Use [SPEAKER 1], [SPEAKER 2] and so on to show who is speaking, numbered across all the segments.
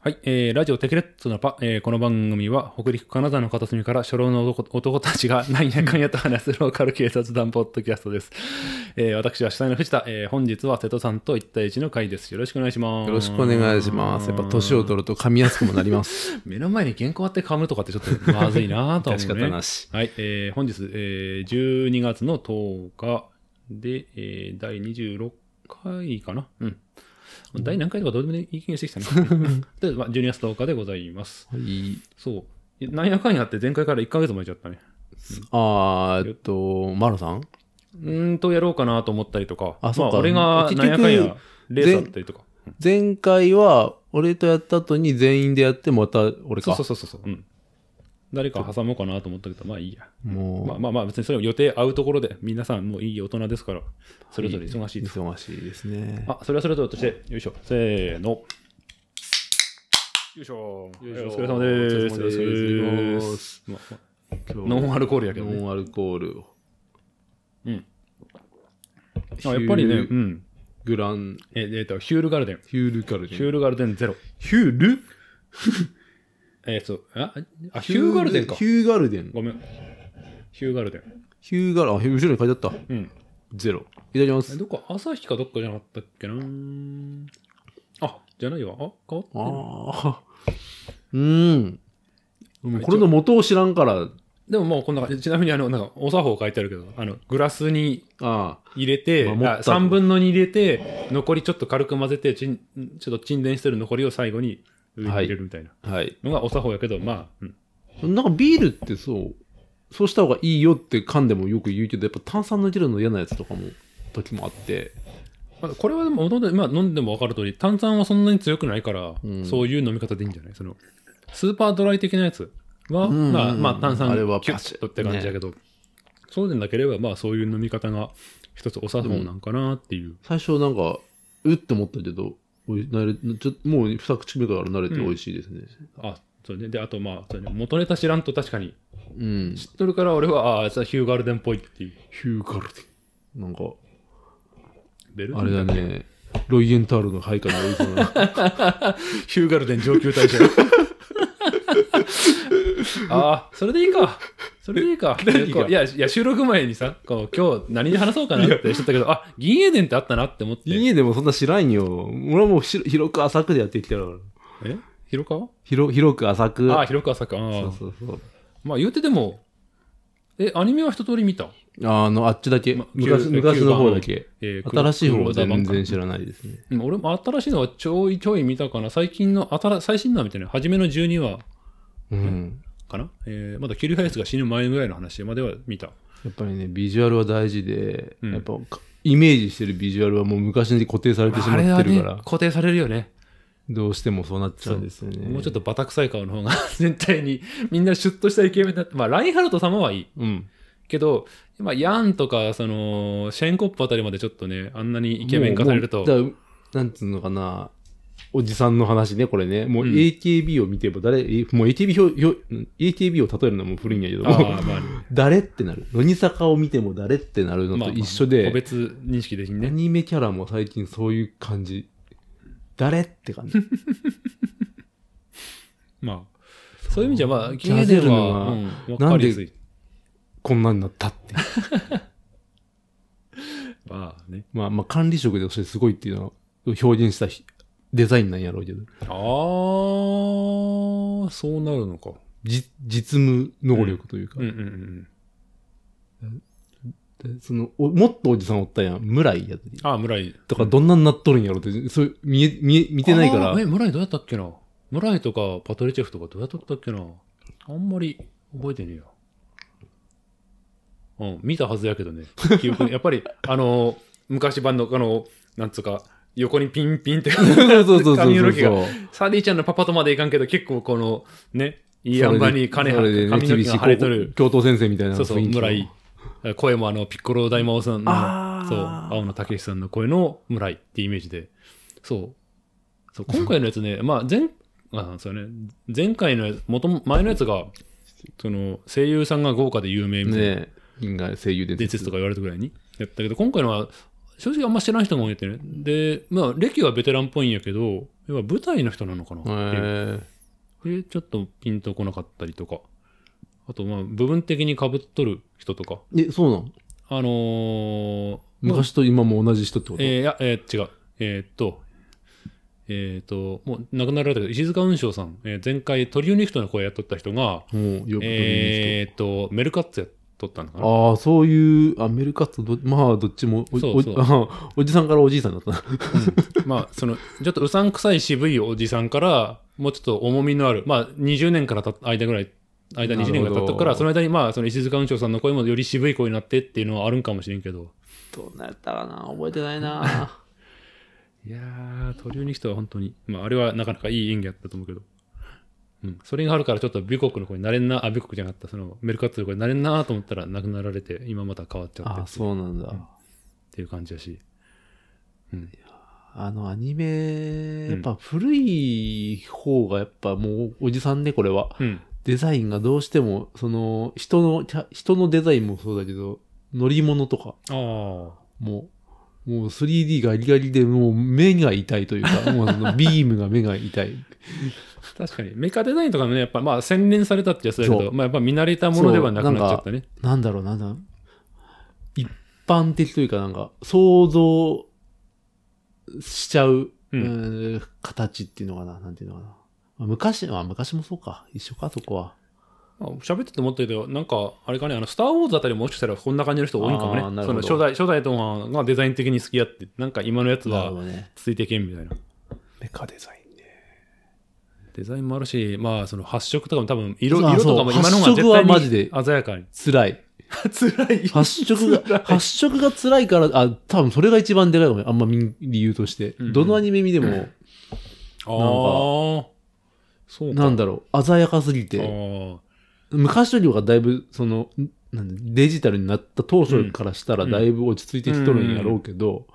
[SPEAKER 1] はい、えー、ラジオテケレットのパ、えー、この番組は北陸金沢の片隅から初老の男男たちが何やかんやと話すローカル警察団ポッドキャストです。えー、私は主催の藤田、えー、本日は瀬戸さんと一対一の会です。よろしくお願いします。
[SPEAKER 2] よろしくお願いします。やっぱ年を取ると噛みやすくもな ります。
[SPEAKER 1] 目の前に原稿あって噛むとかってちょっとまずいな とは思
[SPEAKER 2] 致し
[SPEAKER 1] う
[SPEAKER 2] 方
[SPEAKER 1] ね
[SPEAKER 2] な。し。
[SPEAKER 1] はい、えー、本日、えー、12月の10日で、えー、第26回かな。うん。第何回とかどうでもいい気がしてきた ね。で、まあ、12月10日でございます。
[SPEAKER 2] はい。
[SPEAKER 1] そう。えなんやかんやって前回から1ヶ月も空いちゃったね。
[SPEAKER 2] あーえっと、マロさん
[SPEAKER 1] うーんとやろうかなと思ったりとか。
[SPEAKER 2] あそうか
[SPEAKER 1] まあ、俺が
[SPEAKER 2] 結
[SPEAKER 1] なん
[SPEAKER 2] 局
[SPEAKER 1] やかんやレースだったりとか。
[SPEAKER 2] 前回は、俺とやった後に全員でやって、また俺
[SPEAKER 1] そ
[SPEAKER 2] か。
[SPEAKER 1] うそうそうそう。うん。誰か挟もうかなと思ったけど、まあいいや。
[SPEAKER 2] もう、
[SPEAKER 1] まあまあまあ、別にそれを予定合うところで、皆さんもういい大人ですから、それぞれ忙しいです。
[SPEAKER 2] 忙しいですね。
[SPEAKER 1] あ、それはそれぞれとして、よいしょ。せーの。よいしょ。お
[SPEAKER 2] よいしょ
[SPEAKER 1] 疲れ様です。
[SPEAKER 2] お疲れ様です
[SPEAKER 1] お疲れ様ですまあ
[SPEAKER 2] 今日
[SPEAKER 1] ノンアルコールやけどね
[SPEAKER 2] ノンアルコール。
[SPEAKER 1] うん。まあやっぱりね、
[SPEAKER 2] ヒュ
[SPEAKER 1] う
[SPEAKER 2] ー
[SPEAKER 1] ん。
[SPEAKER 2] グラン、
[SPEAKER 1] ええーと、ヒュールガルデン。
[SPEAKER 2] ヒュールカルデン。
[SPEAKER 1] ヒュールガルデンゼロ。
[SPEAKER 2] ヒュール
[SPEAKER 1] えー、そう、あ、あヒューガルデンか
[SPEAKER 2] ヒ。ューガルデン。
[SPEAKER 1] ごめん。ヒューガルデン。
[SPEAKER 2] ヒューガル、あ、後ろに書いてあった。
[SPEAKER 1] うん。
[SPEAKER 2] ゼロ。いただきま
[SPEAKER 1] え
[SPEAKER 2] す。
[SPEAKER 1] どっか、朝日かどっかじゃなかったっけなあ、じゃないわ。あ、変わった
[SPEAKER 2] ああ。 うーん。もうこれの元を知らんから、
[SPEAKER 1] でももうこんな感じ。ちなみに、あの、なんか、お作法書いてあるけど、あの、グラスに
[SPEAKER 2] あ
[SPEAKER 1] 入れて、
[SPEAKER 2] まあ持った
[SPEAKER 1] あ3分の2入れて、残りちょっと軽く混ぜて、ちんちょっと沈殿してる残りを最後に上に入れるみたいな
[SPEAKER 2] あ。はい。
[SPEAKER 1] のがお作法やけど、まあ、うん。
[SPEAKER 2] なんかビールってそう、そうした方がいいよって噛んでもよく言うけど、やっぱ炭酸の出るの嫌なやつとかも、時もあって。
[SPEAKER 1] まあこれはでも、ほとんどまあ、飲んでも分かる通り、炭酸はそんなに強くないから、
[SPEAKER 2] うん
[SPEAKER 1] そういう飲み方でいいんじゃないその、スーパードライ的なやつは、
[SPEAKER 2] うんうんうん
[SPEAKER 1] まあ、まあ、炭酸
[SPEAKER 2] あれは
[SPEAKER 1] キュ
[SPEAKER 2] パシ
[SPEAKER 1] ッとって感じだけど、そうでなければ、まあ、そういう飲み方が一つお作法なんかなっていう。
[SPEAKER 2] 最初なんか、うって思ったけど、おい慣れちょもう二口目から慣れて美味しいですね。
[SPEAKER 1] あ、そうね。で、あと、まあ、そうね、元ネタ知らんと確かに、
[SPEAKER 2] うん。
[SPEAKER 1] 知っとるから俺は、ああ、それはヒューガルデンっぽいっていう。
[SPEAKER 2] ヒューガルデン。なんか、
[SPEAKER 1] ベルギー
[SPEAKER 2] あれだね。ロイエンタールの配下においそうな。
[SPEAKER 1] ヒューガルデン上級 大将。ああ、それでいいか。それでいいか。
[SPEAKER 2] 何が
[SPEAKER 1] こういや、いや収録前にさ、こう今日何に話そうかなってしてたけど、あ、銀英伝ってあったなって思って。
[SPEAKER 2] 家でもそんな知らんよ。俺はもうひろ広く浅くでやってきてるから。
[SPEAKER 1] え広川
[SPEAKER 2] 広広く浅く。
[SPEAKER 1] ああ、広川さか。ああ
[SPEAKER 2] そうそうそう。
[SPEAKER 1] まあ言うてでも、え、アニメは一通り見た。
[SPEAKER 2] あの、あっちだけ。
[SPEAKER 1] ま
[SPEAKER 2] 昔
[SPEAKER 1] 旧
[SPEAKER 2] 昔の方だけ。
[SPEAKER 1] えーく
[SPEAKER 2] 新しい方は
[SPEAKER 1] 黒田版
[SPEAKER 2] 全
[SPEAKER 1] か
[SPEAKER 2] 然知らないですね。
[SPEAKER 1] うん俺も新しいのはちょいちょい見たかな。最近の、新最新のは見てない。初めの12話
[SPEAKER 2] うん。
[SPEAKER 1] かな。えーまだキルハイスが死ぬ前ぐらいの話までは見た。
[SPEAKER 2] やっぱりね、ビジュアルは大事で、
[SPEAKER 1] うん
[SPEAKER 2] やっぱかイメージしてるビジュアルはもう昔に固定されてしま
[SPEAKER 1] あれは
[SPEAKER 2] ってる
[SPEAKER 1] ね
[SPEAKER 2] から、、
[SPEAKER 1] 固定されるよね。
[SPEAKER 2] どうしてもそうなっちゃうんですよね。
[SPEAKER 1] もうちょっ
[SPEAKER 2] と。
[SPEAKER 1] とバタ臭い顔の方が 全体にみんなシュッとしたイケメンだって、まあラインハルト様はいい
[SPEAKER 2] うん。
[SPEAKER 1] けど、まあヤンとか、その、シェンコップあたりまでちょっとね、あんなにイケメン化される
[SPEAKER 2] も
[SPEAKER 1] と
[SPEAKER 2] う、もうだなんつうのかな、おじさんの話ね、これね。もううん AKB を見てば誰、えもう AKB 表、表、AKB を例えるのはもう古いんやけど、
[SPEAKER 1] ああ、まあ、
[SPEAKER 2] 誰ってなる。乃木坂を見ても誰ってなるの
[SPEAKER 1] まあ
[SPEAKER 2] と一緒で、
[SPEAKER 1] 個別認識できん
[SPEAKER 2] ア
[SPEAKER 1] ね。
[SPEAKER 2] ニメキャラも最近そういう感じ。誰って感じ。
[SPEAKER 1] まあ、そういう意味じゃ、まあ、
[SPEAKER 2] キャゼルのは
[SPEAKER 1] 銀英伝うん、わかりやすい。
[SPEAKER 2] こんなんなったって。
[SPEAKER 1] まあね。
[SPEAKER 2] まあまあ管理職でそれすごいっていうのを表現したひデザインなんやろうけど、
[SPEAKER 1] ああ、そうなるのか。
[SPEAKER 2] じ実務能力というか、
[SPEAKER 1] うんうんうん。
[SPEAKER 2] でそのおもっとおじさんおったやん、村井やったり。
[SPEAKER 1] ああ、村井。
[SPEAKER 2] とか、どんなんなっとるんやろって、そう、見え、見え、見
[SPEAKER 1] 見
[SPEAKER 2] てないから、
[SPEAKER 1] え、村井どうやったっけな村井とかパトリチェフとかどうやっとったっけなあんまり覚えてねえよ。うん、見たはずやけどね。記憶 やっぱり、あの、昔版の、あの、なんつうか、横にピンピンって、
[SPEAKER 2] そうそうそうそう
[SPEAKER 1] 髪の毛
[SPEAKER 2] そう
[SPEAKER 1] が。サディちゃんのパパとまでいかんけど、結構この、ね、いい塩梅に金張
[SPEAKER 2] それ
[SPEAKER 1] って、
[SPEAKER 2] でね
[SPEAKER 1] 髪の毛
[SPEAKER 2] 厳しい
[SPEAKER 1] が腫れとる。
[SPEAKER 2] 教頭先生みたいな
[SPEAKER 1] そうそう、
[SPEAKER 2] 雰囲気の
[SPEAKER 1] 村井。声もあの、ピッコロ大魔王さんの
[SPEAKER 2] あ、ー
[SPEAKER 1] そう、青野武さんの声の村井ってイメージで、そう。そう今回のやつね、まあ前、あそうね、前回のやつ、元も前のやつが、その、声優さんが豪華で有名みたいな、
[SPEAKER 2] ねえ、銀河声優伝
[SPEAKER 1] 伝説
[SPEAKER 2] 説
[SPEAKER 1] とか言われたぐらいにやったけど、今回のは、正直あんま知らない人が多いってね。で、まあ、歴はベテランっぽいんやけど、要は舞台の人なのかなっていう。
[SPEAKER 2] え
[SPEAKER 1] で、ちょっとピンとこなかったりとか。あと、まあ、部分的に被っとる人とか。
[SPEAKER 2] え、そうなの
[SPEAKER 1] あのー、
[SPEAKER 2] 昔と今も同じ人ってこと、
[SPEAKER 1] えーいや、えー違う。えーっと、えーっと、もう亡くなられたけど、石塚雲章さん、えー前回トリオニクトの声やっとった人が、
[SPEAKER 2] もうよく
[SPEAKER 1] えーっと、メルカッツやっとったのかな。
[SPEAKER 2] ああ、そういう、あ、メルカットど、まあ、どっちもお、
[SPEAKER 1] そうそう
[SPEAKER 2] おあおじさんからおじいさんだったな。
[SPEAKER 1] まあ、その、ちょっとうさんくさい渋いおじさんから、もうちょっと重みのある、まあ、20年からたっ間ぐらい、間20年ぐらい経ったか
[SPEAKER 2] なるほ
[SPEAKER 1] ら、
[SPEAKER 2] ど
[SPEAKER 1] その間にまあ、その石塚雲章さんの声もより渋い声になってっていうのはあるんかもしれんけど。
[SPEAKER 2] どうなったかな覚えてないな。
[SPEAKER 1] いやー、トリオニクトは本当に、まあ、あれはなかなかいい演技だったと思うけど。うん、それがあるからちょっと美国の子になれんな、あ、美国じゃなかった、そのメルカッツの子になれんなと思ったら亡くなられて、今また変わっちゃって
[SPEAKER 2] あ
[SPEAKER 1] っ
[SPEAKER 2] あ、そうなんだ。
[SPEAKER 1] ていう感じだし。うん。
[SPEAKER 2] あの、アニメ、やっぱ古い方がやっぱもうおじさんね、これは。
[SPEAKER 1] うん。
[SPEAKER 2] デザインがどうしても、その、人の、キャ人のデザインもそうだけど、乗り物とか、
[SPEAKER 1] あ
[SPEAKER 2] もう、もう 3D ガリガリで、もう目が痛いというか、もうそのビームが目が痛い。
[SPEAKER 1] あ、確かに。メカデザインとかもね、やっぱまあ洗練されたってやつだけ
[SPEAKER 2] そ
[SPEAKER 1] ど、
[SPEAKER 2] う
[SPEAKER 1] まあやっぱ見慣れたものではなくなっちゃったね。
[SPEAKER 2] なんだろうな、なんだ一般的というかなんか、想像しちゃう、
[SPEAKER 1] う
[SPEAKER 2] うんーん形っていうのかな、なんていうのかな。まあ昔、まあ昔もそうか、一緒か、そこは。
[SPEAKER 1] まあ喋ってて思ったけど、なんか、あれかね、あの、スター・ウォーズあたりもしかしたらこんな感じの人多いんかも
[SPEAKER 2] あーな
[SPEAKER 1] ね。
[SPEAKER 2] る
[SPEAKER 1] そ
[SPEAKER 2] ほ
[SPEAKER 1] の
[SPEAKER 2] ど
[SPEAKER 1] 初代、初代とかがデザイン的に好きやって、なんか今のやつ
[SPEAKER 2] なる
[SPEAKER 1] は
[SPEAKER 2] ほどね。
[SPEAKER 1] ついていけんみたいな。
[SPEAKER 2] メカデザインね。
[SPEAKER 1] デザインもあるし、まあ、その発色とかも多分色、
[SPEAKER 2] そう
[SPEAKER 1] 色とかも今の方が
[SPEAKER 2] そう発色はマジ
[SPEAKER 1] 絶
[SPEAKER 2] で
[SPEAKER 1] 対に鮮やかに。
[SPEAKER 2] 辛い。
[SPEAKER 1] 辛い。
[SPEAKER 2] 発色
[SPEAKER 1] 辛
[SPEAKER 2] が
[SPEAKER 1] い、
[SPEAKER 2] 発色が辛いから、あ、多分それが一番でかいかもね。あんま見理由として。
[SPEAKER 1] うんうん
[SPEAKER 2] どのアニメ見ても、
[SPEAKER 1] ああ。そうか。
[SPEAKER 2] なんだろう、鮮やかすぎ
[SPEAKER 1] あ
[SPEAKER 2] て、
[SPEAKER 1] ー
[SPEAKER 2] 昔よりはだいぶ、その、んなんだデジタルになった当初からしたら
[SPEAKER 1] うん
[SPEAKER 2] だいぶ落ち着いてきとるんやろうけど、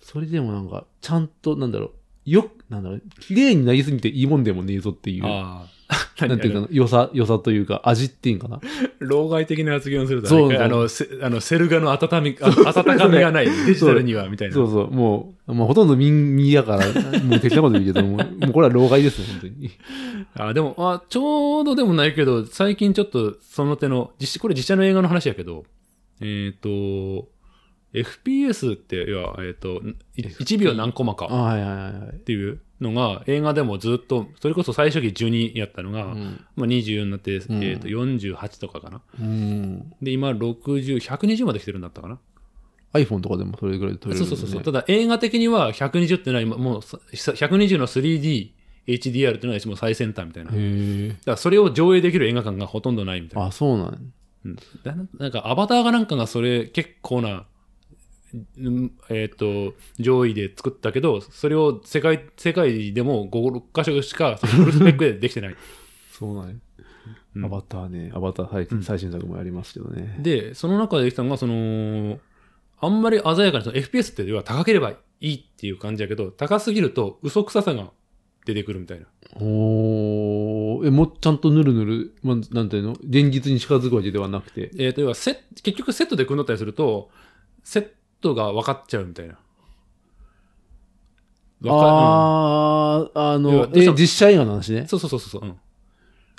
[SPEAKER 2] それでもなんか、ちゃんと、なんだろう、よく、なんだろう、綺麗になりすぎていいもんでもねえぞっていう、
[SPEAKER 1] あー。
[SPEAKER 2] なんていうかな、良さ、良さというか、味っていうんかな。
[SPEAKER 1] 老害的な発言をすると、
[SPEAKER 2] そう
[SPEAKER 1] あれかあの、せあのセルガの温み、あ温かみがない。デジタルには、みたいな。
[SPEAKER 2] そうそう、もう、もうほとんど民民やから、 もう適当なこと言うけど、もうもうこれは老害ですね、本当に。
[SPEAKER 1] あーでも、あーちょうどでもないけど、最近ちょっとその手の、実これ実写の映画の話やけど、えっ、と、FPS って、要は、えっ、と、1秒何コマか。
[SPEAKER 2] あはいはいはいはい。
[SPEAKER 1] っていうのが映画でもずっとそれこそ最初期12やったのが、
[SPEAKER 2] うん
[SPEAKER 1] まあ、24になって、え
[SPEAKER 2] ん
[SPEAKER 1] ー、と48とかかな
[SPEAKER 2] うん。
[SPEAKER 1] で今60120まで来てるんだったかな、
[SPEAKER 2] iPhone とかでもそれぐらいで撮れる
[SPEAKER 1] そ
[SPEAKER 2] よ
[SPEAKER 1] うそうそうそう
[SPEAKER 2] ね
[SPEAKER 1] ただ映画的には120ってないももうさ120の 3DHDR っていうのがもう最先端みたいな、だか
[SPEAKER 2] へえ。
[SPEAKER 1] らそれを上映できる映画館がほとんどないみたいな
[SPEAKER 2] あ、そうなん
[SPEAKER 1] うんだなんかアバターがなんかがそれ結構な、うんえっと上位で作ったけどそれを世界世界でも56箇所しかそのフルスペックでできてない、
[SPEAKER 2] そうなんや
[SPEAKER 1] うん
[SPEAKER 2] アバターね、アバター最
[SPEAKER 1] うん
[SPEAKER 2] 近最新作もやりますけどね。
[SPEAKER 1] でその中でできたのがそのあんまり鮮やかにその FPS って要は高ければいいっていう感じやけど高すぎると嘘くささが出てくるみたいな
[SPEAKER 2] おーえ、もうちゃんとぬるぬる、まあ、なんていうの現実に近づくわけではなくて。
[SPEAKER 1] えっ、と、要はセッ結局セットで組んだったりすると、セットが分かっちゃうみたいな。分か
[SPEAKER 2] あー、あ
[SPEAKER 1] 要はど、う
[SPEAKER 2] の
[SPEAKER 1] し
[SPEAKER 2] え
[SPEAKER 1] て、も
[SPEAKER 2] 実写映画の話
[SPEAKER 1] うん
[SPEAKER 2] ね。
[SPEAKER 1] そうそうそうそう。うん、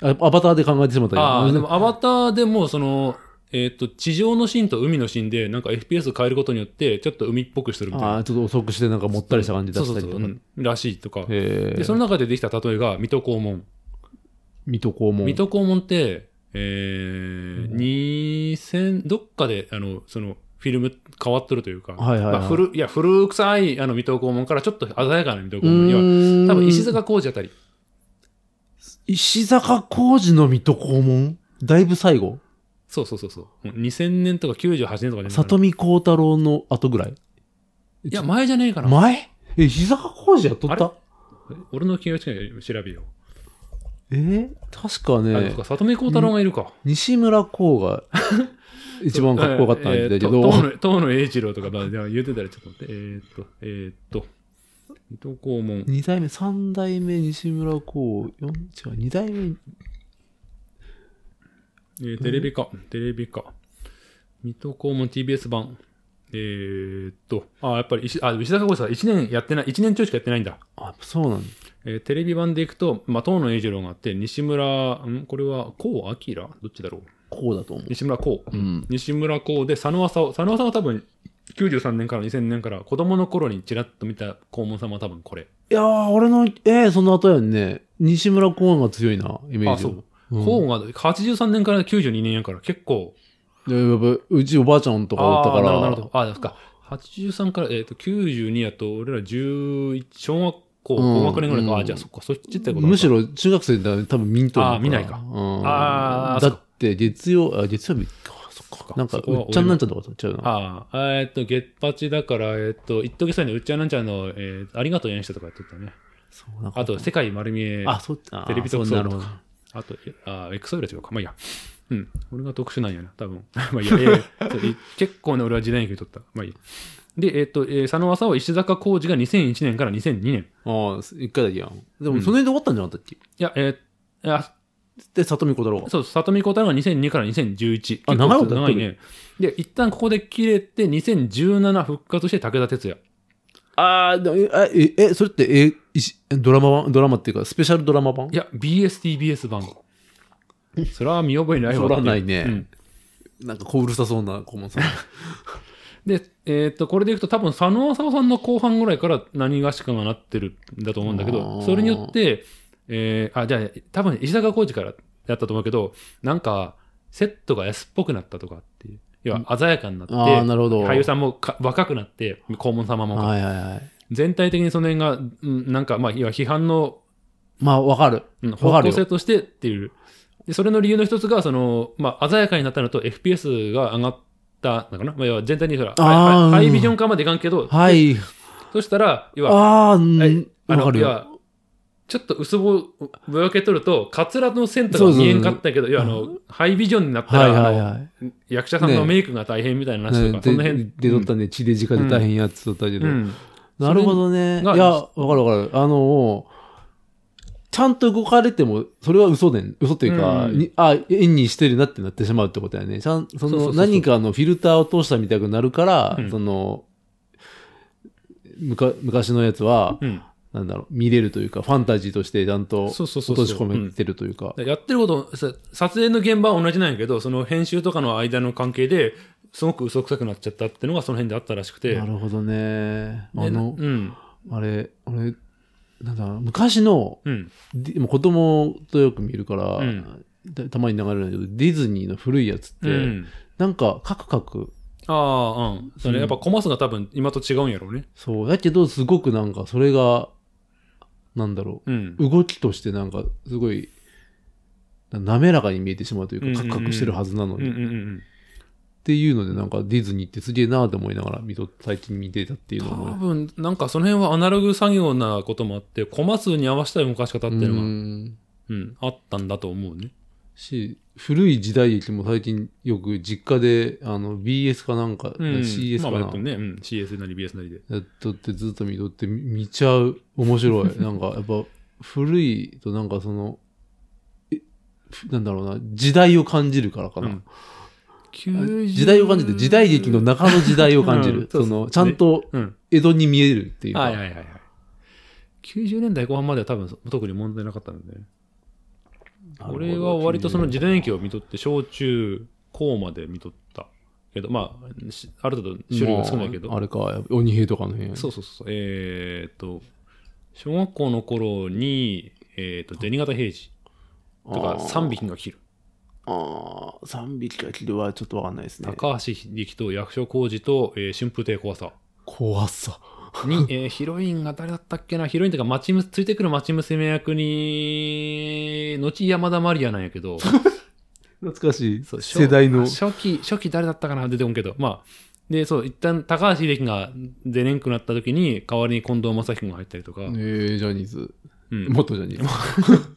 [SPEAKER 2] あアバターで考えてしまったけど
[SPEAKER 1] ああ、
[SPEAKER 2] うん
[SPEAKER 1] でもアバターでも、その、えっ、と、地上のシーンと海のシーンで、なんか FPS 変えることによって、ちょっと海っぽくしてるみたい
[SPEAKER 2] あ
[SPEAKER 1] な。
[SPEAKER 2] ーちょっと遅くしてなんかもったりした感じ出
[SPEAKER 1] そう
[SPEAKER 2] し
[SPEAKER 1] そ
[SPEAKER 2] た
[SPEAKER 1] う
[SPEAKER 2] り
[SPEAKER 1] そ
[SPEAKER 2] と
[SPEAKER 1] う、
[SPEAKER 2] か
[SPEAKER 1] う。んらしいとか。
[SPEAKER 2] へ
[SPEAKER 1] で、
[SPEAKER 2] え
[SPEAKER 1] そ。の中でできた例えが、水戸黄門。
[SPEAKER 2] 水戸黄門。
[SPEAKER 1] 水戸黄門って、えー、2000、どっかで、あの、その、フィルム変わっとるというか、
[SPEAKER 2] はいはいはい
[SPEAKER 1] まあ、古いや古臭いあの水戸黄門からちょっと鮮やかな水戸黄門には、
[SPEAKER 2] に
[SPEAKER 1] 多分石。坂浩二あたり、
[SPEAKER 2] 石坂浩二の水戸黄門だいぶ最後
[SPEAKER 1] そうそうそうそう、もう2000年とか98年とかじゃないか
[SPEAKER 2] 里
[SPEAKER 1] な
[SPEAKER 2] 見幸太郎の後ぐらい
[SPEAKER 1] いや、前じゃねえかな。
[SPEAKER 2] 前え、石坂浩二やっとっ
[SPEAKER 1] あれ
[SPEAKER 2] た
[SPEAKER 1] 俺の記憶違い調べよ
[SPEAKER 2] えー確か
[SPEAKER 1] う。あ、
[SPEAKER 2] ね
[SPEAKER 1] そう。か、里見幸太郎がいるか。
[SPEAKER 2] 西村光 が一番かっこよかったんだけ
[SPEAKER 1] えー
[SPEAKER 2] ど、
[SPEAKER 1] と遠野遠野栄一郎とか、まあ、じゃあ言うてたらちょっと待って。えーっと、えーっと、水戸黄門。
[SPEAKER 2] 二代目、三代目西村光、四違う、二代目、
[SPEAKER 1] えーテレビか、テレビか。水戸黄門 TBS 版。えーっと、あ、やっぱり石、あ、石坂浩二さん、1年やってない、一年ちょいしかやってないんだ。
[SPEAKER 2] あ、そうなんだ。
[SPEAKER 1] えーテレビ版でいくと、まあ、東野英二郎があって、西村、んこれは、こうあきらどっちだろう
[SPEAKER 2] こうだと思う。
[SPEAKER 1] 西村こう。
[SPEAKER 2] うん。
[SPEAKER 1] 西村こうで、佐野浅夫。佐野浅夫は多分、93年から2000年から、子供の頃にちらっと見た黄門様は多分これ。
[SPEAKER 2] いやー、俺の、ええその後やんね。西村コーンが強いな、イメージ。
[SPEAKER 1] あそう。
[SPEAKER 2] うん、
[SPEAKER 1] こうが83年から92年やから、結構、
[SPEAKER 2] いややっぱうちおばあちゃんとかだったから。
[SPEAKER 1] あーなるほどなるほど。あ、ですか。83から、えっ、と、92やと、俺ら11、小学校、
[SPEAKER 2] うん
[SPEAKER 1] 高学年ぐらいか。
[SPEAKER 2] うん
[SPEAKER 1] あ、じゃあそっか、そっちってことなのか
[SPEAKER 2] むしろ中学生だ多分見んと思うら
[SPEAKER 1] あー見ないか
[SPEAKER 2] うん、
[SPEAKER 1] あー
[SPEAKER 2] だって月曜、あ、月曜日か。そっか。なんか、
[SPEAKER 1] そうこは
[SPEAKER 2] っちゃんなんちゃんとかとっちゃうな。
[SPEAKER 1] ああ、えーっと、ゲッパチだから、えーっと、一時さえのうっちゃんなんちゃんの、えーありがとうやんしたとかやっとったね。
[SPEAKER 2] そうなんか
[SPEAKER 1] あと、世界丸見え。
[SPEAKER 2] あ、そうあー
[SPEAKER 1] テレビ特
[SPEAKER 2] そう
[SPEAKER 1] 捜
[SPEAKER 2] な
[SPEAKER 1] と
[SPEAKER 2] る
[SPEAKER 1] か
[SPEAKER 2] ほど。
[SPEAKER 1] あと、えあー、エクソイラ違うか。まあいいや。うん。俺が特殊なんやな、多分。まあいい や、えーそうい結構ね、俺は時代劇撮った。まあいい。で、えーっと、えー佐野浅は石坂浩二が2001年から2002年。
[SPEAKER 2] ああ、一回だけやん。でも、その辺で終わったんじゃなかったっけ、
[SPEAKER 1] いや、えーあ
[SPEAKER 2] で、里見小太郎が。
[SPEAKER 1] そう、里見小太郎が2002から2011。
[SPEAKER 2] あ
[SPEAKER 1] 結構
[SPEAKER 2] 長いことやっ
[SPEAKER 1] 長
[SPEAKER 2] て
[SPEAKER 1] い
[SPEAKER 2] る
[SPEAKER 1] ね。で、一旦ここで切れて、2017復活して武田鉄矢。
[SPEAKER 2] ああ、でもえあえ、え、それって、え、いしドラマ版ドラマっていうか、スペシャルドラマ版
[SPEAKER 1] いや、BSTBS 版。それは見覚えないわ。
[SPEAKER 2] そらないね
[SPEAKER 1] うん
[SPEAKER 2] なんか、こううるさそうな顧問さん。
[SPEAKER 1] で、えーっと、これでいくと多分佐野浅尾さんの後半ぐらいから何がしかがなってるんだと思うんだけ
[SPEAKER 2] あ
[SPEAKER 1] ど、
[SPEAKER 2] ー
[SPEAKER 1] それによって、えーあ、じゃあ、多分石坂浩二からだったと思うけど、なんか、セットが安っぽくなったとかっていう。要は鮮やかになって、
[SPEAKER 2] ああ、なるほど。
[SPEAKER 1] 俳優さんもか若くなって、黄門様も。
[SPEAKER 2] はいはいはい。
[SPEAKER 1] 全体的にその辺が、うんなんか、まあ、要は批判の
[SPEAKER 2] まあ、わかる。
[SPEAKER 1] うん
[SPEAKER 2] わ
[SPEAKER 1] 方
[SPEAKER 2] かる
[SPEAKER 1] 向
[SPEAKER 2] よ
[SPEAKER 1] 性としてっていう。で、それの理由の一つが、その、まあ、鮮やかになったのと FPS が上がったのかなまあ、要は全体に、ほら、
[SPEAKER 2] あー
[SPEAKER 1] ハイハイ
[SPEAKER 2] うん
[SPEAKER 1] ビジョン化までいかんけど、
[SPEAKER 2] はい。
[SPEAKER 1] そしたら、要は、
[SPEAKER 2] ああ、うん
[SPEAKER 1] はいあ
[SPEAKER 2] わ
[SPEAKER 1] の
[SPEAKER 2] かる
[SPEAKER 1] 要
[SPEAKER 2] よ。
[SPEAKER 1] は、ちょっと薄ぼぼやけとると、カツラのセンターが見えんかったけど、要はあの、ハイビジョンになった
[SPEAKER 2] はい
[SPEAKER 1] ら、
[SPEAKER 2] はい
[SPEAKER 1] あの
[SPEAKER 2] はい。
[SPEAKER 1] 役者さんの
[SPEAKER 2] ね
[SPEAKER 1] メイクが大変みたいな話と
[SPEAKER 2] ね
[SPEAKER 1] か、その辺。
[SPEAKER 2] で、で取ったね、血で直で大変やってたけど
[SPEAKER 1] う。ん。
[SPEAKER 2] なるほどね。い
[SPEAKER 1] それが
[SPEAKER 2] や、わかるわかる。あの、ちゃんと動かれても、それは嘘で、嘘というか、
[SPEAKER 1] うん
[SPEAKER 2] にあ、演にしてるなってなってしまうってことやね。ちゃん、そ
[SPEAKER 1] そうそうそう
[SPEAKER 2] の、何かのフィルターを通したみたくなるから、
[SPEAKER 1] うん
[SPEAKER 2] その、むか昔のやつは、
[SPEAKER 1] うん。
[SPEAKER 2] なんだろう、見れるというか、ファンタジーとしてちゃんと
[SPEAKER 1] そうそうそうそう。
[SPEAKER 2] 落とし込めてるというか。
[SPEAKER 1] やってること、さ撮影の現場は同じなんやけど、その編集とかの間の関係ですごく嘘くさくなっちゃったってのがその辺であったらしくて。
[SPEAKER 2] なるほどね。
[SPEAKER 1] で
[SPEAKER 2] あの
[SPEAKER 1] う、ん。
[SPEAKER 2] あれ、俺、なんだろう昔の、
[SPEAKER 1] うん。
[SPEAKER 2] でも子供とよく見るから、
[SPEAKER 1] うん
[SPEAKER 2] たたまに流れるんだけどディズニーの古いやつって、
[SPEAKER 1] うん
[SPEAKER 2] なんかカクカク
[SPEAKER 1] ああ、うん。それやっぱコマ数が多分今と違うんやろうね。
[SPEAKER 2] そうだけどすごくなんかそれがなんだろ
[SPEAKER 1] うん
[SPEAKER 2] う。動きとしてなんかすごいな滑らかに見えてしまうというか、
[SPEAKER 1] うんうんうん
[SPEAKER 2] カクカクしてるはずなの
[SPEAKER 1] うん
[SPEAKER 2] に、
[SPEAKER 1] うん
[SPEAKER 2] っ
[SPEAKER 1] うん
[SPEAKER 2] ていうのでなんかディズニーってすげえなーって思いながら見と最近見てたっていう
[SPEAKER 1] 多
[SPEAKER 2] のも
[SPEAKER 1] 分、なんかその辺はアナログ作業なこともあって、コマ数に合わせた動かし方っていうのが、うん、あったんだと思うね。
[SPEAKER 2] し古い時代劇も最近よく実家であの BS かなんか、
[SPEAKER 1] うん。
[SPEAKER 2] CS か
[SPEAKER 1] まあ
[SPEAKER 2] な
[SPEAKER 1] まあ、ね、うん。CS なり BS なりで。
[SPEAKER 2] やっとってずっと見とってみ見ちゃう面白 いなんかやっぱ古いとなんかそのえふなんだろうな時代を感じるからかな、
[SPEAKER 1] うん
[SPEAKER 2] 時代を感じて時代劇の中の時代を感じ
[SPEAKER 1] うん
[SPEAKER 2] る、
[SPEAKER 1] そうそう
[SPEAKER 2] そのちゃんと
[SPEAKER 1] うん。
[SPEAKER 2] 江戸に見えるっていうか、
[SPEAKER 1] はいはいはいはい。90年代後半までは多分特に問題なかったので、
[SPEAKER 2] なるほど
[SPEAKER 1] 俺は割とその時代劇を見とって、小中高まで見とったけど、まあ、しある程度種類が少ないけど、
[SPEAKER 2] まああれかやっぱ鬼平とかの辺
[SPEAKER 1] そうそうそう、えーっと、小学校の頃に、えーっと、銭形平次とか
[SPEAKER 2] あー
[SPEAKER 1] 三匹が切る、
[SPEAKER 2] ああ3匹か切るはちょっとわかんないですね
[SPEAKER 1] 高橋秀樹と役所広司と、えー春風亭小朝
[SPEAKER 2] 怖さ
[SPEAKER 1] に、えーヒロインが誰だったっけな、ヒロインというか、町むついてくる町娘役に、後山田まりやなんやけど、
[SPEAKER 2] 懐かしい
[SPEAKER 1] そう
[SPEAKER 2] 世代の
[SPEAKER 1] 初期、初期誰だったかな出てこんけど、まあ、で、そう、一旦高橋英樹が出れんくなった時に、代わりに近藤正彦が入ったりとか、
[SPEAKER 2] えー、ジャニーズ
[SPEAKER 1] うん、
[SPEAKER 2] 元ジャニーズ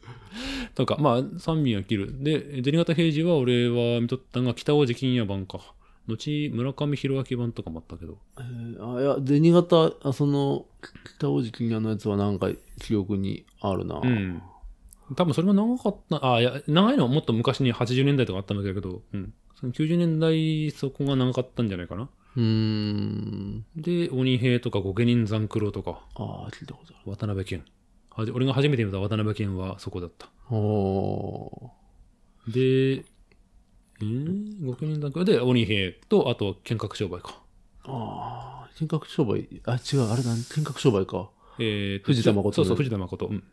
[SPEAKER 1] とか、まあ、三民は切る。で、銭形平次は俺は見とったんが、北大路金也版か。後、村上弘明版とかもあったけど。
[SPEAKER 2] えーあいや、銭形、あその、北大路金也のやつはなんか記憶にあるな。
[SPEAKER 1] うん。多分それも長かった、あ、いや、長いのはもっと昔に80年代とかあったんだけど、うん。その90年代そこが長かったんじゃないかな。
[SPEAKER 2] うーん。
[SPEAKER 1] で、鬼平とか御家人残九郎とか、
[SPEAKER 2] ああ、聞いたことあ
[SPEAKER 1] 渡辺謙。はじ俺が初めて見た渡辺謙はそこだった。
[SPEAKER 2] る。お
[SPEAKER 1] で、うん御家人残九郎で鬼平と、あと、見学商売か。
[SPEAKER 2] ーああ、見学商売。あ、違う、あれだ、見学商売か。
[SPEAKER 1] えーと
[SPEAKER 2] 藤田誠
[SPEAKER 1] そうそう、藤田誠。うん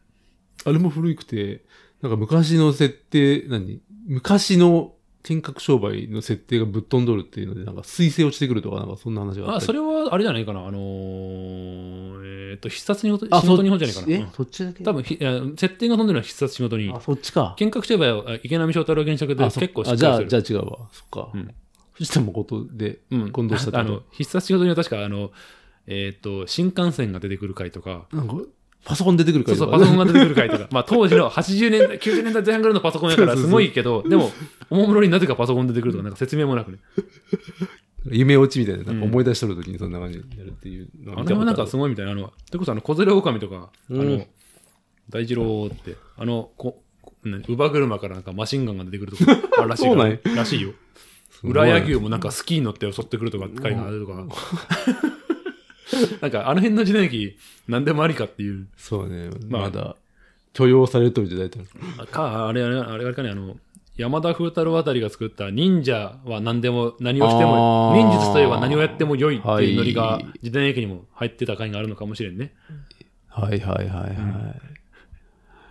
[SPEAKER 2] あれも古くて、なんか昔の設定、何昔の見学商売の設定がぶっ飛んどるっていうので、なんか彗星落ちてくるとか、なんかそんな話があった
[SPEAKER 1] あ、
[SPEAKER 2] り
[SPEAKER 1] それはあれじゃないかな。あのーえっ、と、必殺に、仕
[SPEAKER 2] あそ
[SPEAKER 1] 事日本じゃないかな。う
[SPEAKER 2] え
[SPEAKER 1] ん、
[SPEAKER 2] そっちだけ
[SPEAKER 1] 多分ひ、いや設定が飛んでるのは必殺仕事に。
[SPEAKER 2] あ、そっちか。
[SPEAKER 1] 見学商売はあ池波正太郎原作で
[SPEAKER 2] あそ
[SPEAKER 1] 結構しっか
[SPEAKER 2] あ
[SPEAKER 1] り
[SPEAKER 2] じゃ
[SPEAKER 1] す
[SPEAKER 2] あ、
[SPEAKER 1] る。
[SPEAKER 2] じゃあ違うわ。そっか。
[SPEAKER 1] うん
[SPEAKER 2] 藤田誠で
[SPEAKER 1] うん
[SPEAKER 2] 混同したって
[SPEAKER 1] あ
[SPEAKER 2] こ
[SPEAKER 1] の必殺仕事には確かあの、えー、と新幹線が出てくる回とか、
[SPEAKER 2] と。なんか、パソコン出てくるか
[SPEAKER 1] そうそ
[SPEAKER 2] ら
[SPEAKER 1] う、パソコン
[SPEAKER 2] ン。
[SPEAKER 1] が出てくる回とか、ま あ当時の80年代、90年代前半ぐらいのパソコンやから
[SPEAKER 2] そうそうそう
[SPEAKER 1] すごいけど、でも、おもむろになぜかパソコン出てくるとか、なんか説明もなくね。
[SPEAKER 2] 夢落ちみたいな、なんか思い出しとるときにそんな感じになるっていうの
[SPEAKER 1] あの
[SPEAKER 2] を見
[SPEAKER 1] 辺
[SPEAKER 2] たこ
[SPEAKER 1] も
[SPEAKER 2] と
[SPEAKER 1] な
[SPEAKER 2] あ
[SPEAKER 1] ん
[SPEAKER 2] る
[SPEAKER 1] かすごいみたいな、あの、それこそあの、小連れ狼とか、あ
[SPEAKER 2] う
[SPEAKER 1] の
[SPEAKER 2] ん、
[SPEAKER 1] 大二郎って、あの、こ、何乳母車からなんかマシンガンが出てくると か、あるらしいか
[SPEAKER 2] そうなん
[SPEAKER 1] ら
[SPEAKER 2] や、
[SPEAKER 1] らしいよ。
[SPEAKER 2] すごい
[SPEAKER 1] 裏野球もなんかスキーに乗って襲ってくるとか、回があると か。なんか、あの辺の時代劇、何でもありかっていう。
[SPEAKER 2] そうね、
[SPEAKER 1] まあ
[SPEAKER 2] まだ許容されといていただいたの。
[SPEAKER 1] あか、あれ、あれ、あれあれかね、あの、山田風太郎あたりが作った忍者は何でも、何をしても、
[SPEAKER 2] あー
[SPEAKER 1] 忍術といえば何をやっても良いっていうノリ
[SPEAKER 2] は
[SPEAKER 1] が
[SPEAKER 2] い、
[SPEAKER 1] 時代劇にも入ってた回があるのかもしれんね。
[SPEAKER 2] はいはいはいはい。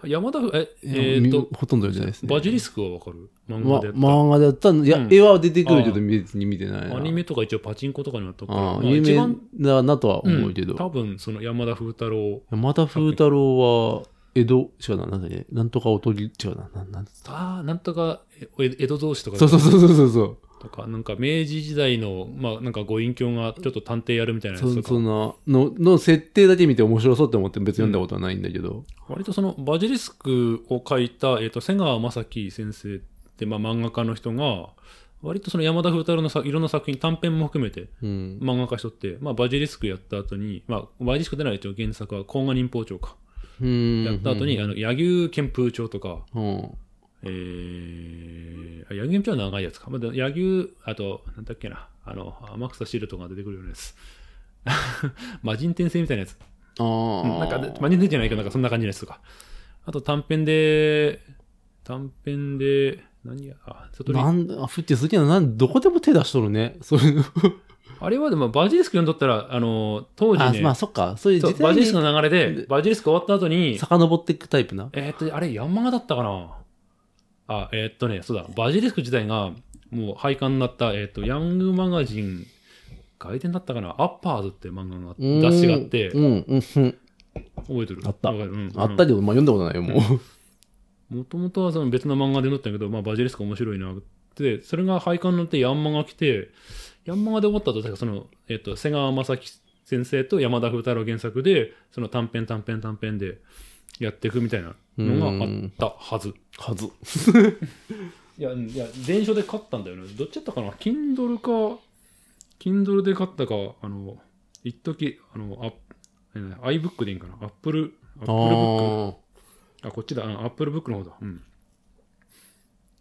[SPEAKER 1] 山田風、え、え
[SPEAKER 2] い
[SPEAKER 1] ー
[SPEAKER 2] や
[SPEAKER 1] と、
[SPEAKER 2] ほとんどじゃないですね。
[SPEAKER 1] バジリスクはわかる漫
[SPEAKER 2] ま
[SPEAKER 1] 画でやった、
[SPEAKER 2] 漫画でやったのいや、
[SPEAKER 1] うん
[SPEAKER 2] 絵は出てくるけど別に見てないな。
[SPEAKER 1] アニメとか一応パチンコとかにもあったから、
[SPEAKER 2] ああ
[SPEAKER 1] まあ
[SPEAKER 2] 有
[SPEAKER 1] 一
[SPEAKER 2] 名
[SPEAKER 1] 番、
[SPEAKER 2] だなとは
[SPEAKER 1] うん
[SPEAKER 2] 思うけど。
[SPEAKER 1] 多分その山田風太郎
[SPEAKER 2] また風太郎は、江戸、違うな、なんだっけ、なんとかおとぎ、違うな、なんなんつった。
[SPEAKER 1] ああなんとかえ江戸同士とか
[SPEAKER 2] そうそうそうそうそう。
[SPEAKER 1] とかなんか明治時代のまあなんかご隠居がちょっと探偵やるみたいなや
[SPEAKER 2] そ
[SPEAKER 1] つと
[SPEAKER 2] う
[SPEAKER 1] か
[SPEAKER 2] そんなの、の設定だけ見て面白そうって思って別に読んだことはないんだけど。
[SPEAKER 1] 割とそのバジリスクを書いた、えー、と瀬川正樹先生って、まあ、漫画家の人が割とその山田風太郎のさいろんな作品短編も含めて
[SPEAKER 2] うん。
[SPEAKER 1] 漫画家しとって、まあ、バジリスクやった後に、まあ、バジリスクでない一応原作は「甲賀忍法帳」か
[SPEAKER 2] うん
[SPEAKER 1] やった後に、、あの、柳生憲風帳とか、
[SPEAKER 2] うん。
[SPEAKER 1] えー、あ柳生憲風帳は長いやつか。まあ、で柳生、あと、なんだっけな、あの、天草シルトが出てくるようなやつ。 魔人転生みたいなやつ。
[SPEAKER 2] ああ、
[SPEAKER 1] うんなんか、魔人転生じゃないけど、なんかそんな感じのやつとか。あと短編で、短編で、何や、あ、悟り
[SPEAKER 2] なんだ、あフッチー好きなのなん、どこでも手出しとるね。そういうの。
[SPEAKER 1] あれはでも、バジリスク読んどったら、あの、当時
[SPEAKER 2] あ、
[SPEAKER 1] ね、
[SPEAKER 2] まあそっか。そういう
[SPEAKER 1] そう
[SPEAKER 2] 時
[SPEAKER 1] バ
[SPEAKER 2] 代
[SPEAKER 1] ジリスク
[SPEAKER 2] に
[SPEAKER 1] の流れで、バジリスク終わった後に、
[SPEAKER 2] 遡っていくタイプな。
[SPEAKER 1] えーっと、あれ、ヤンマガだったかなあ、えーっとね、そうだ、バジリスク自体が、もう廃刊になった、えーっと、ヤングマガジン、外伝だったかなアッパーズって漫画が、
[SPEAKER 2] うん
[SPEAKER 1] 雑誌があって、
[SPEAKER 2] うん、うん、うん。
[SPEAKER 1] 覚えてる
[SPEAKER 2] あった
[SPEAKER 1] わかるうん、
[SPEAKER 2] あったけど、まあ読んだことないよ、もう。
[SPEAKER 1] もともとはその別の漫画で載ったんやけど、まあ、バジリスク面白いなって、それが廃刊になってヤンマガ来て、ヤンマガで終わった後、確かその、えーっと、瀬川正樹先生と山田風太郎原作で、その短編短編短編でやっていくみたいなのがあったはず。
[SPEAKER 2] はず。
[SPEAKER 1] いや、うんいや、電書で買ったんだよね。どっちだったかな ?Kindle か、Kindle で買ったか、あの、一時あの、あ、ね iBook でいいんかな ?Apple、Apple
[SPEAKER 2] あ
[SPEAKER 1] Book。
[SPEAKER 2] ー
[SPEAKER 1] あ、こっちだ。あ Apple Book の方だ。うん。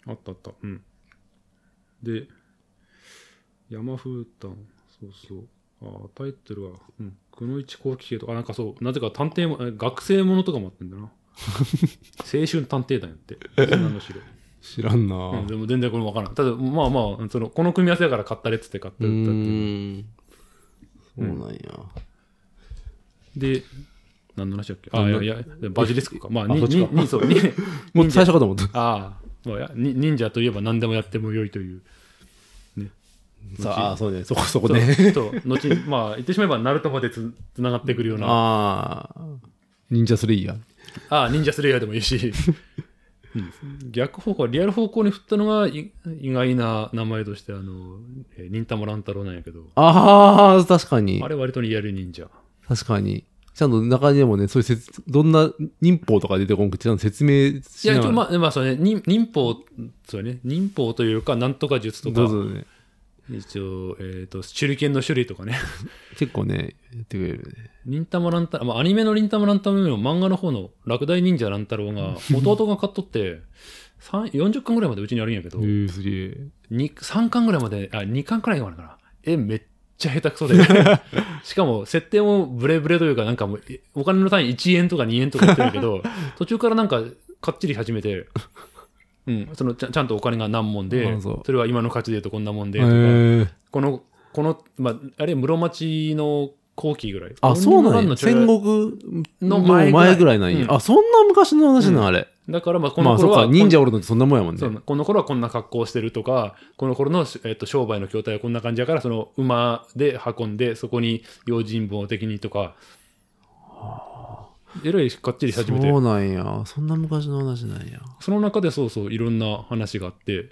[SPEAKER 1] あったあった。うん。で、山風炭、そうそう。あ、タイトルは、うん。くのいち後期系とか、あ、なんかそう、なぜか探偵も、え学生ものとかもあったん だな。青春探偵団やって。女の 城。
[SPEAKER 2] 知らんな
[SPEAKER 1] うん、でも全然これ分からん。ただ、まあまあ、その、この組み合わせだから買ったれっつって買ってた
[SPEAKER 2] う
[SPEAKER 1] っていう。
[SPEAKER 2] ーん。そうなんや。
[SPEAKER 1] で、何の話だっけあ、いやいや、バジリスクか。まあ、に
[SPEAKER 2] あそっちか
[SPEAKER 1] ににそう、に
[SPEAKER 2] もう最初かと思った。
[SPEAKER 1] ああ、まあいや、に忍者といえば何でもやってもよいという。
[SPEAKER 2] さああー、そうね。そこそこ
[SPEAKER 1] そう
[SPEAKER 2] ね。
[SPEAKER 1] そう、後に、まあ、言ってしまえば、ナルトまでつつながってくるような、あ
[SPEAKER 2] ああ。忍者スレイヤー。
[SPEAKER 1] あ、忍者スレイヤーでもいいし。うん逆方向、リアル方向に振ったのがい意外な名前として、あの、えー忍たま乱太郎なんやけど、
[SPEAKER 2] ああ、確かに
[SPEAKER 1] あ。れ割とリアル忍者。
[SPEAKER 2] 確かに。ちゃんと中にでもね、そういう説、どんな忍法とか出てこんくて、ちゃんと説明
[SPEAKER 1] い
[SPEAKER 2] しな
[SPEAKER 1] や、
[SPEAKER 2] が
[SPEAKER 1] ちょ
[SPEAKER 2] ら。
[SPEAKER 1] まあ、まあ、そうね、忍忍法、そうね、忍法というか、なんとか術と
[SPEAKER 2] どう
[SPEAKER 1] か、
[SPEAKER 2] ぞね。
[SPEAKER 1] 一応、えっ、と、手裏剣の種類とかね、
[SPEAKER 2] 結構ね、やってくれるね。
[SPEAKER 1] 忍たま乱太郎、まあ、アニメの忍たま乱太郎よりも漫画の方の落第忍者乱太郎が、弟が買っとって、三40巻ぐらいまでうちにあるんやけど、
[SPEAKER 2] えー、すげえ。
[SPEAKER 1] に3巻ぐらいまで、あ、2巻くらいまでかな。え、めっちゃ下手くそ で。しかも、設定もブレブレというか、なんかもう、えお金の単位1円とか2円とか言ってるけ ど、途中からなんか、かっちり始めて、うん、そのちゃんちゃんとお金が何問で
[SPEAKER 2] あそう、
[SPEAKER 1] それは今の価値で言うとこんなもんで、
[SPEAKER 2] へ
[SPEAKER 1] とか
[SPEAKER 2] ー
[SPEAKER 1] この、この、まあ、あれ、室町の後期ぐらい。
[SPEAKER 2] あ、そうなん
[SPEAKER 1] の
[SPEAKER 2] や。戦国
[SPEAKER 1] の
[SPEAKER 2] の前
[SPEAKER 1] 前ぐらい
[SPEAKER 2] ぐらいなんや。
[SPEAKER 1] うん
[SPEAKER 2] あ、そんな昔の話なんあれ。
[SPEAKER 1] だから、まあ、こ
[SPEAKER 2] ま
[SPEAKER 1] の
[SPEAKER 2] あ、そ
[SPEAKER 1] 頃
[SPEAKER 2] っ
[SPEAKER 1] は、
[SPEAKER 2] か。忍者おるのってそんなもんやもんね
[SPEAKER 1] そ。うこの頃はこんな格好をしてるとかこの頃の、えっと、商売の筐体はこんな感じやからその馬で運んでそこに用心棒的にとかえらいかっちりし始めて
[SPEAKER 2] そ
[SPEAKER 1] そう
[SPEAKER 2] なんや。そんな昔の話なんや。
[SPEAKER 1] の中でそうそういろんな話があって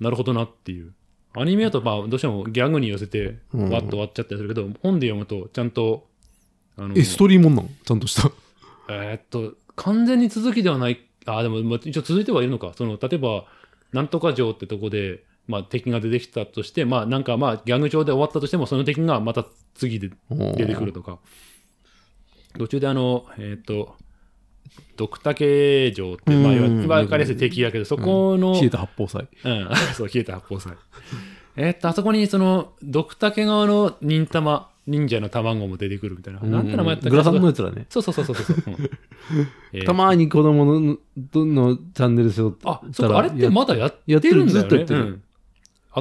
[SPEAKER 1] なるほどなっていうアニメだとまあどうしてもギャグに寄せて
[SPEAKER 2] うん
[SPEAKER 1] わっと終わっちゃったりするけど、本で読むとちゃんとあの
[SPEAKER 2] え、ストーリーもんなんちゃんとした。
[SPEAKER 1] えーっと、完全に続きではない、あ、でも、まあ、一応続いてはいるのか。その、例えば、なんとか城ってとこで、まあ、敵が出てきたとして、まあ、なんか、まあ、ギャング城で終わったとしても、その敵がまた次で出
[SPEAKER 2] 出
[SPEAKER 1] てくる。とか。途中で、あの、えーっと、ドクタケ城って、まあ、いわ
[SPEAKER 2] うんうんうん
[SPEAKER 1] わかりやすい敵やけど、そこの、
[SPEAKER 2] 消えた八宝菜。
[SPEAKER 1] うん、 そう、消えた八宝菜。えーっと、あそこに、その、ドクタケ側の忍玉、忍者の卵も出てくるみたいな。なんて名前やったっけ
[SPEAKER 2] グラサンのやつらね。
[SPEAKER 1] そうそうそうそうそう。うんえー
[SPEAKER 2] たまに子供のどのチャンネル背負って
[SPEAKER 1] あ、そうか、あれってまだやって
[SPEAKER 2] やって
[SPEAKER 1] る
[SPEAKER 2] る
[SPEAKER 1] んだよね。
[SPEAKER 2] ずっとやってる
[SPEAKER 1] うん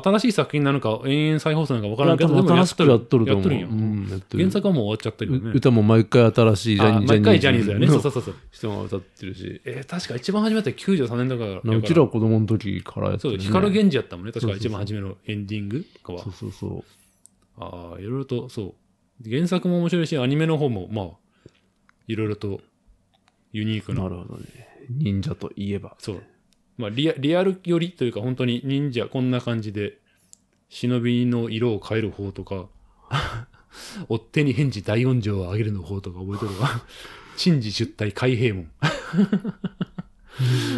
[SPEAKER 1] 新しい作品なのか、延々再放送なのか分
[SPEAKER 2] 多
[SPEAKER 1] からんけど、で
[SPEAKER 2] 分
[SPEAKER 1] もや
[SPEAKER 2] 新
[SPEAKER 1] っ
[SPEAKER 2] し
[SPEAKER 1] と
[SPEAKER 2] く
[SPEAKER 1] る
[SPEAKER 2] やっとると
[SPEAKER 1] や
[SPEAKER 2] 思う。
[SPEAKER 1] っとるんよ。
[SPEAKER 2] うんやってる
[SPEAKER 1] 原作はもう終わっちゃったけどね。
[SPEAKER 2] う歌も毎回新しいジャ
[SPEAKER 1] あ
[SPEAKER 2] ニー
[SPEAKER 1] 毎回ジャニーズだよね。
[SPEAKER 2] うん
[SPEAKER 1] そうそうそうそう。
[SPEAKER 2] 人が歌ってるし。
[SPEAKER 1] えー確か一番初めて93年とかやから。
[SPEAKER 2] うちらは子供の時からやって
[SPEAKER 1] そう、
[SPEAKER 2] るね。
[SPEAKER 1] 光源氏やったもんね。確か
[SPEAKER 2] そうそう
[SPEAKER 1] 一
[SPEAKER 2] そう
[SPEAKER 1] 番初めのエンディングかは
[SPEAKER 2] そ。うそうそう。
[SPEAKER 1] ああ、いろいろと、そう。原作も面白いし、アニメの方も、まあ、いろいろとユニークな
[SPEAKER 2] なるほどね。忍者といえば。
[SPEAKER 1] そう。まあ、リアリアル寄りというか、本当に忍者、こんな感じで、忍びの色を変える方とか、 追っ手に返事大音情を上げるの方とか覚えてるわ。 珍事出退開閉門。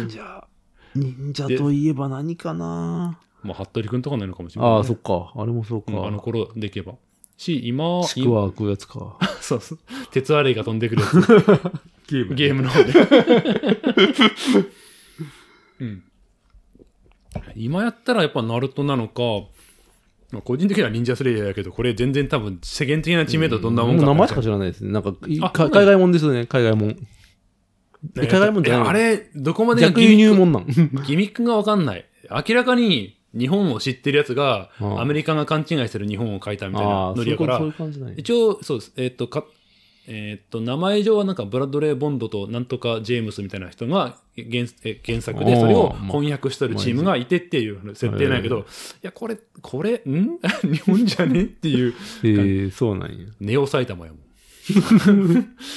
[SPEAKER 2] 忍者。忍者といえば何かな
[SPEAKER 1] まあ、服部くんとかなのかもしれない、
[SPEAKER 2] ああ、そっか。あれもそう
[SPEAKER 1] うんあの
[SPEAKER 2] か。
[SPEAKER 1] 頃でいけば。し、今、
[SPEAKER 2] ちくわ食うやつか。
[SPEAKER 1] 今そうそう。鉄アレイが飛んでくるやつ。
[SPEAKER 2] ゲー
[SPEAKER 1] ゲームの方で。うん。今やったらやっぱナルトなのか、まあ個人的には忍者スレイヤーやけど、これ全然多分世間的な知名度どんなもんか。
[SPEAKER 2] う名前しか知らないですね。なんか、い
[SPEAKER 1] あ
[SPEAKER 2] か
[SPEAKER 1] そうなんだ
[SPEAKER 2] 海外もんですよね。海外もん。
[SPEAKER 1] えー
[SPEAKER 2] いかがいもんじゃない
[SPEAKER 1] やあれ、どこまでが
[SPEAKER 2] 逆
[SPEAKER 1] ギ
[SPEAKER 2] 輸
[SPEAKER 1] ミ
[SPEAKER 2] 入
[SPEAKER 1] ッ
[SPEAKER 2] もんなん。
[SPEAKER 1] クギミックがわかんない。明らかに日本を知ってるやつが、
[SPEAKER 2] うん
[SPEAKER 1] アメリカが勘違いしてる日本を書いたみたい
[SPEAKER 2] あ
[SPEAKER 1] な
[SPEAKER 2] あ、そ
[SPEAKER 1] ノ
[SPEAKER 2] う
[SPEAKER 1] リ
[SPEAKER 2] い
[SPEAKER 1] や
[SPEAKER 2] う
[SPEAKER 1] か
[SPEAKER 2] こ
[SPEAKER 1] ら
[SPEAKER 2] とそうい、う感じなんや
[SPEAKER 1] 一応、そうです。えっ、と、か、えっ、と、名前上はなんかブラッドレー・ボンドとなんとかジェームスみたいな人が原え原作で、
[SPEAKER 2] おー
[SPEAKER 1] それを翻訳してるチームがいてっていう設定なんやけど、
[SPEAKER 2] ま
[SPEAKER 1] いや、これ、これ、ん 日本じゃねっていう、
[SPEAKER 2] えー、そうなんや。
[SPEAKER 1] ネオ埼玉やもん。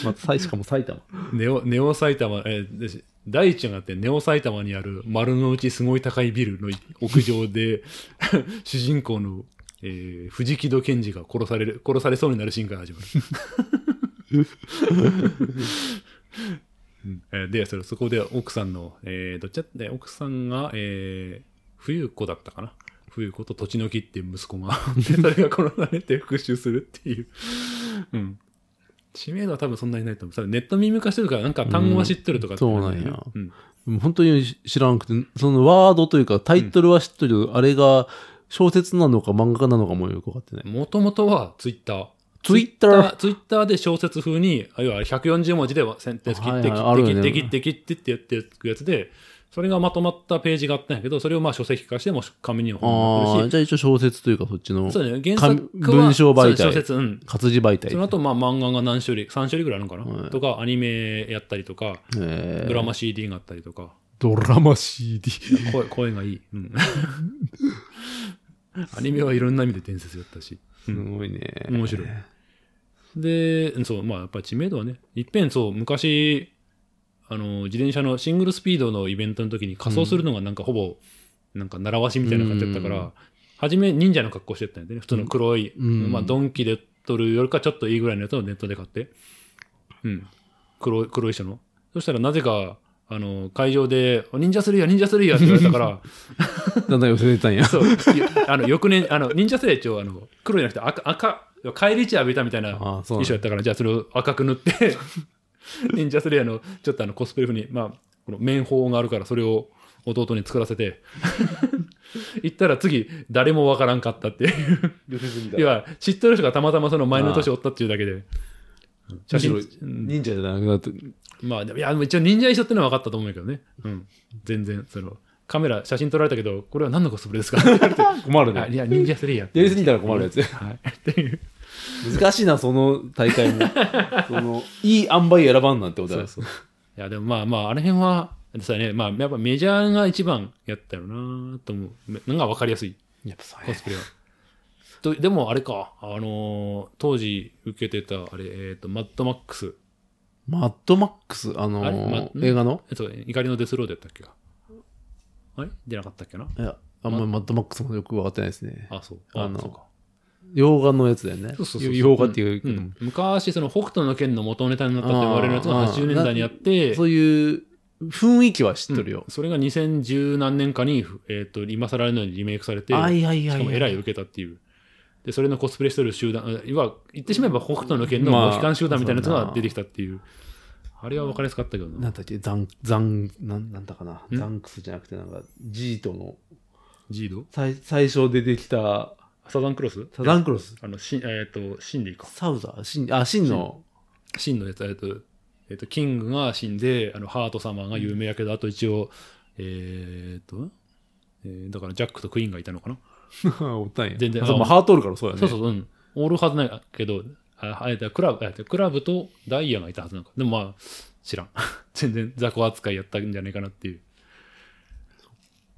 [SPEAKER 2] また、しかも埼玉。
[SPEAKER 1] ネオ、ネオ埼玉、えーで第一があって、ネオ埼玉にある丸の内すごい高いビルの屋上で、 主人公の、えー藤木戸賢治が殺される、殺されそうになるシーンから始まる。うんえーで、それそこで奥さんの、えーどっちだって、奥さんが、えー冬子だったかな。冬子と栃の木っていう息子 が、でそれが殺されて復讐するっていう。うん。知名度は多分そんなにないと思う。多分ネットミーム化してるから、なんか単語は知ってるとかっていのがね
[SPEAKER 2] うんそうなんや
[SPEAKER 1] うん。
[SPEAKER 2] もう本当に知らなくて、そのワードというかタイトルは知ってるけど、あれが小説なのか漫画家なのかもよくわかってない。
[SPEAKER 1] もともとはツイッター。
[SPEAKER 2] ツイッター
[SPEAKER 1] ツイッターで小説風に、あるいは140文字でセンテンス切って、
[SPEAKER 2] はいはいあるよ
[SPEAKER 1] 切
[SPEAKER 2] ね
[SPEAKER 1] って、切って、切って、切ってやっていくやつで、それがまとまったページがあったんやけど、それをまあ書籍化しても紙には本に
[SPEAKER 2] あ
[SPEAKER 1] な
[SPEAKER 2] あ、
[SPEAKER 1] ってるし、
[SPEAKER 2] じゃあ一応小説というかそっちの
[SPEAKER 1] そうだね、原作は
[SPEAKER 2] 紙文章媒体
[SPEAKER 1] そう小説、うん。
[SPEAKER 2] 活字媒体
[SPEAKER 1] そ。の後、まあ漫画が何種類、3種類ぐらいあるのかな、
[SPEAKER 2] はい
[SPEAKER 1] とか、アニメやったりとか、
[SPEAKER 2] えー
[SPEAKER 1] ドラマ CD があったりとか、
[SPEAKER 2] ドラマ CD。
[SPEAKER 1] 声声がいい。うん アニメはいろんな意味で伝説だったし、
[SPEAKER 2] すごいね。
[SPEAKER 1] 面白い。で、うんそう、まあやっぱり知名度はね、いっぺんそう、昔、あの、自転車のシングルスピードのイベントの時に仮装するのがなんかほぼ、なんか習わしみたいな感じだったか
[SPEAKER 2] う
[SPEAKER 1] ら
[SPEAKER 2] ん、
[SPEAKER 1] 初め忍者の格好してったんでね、普通の黒い、
[SPEAKER 2] うん
[SPEAKER 1] まあドンキで取るよりかちょっといいぐらいのやつをネットで買って、うん、黒い、黒い人の。そしたらなぜか、あの、会場で、忍者するや、忍者するやって言われた から、
[SPEAKER 2] だんだん寄せ てたんや。
[SPEAKER 1] そう。いやあの、翌年、あの、忍者世代一応、あの、黒じゃなくて赤、赤、帰り血浴びたみたいな
[SPEAKER 2] ああ、そう
[SPEAKER 1] 衣
[SPEAKER 2] なん
[SPEAKER 1] 装や
[SPEAKER 2] だ
[SPEAKER 1] ったから、じゃあそれを赤く塗って、 忍者スレイヤーの、ちょっ とあの、コスプレ風に、まあ、この面法があるから、それを弟に作らせて、行ったら次、誰もわからんかったっていう。
[SPEAKER 2] 寄せすぎ
[SPEAKER 1] いや、知ってる人がたまたまその前の年おったっていうだけで。
[SPEAKER 2] む
[SPEAKER 1] 写
[SPEAKER 2] し
[SPEAKER 1] 真
[SPEAKER 2] ろ、
[SPEAKER 1] うん
[SPEAKER 2] 忍者じゃなくなって、
[SPEAKER 1] まあ、でもいや、でも一応忍者衣装ってのは分かったと思うんやけどね。うん。全然、その、カメラ、写真撮られたけど、これは何のコスプレ ですか
[SPEAKER 2] 困る
[SPEAKER 1] あい
[SPEAKER 2] ね。
[SPEAKER 1] や、忍者3やって。
[SPEAKER 2] やりすぎたら困るやつ。
[SPEAKER 1] はい。っていう。
[SPEAKER 2] 難しいな、その大会 も。その、いい塩梅選ばんなんてことだよ。
[SPEAKER 1] そういや、でもまあまあ、あの辺は、さね、まあ、やっぱメジャーが一番やったよなと思う。なんか分かりやすい、
[SPEAKER 2] やっぱさ
[SPEAKER 1] コスプレは。とでも、あれか、あのー当時受けてた、あれ、えっ、と、マッドマックス。
[SPEAKER 2] マッドマックス、あの
[SPEAKER 1] あれ
[SPEAKER 2] ー
[SPEAKER 1] マ
[SPEAKER 2] 映画の
[SPEAKER 1] えっと、怒りのデスロードやったっけかあれ出なかったっけない
[SPEAKER 2] や、あんまりマッドマックスもよく分かってないですね。
[SPEAKER 1] あ、そう。
[SPEAKER 2] あの
[SPEAKER 1] そうか。
[SPEAKER 2] 洋画のやつだよね。
[SPEAKER 1] そうそうそう
[SPEAKER 2] 洋画っていうけ
[SPEAKER 1] う
[SPEAKER 2] ど、
[SPEAKER 1] ん、昔その北斗の剣の元ネタになったって言われるやつが
[SPEAKER 2] あー
[SPEAKER 1] 80年代にあって
[SPEAKER 2] そういう雰囲気は知っとるよ
[SPEAKER 1] うん。それが2010何年かに、えー、と今更のようにリメイクされて
[SPEAKER 2] はいはい
[SPEAKER 1] し
[SPEAKER 2] は
[SPEAKER 1] か
[SPEAKER 2] い
[SPEAKER 1] も
[SPEAKER 2] は。
[SPEAKER 1] えらい受けたっていうでそれのコスプレしてる集団あいわ言ってしまえば北斗の剣の
[SPEAKER 2] まあ
[SPEAKER 1] モヒカン集団みたいなやつが出てきたっていう、あれは分かりやすかったけど
[SPEAKER 2] な
[SPEAKER 1] なん
[SPEAKER 2] だっけ、ザン、ザン、なんなんだかな。
[SPEAKER 1] ん
[SPEAKER 2] ザンクスじゃなくて、なんか、ジートの、
[SPEAKER 1] ジード
[SPEAKER 2] 最最初出てきた、
[SPEAKER 1] サザンクロス
[SPEAKER 2] サザンクロス。
[SPEAKER 1] あのし、えー、とシンでいいか
[SPEAKER 2] サウザーシン、あ、シンの、
[SPEAKER 1] シンのやつえっと,、えっとキングが死んであのハート様が有名やけど、あと一応えーっと、えーだからジャックとクイーンがいたのかな、
[SPEAKER 2] おったんや。
[SPEAKER 1] 全然
[SPEAKER 2] あそうまあ
[SPEAKER 1] あ
[SPEAKER 2] ハートおるからそうやね。
[SPEAKER 1] そうそううんおるはずないけどああえてクラブあえてクラブとダイヤがいたはずなんかでもまあ知らん 全然雑魚扱いやったんじゃないかなっていう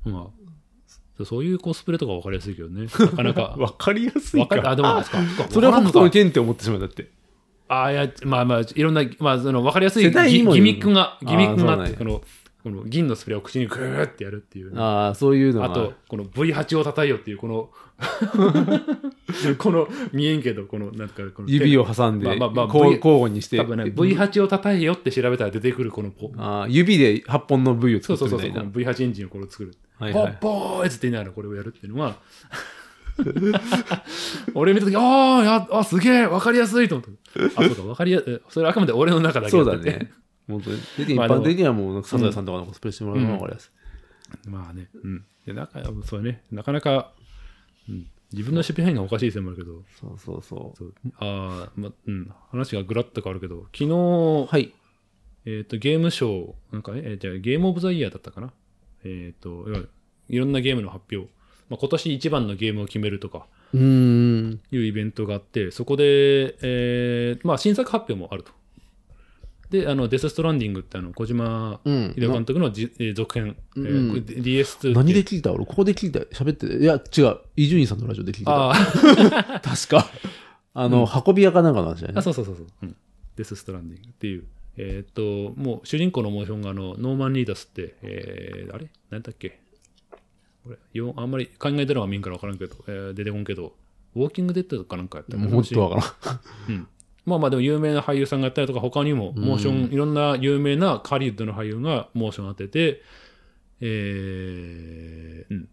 [SPEAKER 1] まあそうそういうコスプレとか分かりやすいけどねなかな か
[SPEAKER 2] わかりやす
[SPEAKER 1] 分
[SPEAKER 2] い
[SPEAKER 1] か
[SPEAKER 2] か。
[SPEAKER 1] りあでもなんですかっか
[SPEAKER 2] それは
[SPEAKER 1] わから
[SPEAKER 2] 北
[SPEAKER 1] んのか
[SPEAKER 2] 斗の剣って思ってしまうだって。
[SPEAKER 1] ああ、いや、まあまあ、いろんな、まあ、その、わかりやすい
[SPEAKER 2] 世代
[SPEAKER 1] ギ
[SPEAKER 2] にも
[SPEAKER 1] ギ
[SPEAKER 2] よる
[SPEAKER 1] ミックが、ギミックがあって、
[SPEAKER 2] あー
[SPEAKER 1] この、この銀のスプレーを口にグーってやるっていう。あ
[SPEAKER 2] ああ、そういうのが
[SPEAKER 1] と、、この V8 を叩いよっていう、この、 この、見えんけど、この、なんか、この手の、
[SPEAKER 2] 指を挟んで、
[SPEAKER 1] まあまあまあ
[SPEAKER 2] こう
[SPEAKER 1] V-
[SPEAKER 2] 交互にして、
[SPEAKER 1] 多分ね、V8 を叩いよって調べたら出てくる、このポ、
[SPEAKER 2] ああ指で8本の V を
[SPEAKER 1] そ
[SPEAKER 2] 作
[SPEAKER 1] う
[SPEAKER 2] っ
[SPEAKER 1] そうそ
[SPEAKER 2] てみ
[SPEAKER 1] う
[SPEAKER 2] た
[SPEAKER 1] そ、この。V8 エ
[SPEAKER 2] いうな
[SPEAKER 1] ンジンをこれ作る。
[SPEAKER 2] はい
[SPEAKER 1] ポ
[SPEAKER 2] は
[SPEAKER 1] ッ
[SPEAKER 2] い
[SPEAKER 1] ポーイって言いながらこれをやるっていうのは、 俺見たとき、ああや、あ、すげえ、わかりやすいと思った。あ、そうか、わかりやすい。それあくまで俺の中だけ
[SPEAKER 2] そう
[SPEAKER 1] あ
[SPEAKER 2] だ
[SPEAKER 1] ってて
[SPEAKER 2] ね。本当に。で一
[SPEAKER 1] まあでも
[SPEAKER 2] 般的にはもう、なんかサザエさんとかのコスプレしてもらうのが分かりやす い。
[SPEAKER 1] まあね、うん。で、なんか、そうね、なかなか、うん、自分の守備範囲がおかしい線もあるけど、
[SPEAKER 2] そうそうそ
[SPEAKER 1] そうああ、ま、うん、話がぐらっと変わるけど、昨日、
[SPEAKER 2] う。はい。
[SPEAKER 1] えっ、と、ゲームショー、なんかね、えーじゃあゲームオブザイヤーだったかな。えっ、と、いわゆるいろんなゲームの発表、まあ、今年一番のゲームを決めるとか
[SPEAKER 2] うーん。
[SPEAKER 1] いうイベントがあって、そこで、えーまあ、新作発表もあると。で、あの、デス・ストランディングって、あの、小島
[SPEAKER 2] うん
[SPEAKER 1] 秀夫監督のじ、えー続編、えー
[SPEAKER 2] うん
[SPEAKER 1] これ DS2
[SPEAKER 2] 何で聞いた俺、ここで聞いた喋ってて。いや、違う。伊集院さんのラジオで聞いた。
[SPEAKER 1] ああ、
[SPEAKER 2] 確か。あの、運び屋かなんかの話だよ
[SPEAKER 1] あ
[SPEAKER 2] ね。
[SPEAKER 1] そうそうそうそう、うん、デス・ストランディングっていう、えーっと、もう主人公のモーションがあのノーマン・リーダスって、えーあれ何だっけ俺よあんまり考えたのは見んから分からんけど、えー出てこんけど、ウォーキングデッドとかなんかやったか
[SPEAKER 2] も
[SPEAKER 1] な
[SPEAKER 2] う本当わからん。
[SPEAKER 1] うんまあまあでも有名な俳優さんがやったりとか、他にもモーション、いろんな有名なカリウッドの俳優がモーション当てて、えー、うん。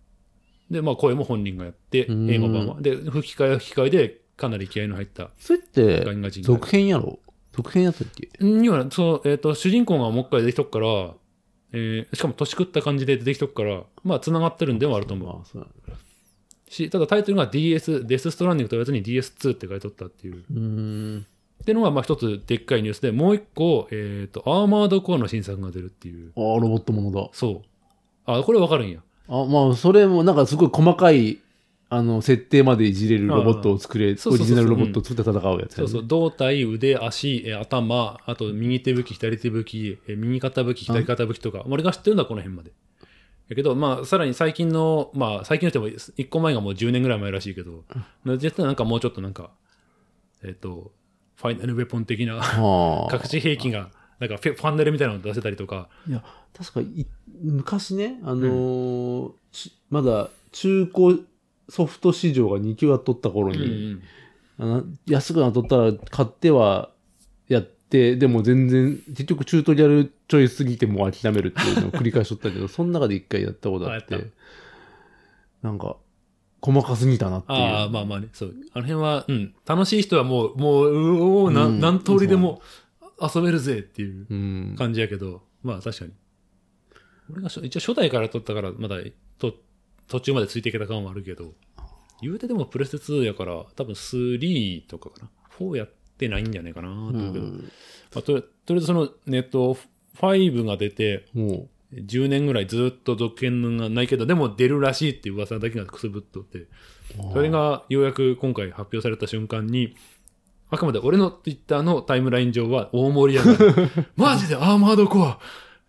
[SPEAKER 1] で、まあ声も本人がやって、
[SPEAKER 2] ん
[SPEAKER 1] 英語版は。で、吹き替えは吹き替えで、かなり気合いの入った
[SPEAKER 2] それって
[SPEAKER 1] ガンガチン、ガン
[SPEAKER 2] 続編やろ続編やったっけ
[SPEAKER 1] には、そう、えっ、と、主人公がもう一回出てきとくから、えーしかも年食った感じで出てきとくから、まあ、繋がってるんではあると思
[SPEAKER 2] まあ、そうなの
[SPEAKER 1] う。し、ただタイトルが DS、デスストランディングと言わずに DS2 って書いとったっていう。
[SPEAKER 2] うーん。
[SPEAKER 1] ってのが、まあ、一つでっかいニュースで、もう一個、えっ、と、アーマードコアの新作が出るっていう。
[SPEAKER 2] ああ、ロボットものだ。
[SPEAKER 1] そう。あ、これわかるんや。
[SPEAKER 2] あまあそれもなんかすごい細かいあの設定までいじれるロボットを作れ
[SPEAKER 1] そう
[SPEAKER 2] オ
[SPEAKER 1] そうそうそう
[SPEAKER 2] リジナルロボットを作って戦うやつ
[SPEAKER 1] そ
[SPEAKER 2] やね
[SPEAKER 1] うそう、胴体、腕、足、えー頭、あと右手武器、左手武器、えー右肩武器、左肩武器とか、俺が知ってるのはこの辺まで。やけど、まあ、さらに最近の、まあ、最近の人も1個前がもう10年ぐらい前らしいけど、実はなんかもうちょっとなんか、えっ、と、ファイナルウェポン的な
[SPEAKER 2] はあ
[SPEAKER 1] 各地兵器が、なんかフェファンネルみたいなの出せたりとか、
[SPEAKER 2] いや確かい昔ねあのーちまだ中古ソフト市場が2級が取った頃
[SPEAKER 1] うんう
[SPEAKER 2] に、
[SPEAKER 1] ん
[SPEAKER 2] あの安くなっとったら買ってはやってでも全然結局チュートリアルちょいすぎてもう諦めるっていうのを繰り返しとった けどその中で一回やったことあっ
[SPEAKER 1] あやって
[SPEAKER 2] なんか細かすぎたなっていう
[SPEAKER 1] ああ、まあまあね、そう。あの辺は、うん、楽しい人はもう、もう、うおーな
[SPEAKER 2] うん
[SPEAKER 1] 何通りでも遊べるぜっていう。
[SPEAKER 2] うん
[SPEAKER 1] 感じやけど、まあ確かに。俺がしょ一応初代から撮ったから、まだと途中までついていけた感はあるけど、言うてでもプレステ2やから、多分3とかかな。4やってないんじゃないかなと思うけど、
[SPEAKER 2] うん
[SPEAKER 1] まあ、とりとりあえずその、ネット5が出て、
[SPEAKER 2] も
[SPEAKER 1] 10年ぐらいずっと続編がないけど、でも出るらしいっていう噂だけがくすぶっとって、
[SPEAKER 2] う、
[SPEAKER 1] それがようやく今回発表された瞬間に、あくまで俺の Twitter のタイムライン上は大盛り上がり。 マジでアーマードコア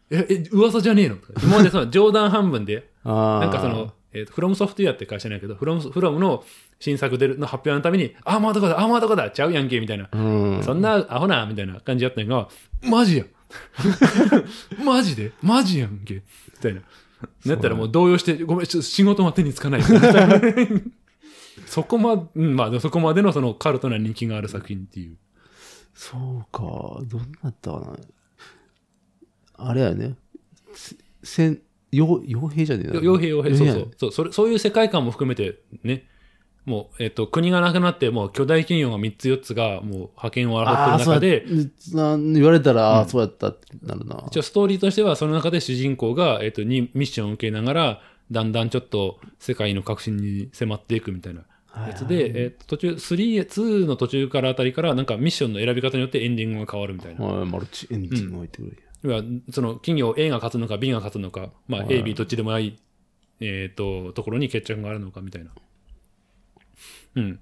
[SPEAKER 1] え、え、噂じゃねえの今までその冗談半分で、
[SPEAKER 2] あー、
[SPEAKER 1] なんかその、えっ、と、フロムソフトウェアって会社なんやけど、フロム、フロムの新作出るの発表のために、アーマードコアだ、アーマードコアだ、ちゃうやんけ、みたいな。
[SPEAKER 2] うん、
[SPEAKER 1] そんなアホな、みたいな感じやったんが、マジやん マジでマジやんけみたいな。なったらもう動揺して、ごめん、ちょっと仕事も手につか ない。そこま、うん、まあ、でもそこまでのそのカルトな人気がある作品っていう。
[SPEAKER 2] そうか、どんなだったかな。あれやね。せん、よう、傭兵じゃねえな。
[SPEAKER 1] 傭兵傭兵、そうそ
[SPEAKER 2] や
[SPEAKER 1] う。そう、それ、そういう世界観も含めてね、もう、えっ、と、国がなくなって、もう巨大企業が3つ4つが、もう派遣を争
[SPEAKER 2] あ
[SPEAKER 1] っ
[SPEAKER 2] あ、
[SPEAKER 1] てる
[SPEAKER 2] そ
[SPEAKER 1] 中
[SPEAKER 2] うや
[SPEAKER 1] で、
[SPEAKER 2] なん言われたら、ああ、そうやったってなるな。
[SPEAKER 1] 一応ストーリーとしてはその中で主人公が、えっとにミッションを受けながらだんだんちょっと世界の革新に迫っていくみたいなやつで、
[SPEAKER 2] はいはい
[SPEAKER 1] えっと途中3 2の途中からあたりからなんかミッションの選び方によってエンディングが変わるみたいな、
[SPEAKER 2] はい、マルチエンジン置いてくれ。
[SPEAKER 1] 要はその企業 A が勝つのか B が勝つのか、まあ、
[SPEAKER 2] はい
[SPEAKER 1] AB どっちでもない、えっとところに決着があるのかみたいな。うん、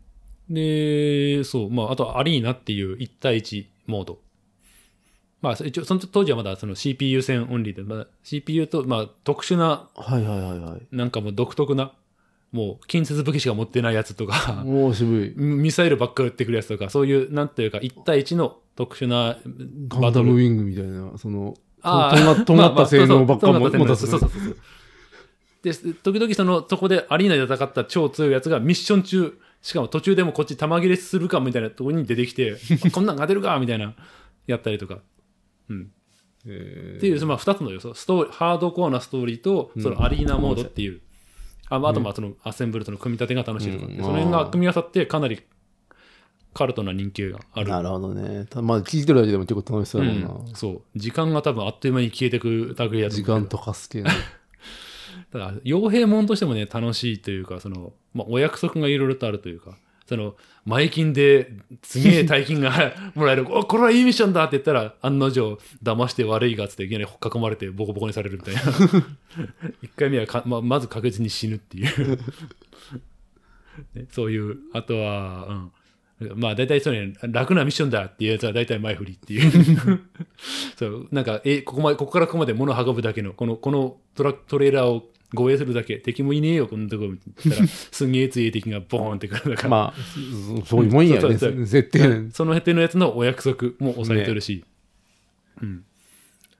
[SPEAKER 1] でそう、まあ、あとアリーナっていう1対1モード。まあ、一応その当時はまだその CPU 戦オンリーで、まあ、CPU と、まあ、特殊な
[SPEAKER 2] はいはいはいはい。
[SPEAKER 1] なんかもう独特なもう近接武器しか持ってないやつとか
[SPEAKER 2] もう渋 い。
[SPEAKER 1] ミサイルばっかり撃ってくるやつとかそういうなんというか1対1の特殊な
[SPEAKER 2] ガ
[SPEAKER 1] バ
[SPEAKER 2] ン
[SPEAKER 1] ト
[SPEAKER 2] ダム
[SPEAKER 1] ル
[SPEAKER 2] ウィングみたいな、その、
[SPEAKER 1] あ
[SPEAKER 2] とんが
[SPEAKER 1] あ、
[SPEAKER 2] とんがった性能ばっか
[SPEAKER 1] まあまあそ
[SPEAKER 2] も
[SPEAKER 1] うそう
[SPEAKER 2] 持たせ
[SPEAKER 1] そう
[SPEAKER 2] る
[SPEAKER 1] そう。そうそうで、時々その、そこでアリーナで戦った超強いやつがミッション中、しかも途中でもこっち弾切れするかみたいなところに出てきて、あこんなん勝てるかみたいな、やったりとか。うん。
[SPEAKER 2] え
[SPEAKER 1] っていう、そのまあ2つの要素。ストーリー、ハードコアなストーリーと、そのアリーナモードっていう。あまああと、まあ、そのアセンブルとの組み立てが楽しいとか。
[SPEAKER 2] うん
[SPEAKER 1] でその辺が組み合わさって、かなりカルトな人気があ
[SPEAKER 2] ー
[SPEAKER 1] る。
[SPEAKER 2] なるほどね。たまあ、聞いてるだけでも結構楽しそうだもんな。
[SPEAKER 1] うんそう。時間が多分あっという間に消えてく類やと思うけど
[SPEAKER 2] 時間溶かす系の。
[SPEAKER 1] ただ傭兵もんとしてもね楽しいというかその、まあ、お約束がいろいろとあるというかその前金ですげえ大金が もらえるおこれはいいミッションだって言ったら案の定騙して悪いがっつっていきなり囲まれてボコボコにされるみたいな一回目はかままず確実に死ぬっていう、ね、そういうあとはうんまあ大体そうね楽なミッションだっていうやつは大体前振りっていう そうなんかえここまでここからここまで物を運ぶだけのこのこのトラトレーラーを護衛するだけ敵もいねえよこんなとこ見た らすんげえ強い敵がボーンってくるだから、
[SPEAKER 2] まあ、そそういうもんや
[SPEAKER 1] そう
[SPEAKER 2] ね、
[SPEAKER 1] そうそう
[SPEAKER 2] 設定なんです。
[SPEAKER 1] その辺のやつのお約束も押されてるし、うん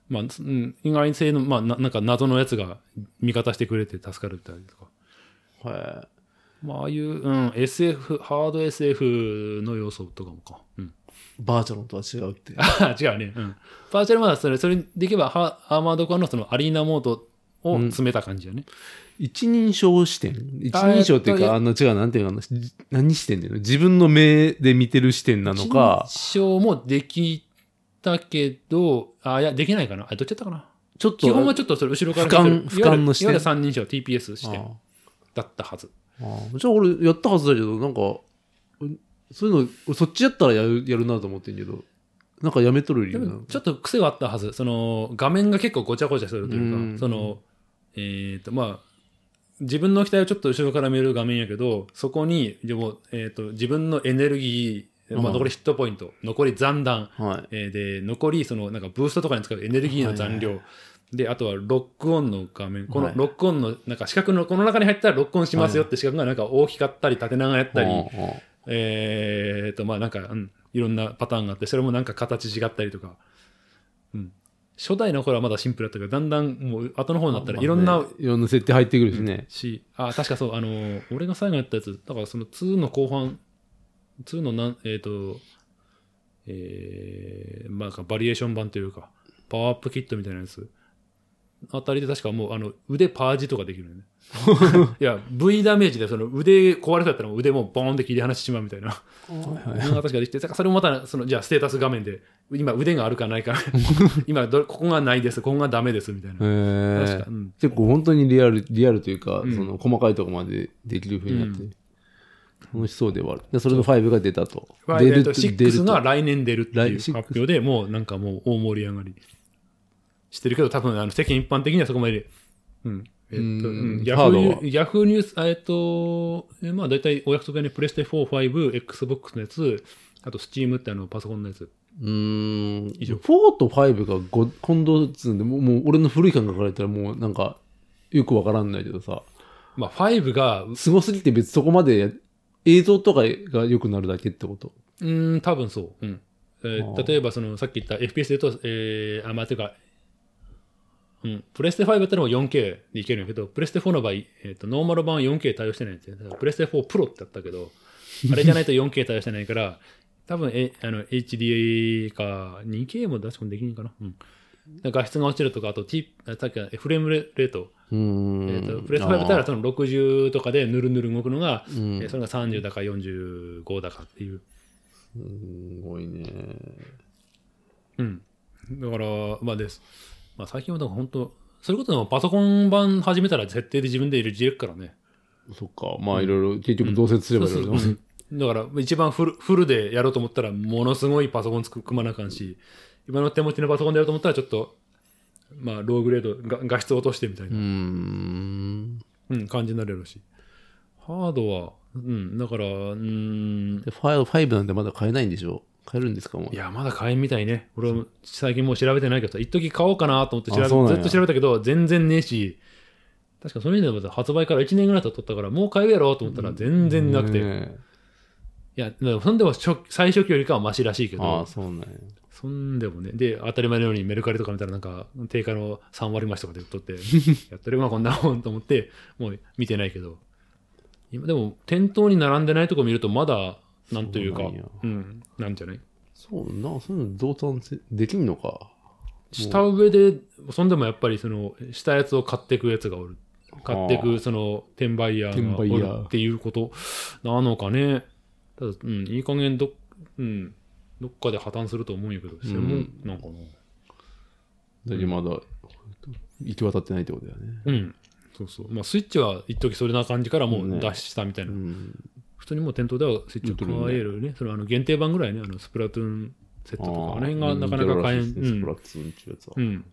[SPEAKER 1] まあ、うん意外性の、まあ、ななんか謎のやつが味方してくれて助かるみたいなとか、
[SPEAKER 2] は
[SPEAKER 1] まあ、ああいう、うん、SF ハード SF の要素とかもか、うん、
[SPEAKER 2] いバーチャルのとは違うって。
[SPEAKER 1] あ違うね、うん、バーチャルまだそれそれでいけばハアーマードコアのそのアリーナモードを詰めた感じだね、
[SPEAKER 2] 一人称視点一人称っていう
[SPEAKER 1] えっと
[SPEAKER 2] か、あの、違う、なんていうかな、じ何視点での自分の目で見てる視点なのか、
[SPEAKER 1] 一人称もできたけど、あ、いや、できないかな。あ、どっちやったかな。
[SPEAKER 2] ちょっと、
[SPEAKER 1] 基本はちょっとそれ後ろから
[SPEAKER 2] 俯瞰
[SPEAKER 1] 見てる
[SPEAKER 2] 俯瞰の視点
[SPEAKER 1] いわゆるいわゆる三人称 TPS 視点
[SPEAKER 2] あ
[SPEAKER 1] だったはず。
[SPEAKER 2] あああじゃあ俺やったはずだけど、なんか、うんそういうの、俺そっちやったらやるやるなと思ってんけど、なんかやめとる
[SPEAKER 1] で
[SPEAKER 2] よな。
[SPEAKER 1] もちょっと癖はあったはず。その画面が結構ごちゃごちゃするというか、
[SPEAKER 2] うん
[SPEAKER 1] その、えっ、と、まあ、自分の機体をちょっと後ろから見える画面やけど、そこに、でも、えっ、と、自分のエネルギー、まあ、
[SPEAKER 2] うん
[SPEAKER 1] 残りヒットポイント、残り残弾、
[SPEAKER 2] はい。
[SPEAKER 1] えーで残りそのなんかブーストとかに使うエネルギーの残量、であとはロックオンの画面こ
[SPEAKER 2] は
[SPEAKER 1] の
[SPEAKER 2] い
[SPEAKER 1] ロックオンのなんか四角のこの中に入ったらロックオンしますよって四角がなんか大きかったり縦長やったり、
[SPEAKER 2] ああああ
[SPEAKER 1] えーとまあなんか、うん、いろんなパターンがあってそれもなんか形違ったりとか、うん、初代の頃はまだシンプルだったけどだんだんもう後の方になったらいろん
[SPEAKER 2] ま
[SPEAKER 1] な
[SPEAKER 2] あねいろんな設定入ってくるしね。
[SPEAKER 1] し、あ、確かそう、あの、俺が最後やったやつ、だからその2の後半、2のなん、えっ、と、えー、まあ、バリエーション版というか、パワーアップキットみたいなやつあたりで確かもうあの腕パージとかできる よね。いや、V ダメージでその腕壊れそうやったらもう腕もうボーンって切り離してしまうみたいな。
[SPEAKER 2] はいはい
[SPEAKER 1] のが確かできて、だからそれもまたその、じゃあステータス画面で、今腕があるかない か、今どここがないです、ここがダメですみたいな。
[SPEAKER 2] へー
[SPEAKER 1] 確かうん
[SPEAKER 2] 結構本当にリアル、リアルというか、
[SPEAKER 1] ん
[SPEAKER 2] その細かいところまでできる風になって、
[SPEAKER 1] う
[SPEAKER 2] 楽しそうではある。で、それの5が出たと。
[SPEAKER 1] ファイ
[SPEAKER 2] 出
[SPEAKER 1] ナル
[SPEAKER 2] と
[SPEAKER 1] 6が
[SPEAKER 2] と
[SPEAKER 1] 来年出るっていう
[SPEAKER 2] 来
[SPEAKER 1] 発
[SPEAKER 2] シックス
[SPEAKER 1] 表でもうなんかもう大盛り上がりしてるけど多分あの世間一般的にはそこまで、うんえっと
[SPEAKER 2] うん
[SPEAKER 1] うんヤフーニ
[SPEAKER 2] ハー
[SPEAKER 1] ュ
[SPEAKER 2] ド
[SPEAKER 1] ーヤフーニュース、あえっと、えまあ大体お約束でね、プレステ4、5、Xbox のやつ、あと Steam ってあのパソコンのやつ。
[SPEAKER 2] うーん。
[SPEAKER 1] 以上
[SPEAKER 2] 4と5がご混同するんで、もうもう俺の古い感覚から言ったらもうなんか、よくわからんないけどさ、
[SPEAKER 1] まあ5が、
[SPEAKER 2] すごすぎて別にそこまでや映像とかが良くなるだけってこと。
[SPEAKER 1] うん、多分そう。うんえー
[SPEAKER 2] あー
[SPEAKER 1] 例えば、その、さっき言った FPS で言うと、えー、あ、まあ、ていうか、うん、プレステ5だったらもう 4K でいけるんやけど、プレステ4の場合、えーとノーマル版は 4K 対応してないんですよ。だからプレステ4プロってあったけ ど、あれじゃないと 4K 対応してないから、多分えあの HDA か 2K も出し込んできんかな。うん。だから画質が落ちるとか、あと、T、あさっきのフレームレート、
[SPEAKER 2] うーん。
[SPEAKER 1] えーとプレステ5だったら
[SPEAKER 2] あー
[SPEAKER 1] その60とかでぬるぬる動くのが、
[SPEAKER 2] うん
[SPEAKER 1] えーそれが30だか45だかっていう。
[SPEAKER 2] すごいね。
[SPEAKER 1] うん。だから、まあです。まあ最近はだから本当、それこそパソコン版始めたら設定で自分で入れてるからね。
[SPEAKER 2] そっか。まあいろいろ、結局同説すればいろいろ。
[SPEAKER 1] そうだから一番フルフルでやろうと思ったらものすごいパソコンつく組まなあかんし、今の手持ちのパソコンでやろうと思ったらちょっと、まあローグレードが、画質落としてみたいう
[SPEAKER 2] ー
[SPEAKER 1] な、
[SPEAKER 2] ん。
[SPEAKER 1] うん、感じになれるし。ハードは、うん、だから、うん、
[SPEAKER 2] で、ファイブファイブなんてまだ買えないんでしょ買えるんですかもう
[SPEAKER 1] い。や、まだ買えんみたいね。俺も最近もう調べてないけどさ、一時買おうかなと思って調べ
[SPEAKER 2] あそうなんや
[SPEAKER 1] ずっと調べたけど、全然ねえし、確かそれ以外でも発売から1年ぐらい経っとったから、もう買えるやろうと思ったら全然なくて。い
[SPEAKER 2] ねえ
[SPEAKER 1] や、だからそんでも初最初期よりかはマシらしいけ
[SPEAKER 2] ああ、
[SPEAKER 1] ど、
[SPEAKER 2] そうなんや。
[SPEAKER 1] そんでもね、で、当たり前のようにメルカリとか見たらなんか、定価の3割増しとかで売っ とって、やってるわ、こんなもんと思って、もう見てないけど。今でも、店頭に並んでないとこ見ると、まだ、なんというか、
[SPEAKER 2] そうなんや
[SPEAKER 1] うん、なんじゃない
[SPEAKER 2] そうな、そういうの同担せできんのか。
[SPEAKER 1] した上で、そんでもやっぱりその、したやつを買っていくやつがおる。買っていく、その、転売ヤーがお
[SPEAKER 2] 転売ヤ
[SPEAKER 1] る
[SPEAKER 2] ー
[SPEAKER 1] っていうことなのかね。ただ、うん、いい加減どっ、うん、どっかで破綻すると思うんやけど、専門なんかな。
[SPEAKER 2] だけどまだ、行き渡ってないってことだよね。
[SPEAKER 1] うん。そうそう。まあ、スイッチは一時それな感じからもう脱したみたいうな。
[SPEAKER 2] ん。
[SPEAKER 1] 普通にもう店頭ではスイッチを買えるね。その、あの、限定版ぐらいね、あの、スプラトゥーンセットとか、あの辺がなかなか買えん。
[SPEAKER 2] う
[SPEAKER 1] うん
[SPEAKER 2] ん。スプラトゥーンっていうやつは
[SPEAKER 1] う。ん。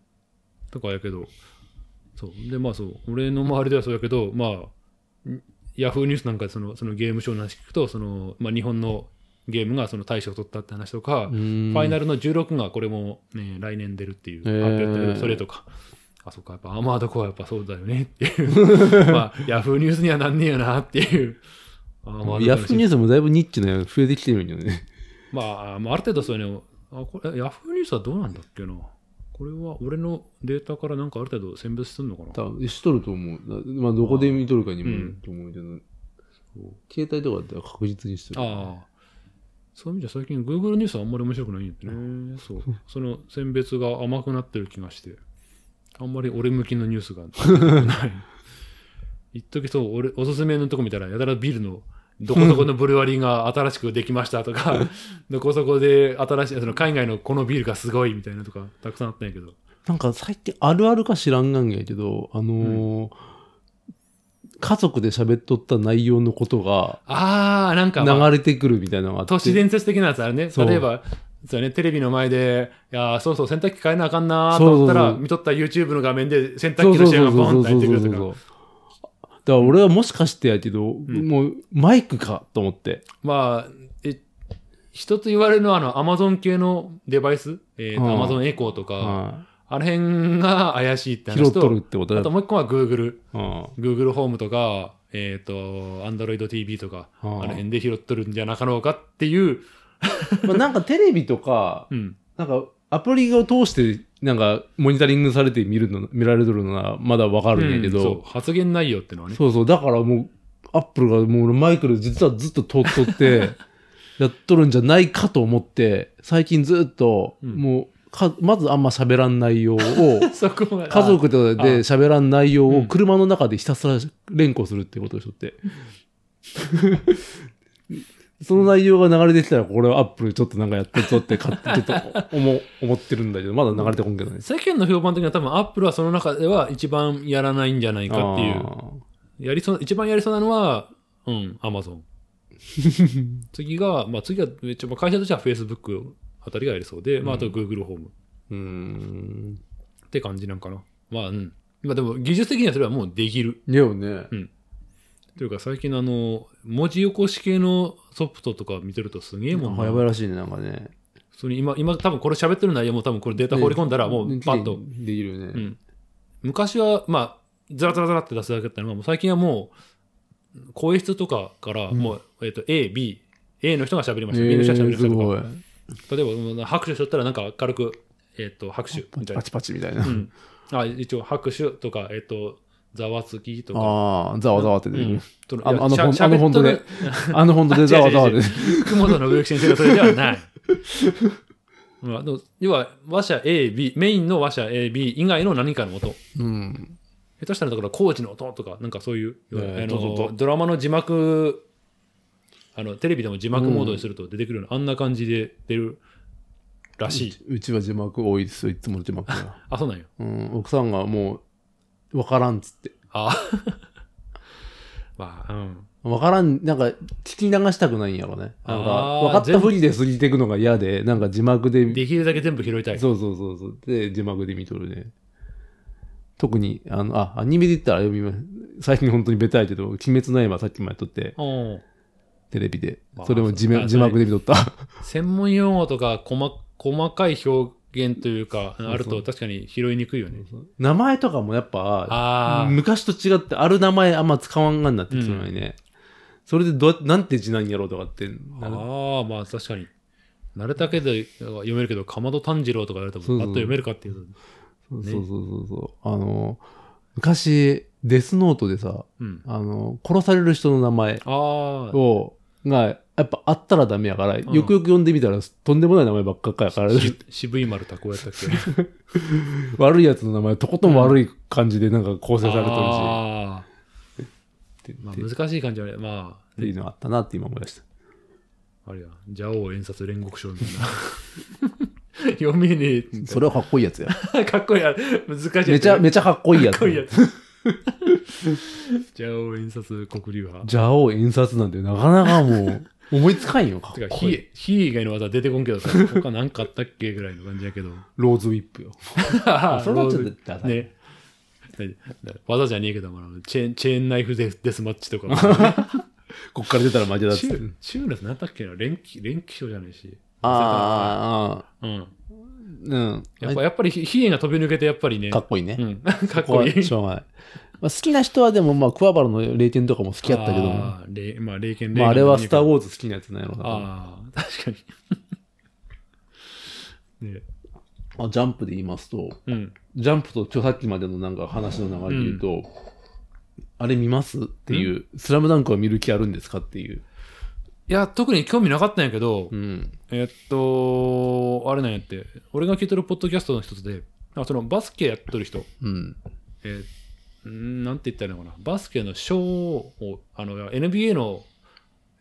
[SPEAKER 1] とかやけど、そう。で、まあそう、俺の周りではそうやけど、まあ、んヤフーニュースなんかでそのそのゲームショーの話聞くと、そのまあ、日本のゲームがその大賞を取ったって話とか、
[SPEAKER 2] う
[SPEAKER 1] フ
[SPEAKER 2] ん
[SPEAKER 1] ァイナルの16がこれも、ね、来年出るっていう
[SPEAKER 2] へ
[SPEAKER 1] 発表
[SPEAKER 2] ー
[SPEAKER 1] だったけど、それとか。あそっかやっぱアーマードコアやっぱそうだよねって いうまあヤフーニュースにはなんねえよなっていうアーマードコアの
[SPEAKER 2] ヤフーニュースもだいぶニッチなやつ増えてきてるんよね。
[SPEAKER 1] まあ、まあ、ある程度そういうの、あこれヤフーニュースはどうなんだっけな。これは俺のデータからなんかある程度選別するのかな。
[SPEAKER 2] 多分、しとると思う。だまあ、どこで見とるかにもよると思うけど、そう携帯とかだったら確実にしてる。
[SPEAKER 1] ああ。そういう意味じゃ最近 Google ニュースはあんまり面白くないんだよね。そう。その選別が甘くなってる気がして。あんまり俺向きのニュースがない。一時そう、俺、おすすめのとこ見たら、やたらビールの、どこそこのブルワリーが新しくできましたと か、どこそこで新しい、その海外のこのビールがすごいみたいなとか、たくさんあったんやけど。
[SPEAKER 2] なんか最近あるあるか知らんがんやけど、あのー家族で喋っとった内容のことが
[SPEAKER 1] ああ、なんか、まあ
[SPEAKER 2] 流れてくるみたいなのがあって。
[SPEAKER 1] 都市伝説的なやつあるね。
[SPEAKER 2] そう
[SPEAKER 1] 例えば、そうね、テレビの前で、いやーそうそう、洗濯機変えなあかんなーと思ったら、
[SPEAKER 2] そうそうそう
[SPEAKER 1] 見とった YouTube の画面で洗
[SPEAKER 2] そ
[SPEAKER 1] 濯
[SPEAKER 2] う
[SPEAKER 1] 機の
[SPEAKER 2] そう
[SPEAKER 1] 試合
[SPEAKER 2] そ
[SPEAKER 1] が
[SPEAKER 2] う
[SPEAKER 1] ボ
[SPEAKER 2] そ
[SPEAKER 1] ン
[SPEAKER 2] う
[SPEAKER 1] って入
[SPEAKER 2] そ
[SPEAKER 1] っ
[SPEAKER 2] う
[SPEAKER 1] て
[SPEAKER 2] そ
[SPEAKER 1] く
[SPEAKER 2] う
[SPEAKER 1] る
[SPEAKER 2] そ
[SPEAKER 1] と
[SPEAKER 2] う
[SPEAKER 1] か。
[SPEAKER 2] だから俺はもしかしてやけど、もうマイクかと思って。
[SPEAKER 1] まあ、え、一つ言われるのは、あの、Amazon 系のデバイス、えーと、
[SPEAKER 2] うん
[SPEAKER 1] Amazon エコーとか、
[SPEAKER 2] は
[SPEAKER 1] あの辺が怪しいって
[SPEAKER 2] い拾
[SPEAKER 1] 話
[SPEAKER 2] っとるっ
[SPEAKER 1] と、
[SPEAKER 2] てこと
[SPEAKER 1] あ
[SPEAKER 2] だ
[SPEAKER 1] ともう一個は Google、
[SPEAKER 2] うん。
[SPEAKER 1] Google ホームとか、えっ、と、Android TV とか、
[SPEAKER 2] うん
[SPEAKER 1] あの辺で拾っとるんじゃなかろうかっていう、
[SPEAKER 2] まあなんかテレビとか、
[SPEAKER 1] うん。
[SPEAKER 2] なんかアプリを通して、なんかモニタリングされて見るの、見られてるのはまだわかるんやけ
[SPEAKER 1] うん
[SPEAKER 2] ど、
[SPEAKER 1] そう発言内容ってのはね。
[SPEAKER 2] そうそう。だからもう、アップルがもう俺マイクで実はずっと通 っとって、やっとるんじゃないかと思って、最近ずっと、
[SPEAKER 1] うん
[SPEAKER 2] もう、かまずあんま喋らん内 容を
[SPEAKER 1] そこまで。
[SPEAKER 2] 家族と
[SPEAKER 1] あ
[SPEAKER 2] で喋らん内容
[SPEAKER 1] う
[SPEAKER 2] を
[SPEAKER 1] ん
[SPEAKER 2] 車の中でひたすら連呼するってことでしょって。 その内容が流れてきたら、これはアップルちょっとなんかやってるぞってか、ちょっと思思ってるんだけど、まだ流れてこんけどね。
[SPEAKER 1] 世間の評判的には多分アップルはその中では一番やらないんじゃないかっていう。やりそう、一番やりそうなのは、うん、アマ ゾン。次が、まあ次は、一番会社としては Facebook あたりがやりそうで、まああと Google ホーム
[SPEAKER 2] うーん。
[SPEAKER 1] って感じなんかな。まあうん。まあでも技術的にはそれはもうできる。
[SPEAKER 2] でもね、
[SPEAKER 1] というか最近のあの、文字起こし系のソフトとか見てるとすげえもん
[SPEAKER 2] なんかやばいらしいね、なんかね。
[SPEAKER 1] 普通に今、今多分これ喋ってる内容も多分これデータ放り込んだらもうパッと。
[SPEAKER 2] できるね。
[SPEAKER 1] うん、昔はまあずらずらずらって出すだけだったのがもう最近はもう声質とかからもう、えっと ABA の人が喋りました、B の人が喋りまし
[SPEAKER 2] えーす
[SPEAKER 1] たと
[SPEAKER 2] ご
[SPEAKER 1] か
[SPEAKER 2] い。
[SPEAKER 1] 例えばうん拍手しとったらなんか軽く、えっと拍手みたいな
[SPEAKER 2] パ、チパチみたいな
[SPEAKER 1] う。ん、あ一応拍手とかえっ、とざわつきとか
[SPEAKER 2] ああ、ざわざわって出てくる。
[SPEAKER 1] そ
[SPEAKER 2] あのあの
[SPEAKER 1] いやしゃ
[SPEAKER 2] あの
[SPEAKER 1] 喋っとる
[SPEAKER 2] あの本当でざわざ わで。
[SPEAKER 1] 雲田信之先生がそれではない。まあ、でも要は話者 AB メインの話者 AB 以外の何かの音
[SPEAKER 2] うん。
[SPEAKER 1] 下手したらだから工事の音とかなんかそういう、
[SPEAKER 2] ええ
[SPEAKER 1] あ
[SPEAKER 2] どうぞどう
[SPEAKER 1] の
[SPEAKER 2] ぞ
[SPEAKER 1] ドラマの字幕あのテレビでも字幕モードにすると出てくるような、あんな感じで出るらしい、
[SPEAKER 2] うちは字幕多いですよ、いつも字幕が。
[SPEAKER 1] あそうなんよ
[SPEAKER 2] うん、奥さんがもう、わからんっつって。
[SPEAKER 1] あ まあうん
[SPEAKER 2] わからん、なんか、聞き流したくないんやろね。なんか、
[SPEAKER 1] あー
[SPEAKER 2] わかったふりで過ぎていくのが嫌で、なんか字幕で、
[SPEAKER 1] できるだけ全部拾いたい
[SPEAKER 2] そうそうそうそう、で、字幕で見とるね。特に、あの、あ、アニメで言ったら読みます。最近本当にベタやけど、鬼滅の刃さっきもやっとって、
[SPEAKER 1] うん
[SPEAKER 2] テレビで
[SPEAKER 1] まあ。
[SPEAKER 2] それも字
[SPEAKER 1] そ
[SPEAKER 2] 幕
[SPEAKER 1] う
[SPEAKER 2] 字幕で見とった。
[SPEAKER 1] 専門用語とか細細かい表現というかあると確かに拾いにくいよね
[SPEAKER 2] 名前とかもやっぱ、
[SPEAKER 1] ああ
[SPEAKER 2] 昔と違ってある名前あんま使わんがんなってきてないね、それでどうやってなんて字なんやろうとかってなる
[SPEAKER 1] ああまあ確かに慣れたけで読めるけどかまど炭治郎とか言われても
[SPEAKER 2] そうそ
[SPEAKER 1] パ
[SPEAKER 2] う
[SPEAKER 1] ッと読めるかっていうと
[SPEAKER 2] そう
[SPEAKER 1] ね
[SPEAKER 2] そうそうそうそうあの昔デスノートでさ
[SPEAKER 1] うん
[SPEAKER 2] あの殺される人の名前
[SPEAKER 1] ああ
[SPEAKER 2] をがやっぱあったらダメやから、よ
[SPEAKER 1] ん
[SPEAKER 2] くよく読んでみたらとんでもない名前ばっかやから
[SPEAKER 1] し渋い丸太こうやったっけ
[SPEAKER 2] 悪いやつの名前とことん悪い感じでなんか構成されてるし、
[SPEAKER 1] あ
[SPEAKER 2] って
[SPEAKER 1] ーまあ
[SPEAKER 2] って
[SPEAKER 1] 難しい感じはねま
[SPEAKER 2] っていうのがあったなって今思い出した
[SPEAKER 1] ああれや蛇王演説煉獄賞みたいな 読めねえみた
[SPEAKER 2] それはかっこいいやつや
[SPEAKER 1] いな かっこいいや難しいやつ
[SPEAKER 2] めちゃめちゃかっこいいや
[SPEAKER 1] かっ
[SPEAKER 2] つ
[SPEAKER 1] こいいやつ 蛇王演説黒竜派
[SPEAKER 2] ジャオ印刷なんてなかなかもう、思いつか んよ。か
[SPEAKER 1] て
[SPEAKER 2] っ
[SPEAKER 1] か
[SPEAKER 2] こい
[SPEAKER 1] 火
[SPEAKER 2] い。
[SPEAKER 1] 火以外の技出てこんけ どさ他何かあったっけぐらいの感じやけど
[SPEAKER 2] ローズウィップよ。 それはちょっとダサ い
[SPEAKER 1] ね。技じゃねえけども、あのチェーンチェーンナイフデスデスマッチと か。
[SPEAKER 2] こっから出たら負けだっつって。
[SPEAKER 1] 中中のやつ何だっけな連騎、連騎賞じゃないし。
[SPEAKER 2] ああ、
[SPEAKER 1] うん。
[SPEAKER 2] うん。
[SPEAKER 1] やっぱ、やっぱり、ひヒエが飛び抜けて、やっぱりね。
[SPEAKER 2] かっこいいね
[SPEAKER 1] う。ん。かっ
[SPEAKER 2] こ
[SPEAKER 1] こ
[SPEAKER 2] れ
[SPEAKER 1] いい。
[SPEAKER 2] はしょうがない。まあ、好きな人はでも、まあ、桑原の霊剣とかも好きやったけども、
[SPEAKER 1] あーれいまあ、霊剣
[SPEAKER 2] まあ、あれはスター・
[SPEAKER 1] ー
[SPEAKER 2] ウォーズ好きなやつなんやろな。あ
[SPEAKER 1] ああ、確かに。ね。
[SPEAKER 2] ジャンプで言いますと、
[SPEAKER 1] うん。
[SPEAKER 2] ジャンプと今日さっきまでのなんか話の流れで言うと、あれ見ますっていう、スラムダンクは見る気あるんですかっていう。
[SPEAKER 1] いや、特に興味なかったんやけど、
[SPEAKER 2] うん。
[SPEAKER 1] えっと、あれなんやって、俺が聞いてるポッドキャストの一つで、あそのバスケやっとる人、
[SPEAKER 2] うん。
[SPEAKER 1] えーんーなんて言ったらいいのかな、バスケのショーを、あの NBA の、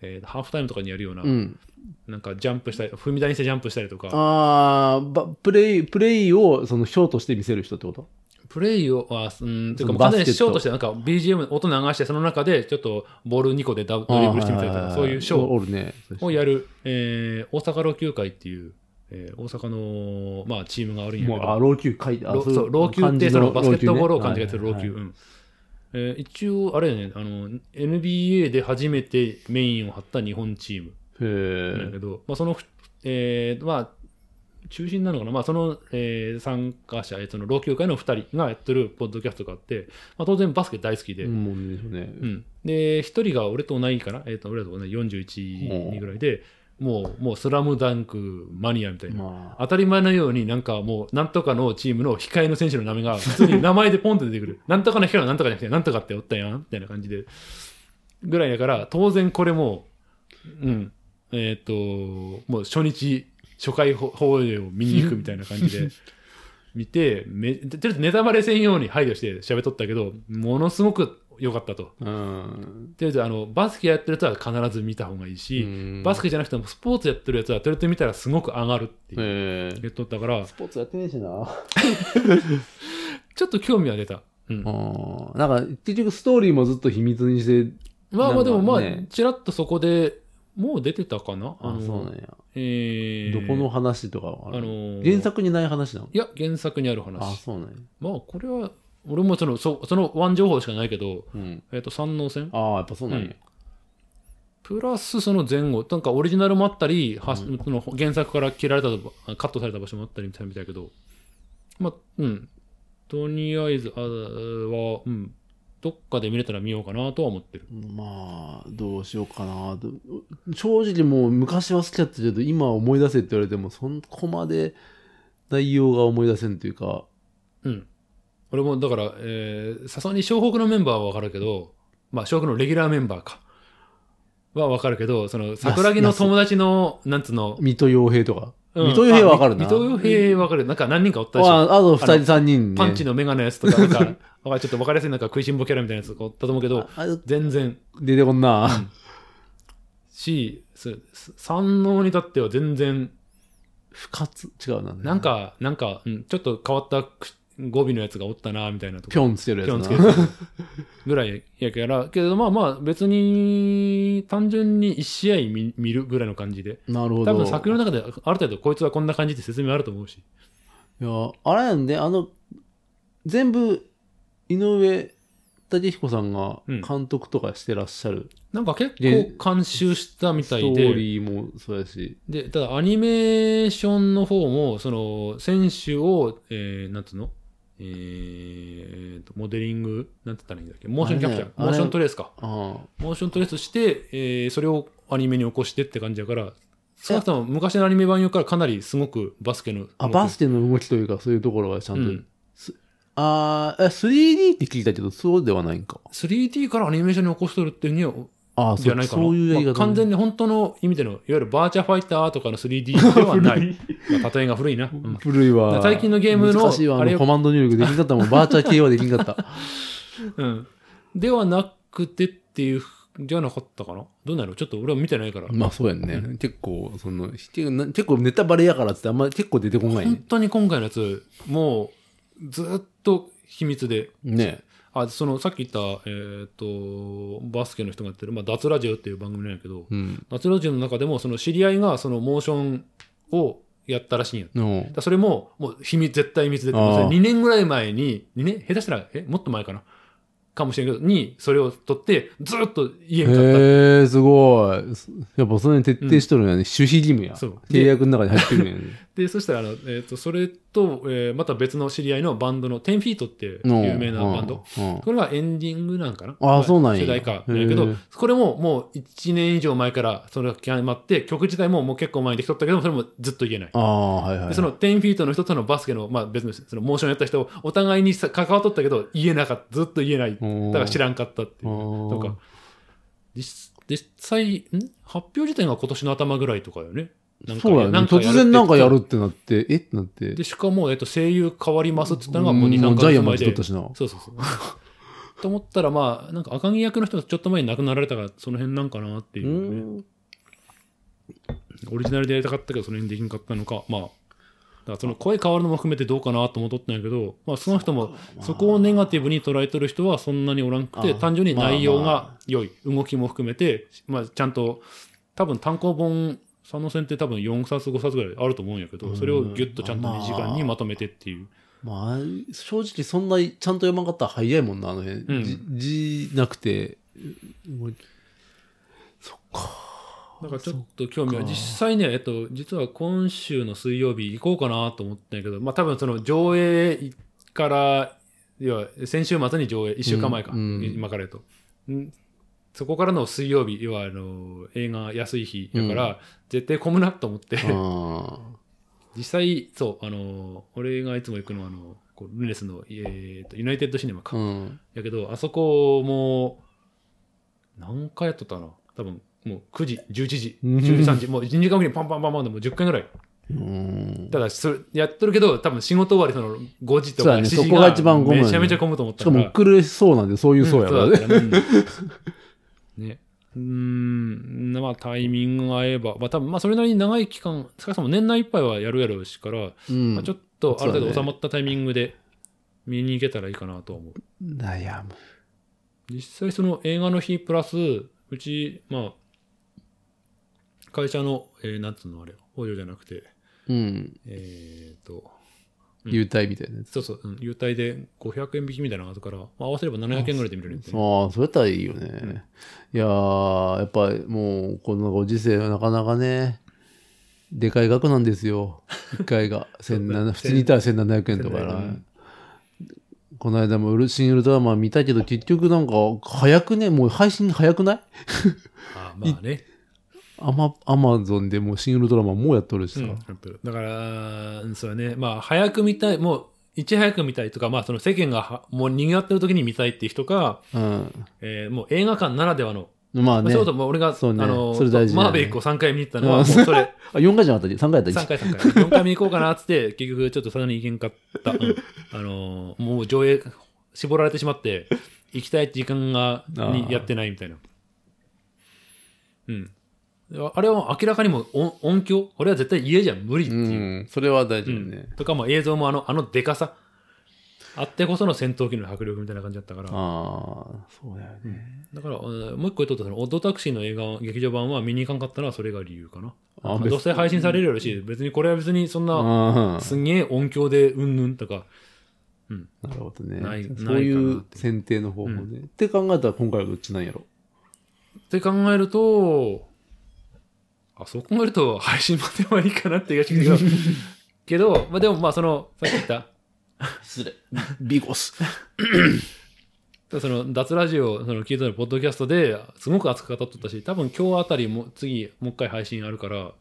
[SPEAKER 1] えーハーフタイムとかにやるような、
[SPEAKER 2] うん。
[SPEAKER 1] なんかジャンプしたり、踏み台にしてジャンプしたりとか、
[SPEAKER 2] ああ、ばプレイ、プレイをそのショーとして見せる人ってこと
[SPEAKER 1] プレイを、あうん、て
[SPEAKER 2] そ
[SPEAKER 1] かもう完全に
[SPEAKER 2] のバスケット
[SPEAKER 1] ショーとして、なんか BGM、音流して、その中でちょっとボール2個でダブドリブルしてみたりと
[SPEAKER 2] あ
[SPEAKER 1] か、
[SPEAKER 2] ー
[SPEAKER 1] そういうショ
[SPEAKER 2] おるね。
[SPEAKER 1] ーをやる、えー大阪老朽会っていう、えー大阪の、まあ、チームがあるんやけ
[SPEAKER 2] もう、
[SPEAKER 1] ど
[SPEAKER 2] あ、。老朽書いて、あ
[SPEAKER 1] ロそう老朽ってそのバスケットボールを感じがする老。
[SPEAKER 2] そういう感
[SPEAKER 1] 朽、う
[SPEAKER 2] じの
[SPEAKER 1] んえー一応あれだよねあの NBA で初めてメインを張った日本チーム
[SPEAKER 2] 老
[SPEAKER 1] なんだ
[SPEAKER 2] ね
[SPEAKER 1] けど、まあ、その、えーまあ、中心なのかな、まあ、その、えー参加者、えーその老朽会の2人がやってるポッドキャストがあって、まあ、当然バスケ大好き
[SPEAKER 2] へ
[SPEAKER 1] で、
[SPEAKER 2] え。
[SPEAKER 1] うん
[SPEAKER 2] もうね、そうね。
[SPEAKER 1] で1人が俺と同いかな、えー、と俺らと同い41、2ぐらいでもう、もうスラムダンクマニアみたいな。
[SPEAKER 2] まあ、
[SPEAKER 1] 当たり前のように、なんかもう、なんとかのチームの控えの選手の名前が、普通に名前でポンって出てくる。 なんとかの控えのなんとかじゃなくて、なんとかっておったやんみたいな感じで。ぐらいだから、当然これもう、うん。えっ、と、もう初日、初回ほ放映を見に行くみたいな感じで 見て、めとりあえずネタバレせんように配慮して喋っとったけど、ものすごく良かったと。
[SPEAKER 2] うん。
[SPEAKER 1] とりあえずあのバスケやってるやつは必ず見た方がいいし、バス
[SPEAKER 2] ケ
[SPEAKER 1] ケじゃなくてもスポーツやってるやつはとりあえず見たらすごく上がるっていう
[SPEAKER 2] ええ
[SPEAKER 1] 言っとったから、
[SPEAKER 2] スポーツやってねえしな。
[SPEAKER 1] ちょっと興味は出た。うん、
[SPEAKER 2] ああ。なんか、結局ストーリーもずっと秘密にして、
[SPEAKER 1] まあまあでもまあ、
[SPEAKER 2] なんかね
[SPEAKER 1] ちらっとそこでもう出てたかな
[SPEAKER 2] あ
[SPEAKER 1] の
[SPEAKER 2] そうなんや。
[SPEAKER 1] えー
[SPEAKER 2] どこの話とかは
[SPEAKER 1] あのー
[SPEAKER 2] 原作にない話なの
[SPEAKER 1] いや、原作にある
[SPEAKER 2] あ、
[SPEAKER 1] 話。
[SPEAKER 2] そうなんや。
[SPEAKER 1] まあ、これは、俺もその、そそのワン情報しかないけど、
[SPEAKER 2] うん。
[SPEAKER 1] えっ、と、三能線
[SPEAKER 2] ああ、やっぱそうなんや。
[SPEAKER 1] プラスその前後、なんかオリジナルもあったり、は
[SPEAKER 2] うん
[SPEAKER 1] その原作から切られたとこあカットされた場所もあったりみたいみたいだけど、まあ、うん。とりあえず、あは、うん。どっかで見れたら見ようかなとは思ってる。
[SPEAKER 2] まあ、どうしようかなと。正直もう昔は好きだったけど、今思い出せって言われても、そこまで内容が思い出せんというか、
[SPEAKER 1] うん。俺も、だから、えー、さすがに湘北のメンバーはわかるけど、まあ、湘北のレギュラーメンバーか。はわかるけど、その、桜木の友達の、なんつうの、
[SPEAKER 2] 水戸洋平とか。
[SPEAKER 1] うん
[SPEAKER 2] 水戸洋平わかるな。
[SPEAKER 1] あ水戸洋平わかる。なんか何人かおったでしょ。
[SPEAKER 2] ああと二人三人ね。
[SPEAKER 1] パンチのメガネのやつとか、なんか、 わかるちょっとわかりやすいなんか食いしん坊キャラみたいなやつとかおったと思うけど、
[SPEAKER 2] あ
[SPEAKER 1] 全然。
[SPEAKER 2] 出てこんな。
[SPEAKER 1] し、す三能に至っては全然、
[SPEAKER 2] 不活違うな。
[SPEAKER 1] なん、か、なんか、うん、ちょっと変わったく語尾のやつがおったな、みたいなと
[SPEAKER 2] ぴ
[SPEAKER 1] こ。
[SPEAKER 2] ょんつけるやつな。
[SPEAKER 1] ピョンつけるぐらいやから、けどまあまあ別に、単純に1試合見見るぐらいの感じで。
[SPEAKER 2] なるほど。
[SPEAKER 1] 多分作品の中である程度こいつはこんな感じって説明あると思うし。
[SPEAKER 2] いや、あれやんで、あの、全部、井上武彦さんが
[SPEAKER 1] うん
[SPEAKER 2] 監督とかしてらっしゃる。
[SPEAKER 1] なんか結
[SPEAKER 2] で
[SPEAKER 1] 構監修したみ
[SPEAKER 2] ス
[SPEAKER 1] た
[SPEAKER 2] ト
[SPEAKER 1] いで。
[SPEAKER 2] ーリーもそうやし。
[SPEAKER 1] で、ただアニメーションの方も、その、選手を、えー、なんつうのえー、と、モデリング、なんて言ったらいいんだっけモーションキャプチャー、
[SPEAKER 2] あ
[SPEAKER 1] モ
[SPEAKER 2] れね
[SPEAKER 1] ーショントレースか。
[SPEAKER 2] ああ。
[SPEAKER 1] モーショントレースして、えー、それをアニメに起こしてって感じだから、少なくとも昔のアニメ版用からかなりすごくバスケの。
[SPEAKER 2] あ、バス
[SPEAKER 1] ケ
[SPEAKER 2] ケの動きというか、そういうところはちゃん
[SPEAKER 1] う
[SPEAKER 2] と。
[SPEAKER 1] ん。
[SPEAKER 2] ああ、え 3D って聞いたけど、そうではないんか。
[SPEAKER 1] 3D からアニメーションに起こしとるっていうには、
[SPEAKER 2] ああ、
[SPEAKER 1] じ
[SPEAKER 2] そ
[SPEAKER 1] ゃな
[SPEAKER 2] う
[SPEAKER 1] いかな。
[SPEAKER 2] そういうやり
[SPEAKER 1] ま
[SPEAKER 2] 方、
[SPEAKER 1] あ完全に本当の意味での、いわゆるバーチャファイターとかの 3D ではない。まあ例えが古いな。うん
[SPEAKER 2] 古いわ。
[SPEAKER 1] 最近のゲームの
[SPEAKER 2] 難しいわ。あ
[SPEAKER 1] あれ
[SPEAKER 2] の
[SPEAKER 1] を
[SPEAKER 2] コマンド入力できんかった もん。バーチャー系はできんかった。
[SPEAKER 1] うん。ではなくてっていう、じゃなかったかなどうなのちょっと俺は見てないから。
[SPEAKER 2] まあそうやんね。結構、その、ひてな結構ネタバレやからっつってあんまり結構出てこない
[SPEAKER 1] 本
[SPEAKER 2] ね。
[SPEAKER 1] 当に今回のやつ、もう、ずっと秘密で。
[SPEAKER 2] ね
[SPEAKER 1] あ、その、さっき言った、えっ、と、バスケの人がやってる、まあ、脱ラジオっていう番組なんやけど、
[SPEAKER 2] うん。
[SPEAKER 1] 脱ラジオの中でも、その知り合いが、そのモーションをやったらしいんや。だか
[SPEAKER 2] の
[SPEAKER 1] らそれも、もう秘密、絶対秘密でって、
[SPEAKER 2] あー
[SPEAKER 1] それ2年ぐらい前に、2年下手したら、え、もっと前かなかもしれんけど、に、それを取って、ずっと家に買った。
[SPEAKER 2] へえ、すごい。すやっぱそれに徹底しとるんやね。守秘義務や。
[SPEAKER 1] そう
[SPEAKER 2] 契約の中に入ってるんやね。
[SPEAKER 1] で、そしたら、あの、えっ、と、それと、えーまた別の知り合いのバンドの10フィートって いう 有名なバンド。
[SPEAKER 2] うん。うん
[SPEAKER 1] これはエンディングなんかな
[SPEAKER 2] あーそうなんや
[SPEAKER 1] 世代か。だけ
[SPEAKER 2] へ
[SPEAKER 1] ど
[SPEAKER 2] ー、
[SPEAKER 1] これももう1年以上前からそれが決まって、曲自体ももう結構前にできとったけど、それもずっと言えない。
[SPEAKER 2] ああ、はいはい。
[SPEAKER 1] でその10フィートの人とのバスケの、まあ別の、そのモーションやった人、お互いにさ関わっとったけど、言えなかった。ずっと言えない。だ
[SPEAKER 2] おー
[SPEAKER 1] から知らんかったっていう。
[SPEAKER 2] おー
[SPEAKER 1] とか。実実際、ん発表自体が今年の頭ぐらいとかよね。なんか
[SPEAKER 2] そうだよね。
[SPEAKER 1] なんかやるって言って
[SPEAKER 2] 突然なんかやるってなって、えってなって。
[SPEAKER 1] で、しかも、えっと、声優変わりますって言ったのがもう2、
[SPEAKER 2] も
[SPEAKER 1] 3
[SPEAKER 2] うジャ
[SPEAKER 1] ヶ月
[SPEAKER 2] イアンも
[SPEAKER 1] 前
[SPEAKER 2] 来と
[SPEAKER 1] で。
[SPEAKER 2] ったしな。
[SPEAKER 1] そうそうそう。 と思ったら、まあ、なんか赤城役の人がちょっと前に亡くなられたから、その辺なんかなっていううね、
[SPEAKER 2] ん
[SPEAKER 1] オリジナルでやりたかったけど、その辺できなかったのか、まあ、だからその声変わるのも含めてどうかなと思っとったんやけど、まあ、その人も、そこをネガティブに捉えとる人はそんなにおらんくて、
[SPEAKER 2] あ
[SPEAKER 1] 単純に内容
[SPEAKER 2] まあ
[SPEAKER 1] が良い、動きも含めて、まあ、ちゃんと、多分単行本、三の線って多分4冊、5冊ぐらいあると思うんやけど、それをギュッとちゃんと2時間にまとめてっていう。
[SPEAKER 2] まあ、正直そんな、ちゃんと読まんかったら早いもんな、あの辺。
[SPEAKER 1] ん
[SPEAKER 2] じ字なくて。もうそっか。
[SPEAKER 1] だからちょっと興味は、
[SPEAKER 2] そっか
[SPEAKER 1] 実際ね、えっと、実は今週の水曜日行こうかなと思ったんやけど、まあ多分その上映から、要は先週末に上映、1週間前か、
[SPEAKER 2] うんうん
[SPEAKER 1] 今からやと。んそこからの水曜日、要はあの映画安い日やから、絶対混むなと思って、
[SPEAKER 2] あ
[SPEAKER 1] 実際、そう、あの、俺がいつも行くのは、あの、こうルネスの、えーとユナイテッドシネマ
[SPEAKER 2] あ。
[SPEAKER 1] か
[SPEAKER 2] う。ん。
[SPEAKER 1] やけど、あそこも、何回やっとったかな多分、もう9時、11時、
[SPEAKER 2] うん
[SPEAKER 1] 13時、もう1時間後にパンパンパンパンでもう10回ぐらい
[SPEAKER 2] うん
[SPEAKER 1] ただそれやっとるけど多分仕事終わりその5時とか
[SPEAKER 2] そうだ
[SPEAKER 1] 7
[SPEAKER 2] ね
[SPEAKER 1] 時
[SPEAKER 2] そこが一番混むよね
[SPEAKER 1] めちゃめちゃ混むと思っ
[SPEAKER 2] したか
[SPEAKER 1] から
[SPEAKER 2] も遅れそうなんで、そういうそうやから
[SPEAKER 1] ん
[SPEAKER 2] ね。
[SPEAKER 1] そうだったねうんねうーんまあタイミングが合えばまあ多分まあそれなりに長い期間少なくとも年内いっぱいはやるやろうしから、
[SPEAKER 2] うん
[SPEAKER 1] まあ、ちょっとある程
[SPEAKER 2] そうだ
[SPEAKER 1] 度
[SPEAKER 2] ね
[SPEAKER 1] 収まったタイミングで見に行けたらいいかなとは思う
[SPEAKER 2] 悩む。
[SPEAKER 1] 実際その映画の日プラスうちまあ会社の、えーなんつうのあれ補助じゃなくて
[SPEAKER 2] うん。
[SPEAKER 1] えっ、とうん
[SPEAKER 2] 優待みたいなやつ。
[SPEAKER 1] そうそう、うん、優待で500円引きみたいなのがあるから、まあ、合わせれば700円ぐらいで見れるんですね
[SPEAKER 2] ああ、それやったらいいよね。いやー、やっぱりもう、このご時世はなかなかね、でかい額なんです よ。1回が。1700普通にいったら1700円とかやな
[SPEAKER 1] 1700円
[SPEAKER 2] この間もウルシン・ウルトラマン見たけど、結局なんか、早くね、もう配信早くない
[SPEAKER 1] あまあね、
[SPEAKER 2] アマアマゾンでもうシン・ウルトラマンもうやっとるし
[SPEAKER 1] う
[SPEAKER 2] さ。
[SPEAKER 1] ん、本当だからうんそうだねまあ早く見たいもういち早く見たいとか、まあ、その世間がはもう賑わってる時に見たいっていう人か、
[SPEAKER 2] うん。
[SPEAKER 1] えーもう映画館ならではの、
[SPEAKER 2] まあ
[SPEAKER 1] まあ、
[SPEAKER 2] ね。
[SPEAKER 1] ちょうどもう俺が、
[SPEAKER 2] そうね
[SPEAKER 1] あの
[SPEAKER 2] それ大事だ
[SPEAKER 1] マ
[SPEAKER 2] よね
[SPEAKER 1] ーベリックを3回見に行ったのは、
[SPEAKER 2] うん
[SPEAKER 1] もうそれ
[SPEAKER 2] あ、4回じゃなかったっけ ?3 回やったっ
[SPEAKER 1] 3
[SPEAKER 2] け
[SPEAKER 1] 回3回4回目行こうかなっつって結局ちょっとさらに行けんかった、うんあのーもう上映絞られてしまって行きたい時間が
[SPEAKER 2] あー
[SPEAKER 1] にやってないみたいなうんあれは明らかにも音音響俺は絶対家じゃ無理って
[SPEAKER 2] う
[SPEAKER 1] いう、
[SPEAKER 2] ん。それは大
[SPEAKER 1] う
[SPEAKER 2] 事だ
[SPEAKER 1] ん
[SPEAKER 2] ね。
[SPEAKER 1] とかもう映像もあのあのでかさあってこその戦闘機の迫力みたいな感じだったから
[SPEAKER 2] ああ、そうだよね。
[SPEAKER 1] だから、うんもう一個言っとったそのオッドタクシーの映画劇場版は見に行かんかったのはそれが理由かな
[SPEAKER 2] あ
[SPEAKER 1] まあ
[SPEAKER 2] 別に
[SPEAKER 1] どうせ配信されるやろし別にこれは別にそんな、
[SPEAKER 2] あ
[SPEAKER 1] すんげえ音響でうんぬんとか、
[SPEAKER 2] あ、なるほど
[SPEAKER 1] ない
[SPEAKER 2] ね。
[SPEAKER 1] ないかな
[SPEAKER 2] そういう選定の方法ね。って考えたら今回はどっちなんやろ。
[SPEAKER 1] って考えると、あ、そう考えると配信まではいいかなって気がしてるけど、けど、まあでもまあその、さっき言った、
[SPEAKER 2] 失礼。ビゴス。
[SPEAKER 1] その脱ラジオ、その聞いたのポッドキャストですごく熱く語っとったし、多分今日あたりも次、もう一回配信あるから、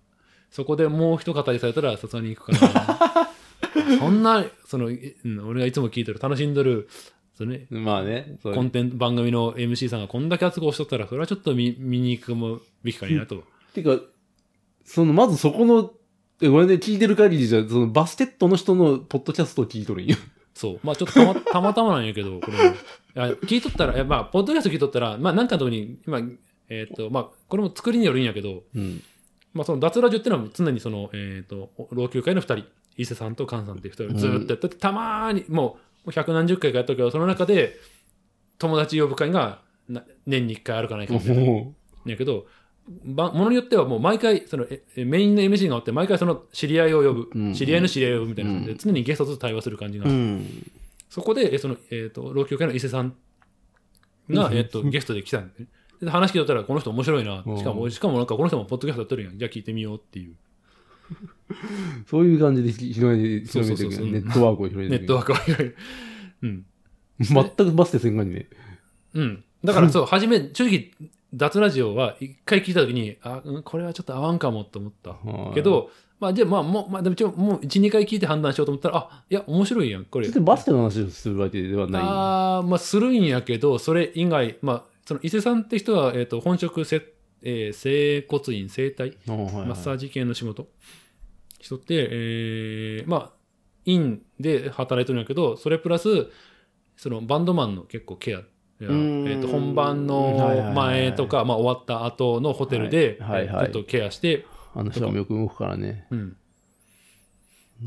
[SPEAKER 1] そこでもう一語りされたらさすがに行くかな。そんな、その、いうん俺がいつも聞いてる、楽しんどる、そのね、
[SPEAKER 2] まあね。そう
[SPEAKER 1] コンテンツ、番組の MC さんがこんだけ熱く押しとったら、それはちょっと見見に行くもべきかなと。
[SPEAKER 2] てか、その、まずそこの、えごめんね、聞いてる限りじゃ、そのバスケットの人のポッドキャストを聞いとるんよ。
[SPEAKER 1] そう。まあちょっとたま たまたまなんやけど、これも。いや聞いとったら、いやまあ、ポッドキャスト聞いとったら、まあなんかの時に、今、えーっと、まあ、これも作りによるんやけど、
[SPEAKER 2] うん。
[SPEAKER 1] まあその脱ラジオっていうのは常にその、えーっと、老朽会の二人、伊勢さんと菅さんっていう二人ずーっとやってて、たまーに、もう、もう百何十回かやったけど、その中で、友達呼ぶ会が、な年に一回あるかないかみたいな。
[SPEAKER 2] も
[SPEAKER 1] やけど、ばものによってはもう毎回、そのええメインの MC があって、毎回その知り合いを呼ぶ、
[SPEAKER 2] うん
[SPEAKER 1] 知り合いの知り合いを呼ぶみたいな感じで、
[SPEAKER 2] うん
[SPEAKER 1] 常にゲストと対話する感じが、
[SPEAKER 2] う。ん。
[SPEAKER 1] そこで、えその、えっ、と、老朽化の伊勢さんが、
[SPEAKER 2] うん
[SPEAKER 1] えっ、と、ゲストで来たんでね、で話聞いとったら、この人面白いな
[SPEAKER 2] う。ん
[SPEAKER 1] しかも、しかもなんかこの人もポッドキャストやってるやん。じゃあ聞いてみようっていう。
[SPEAKER 2] そういう感じでひ広めて、広めてい
[SPEAKER 1] そうそ
[SPEAKER 2] く
[SPEAKER 1] うそう
[SPEAKER 2] よねネットワークを
[SPEAKER 1] ネ
[SPEAKER 2] 広め
[SPEAKER 1] ッ
[SPEAKER 2] ていく
[SPEAKER 1] トワーク はうん。
[SPEAKER 2] 全くバスケせんがにね。
[SPEAKER 1] うん。だから、そう、初め、正直、脱ラジオは一回聞いたときに、あ、うんこれはちょっと合わんかもと思った。
[SPEAKER 2] はい
[SPEAKER 1] けど、まあ、じゃあ、まあ、もう、まあ、でも一応、もう1、2回聞いて判断しようと思ったら、あ、いや、面白いやん、これ。
[SPEAKER 2] 別にバスケの話をするわけではない。
[SPEAKER 1] あーまあ、するんやけど、それ以外、まあ、その伊勢さんって人は、えっ、と、本職せ、えー整骨院、整体、
[SPEAKER 2] あはいはい
[SPEAKER 1] マッサージ系の仕事、人って、えーまあ、院で働いてるんやけど、それプラス、そのバンドマンの結構ケア、え
[SPEAKER 2] ん
[SPEAKER 1] ーと本番
[SPEAKER 2] はいはいはいは
[SPEAKER 1] の
[SPEAKER 2] い
[SPEAKER 1] 前とか、まあ、終わった後のホテルで、
[SPEAKER 2] はいはいはい
[SPEAKER 1] えーちょっとケアして、
[SPEAKER 2] あの人はよく動くからね。
[SPEAKER 1] うん、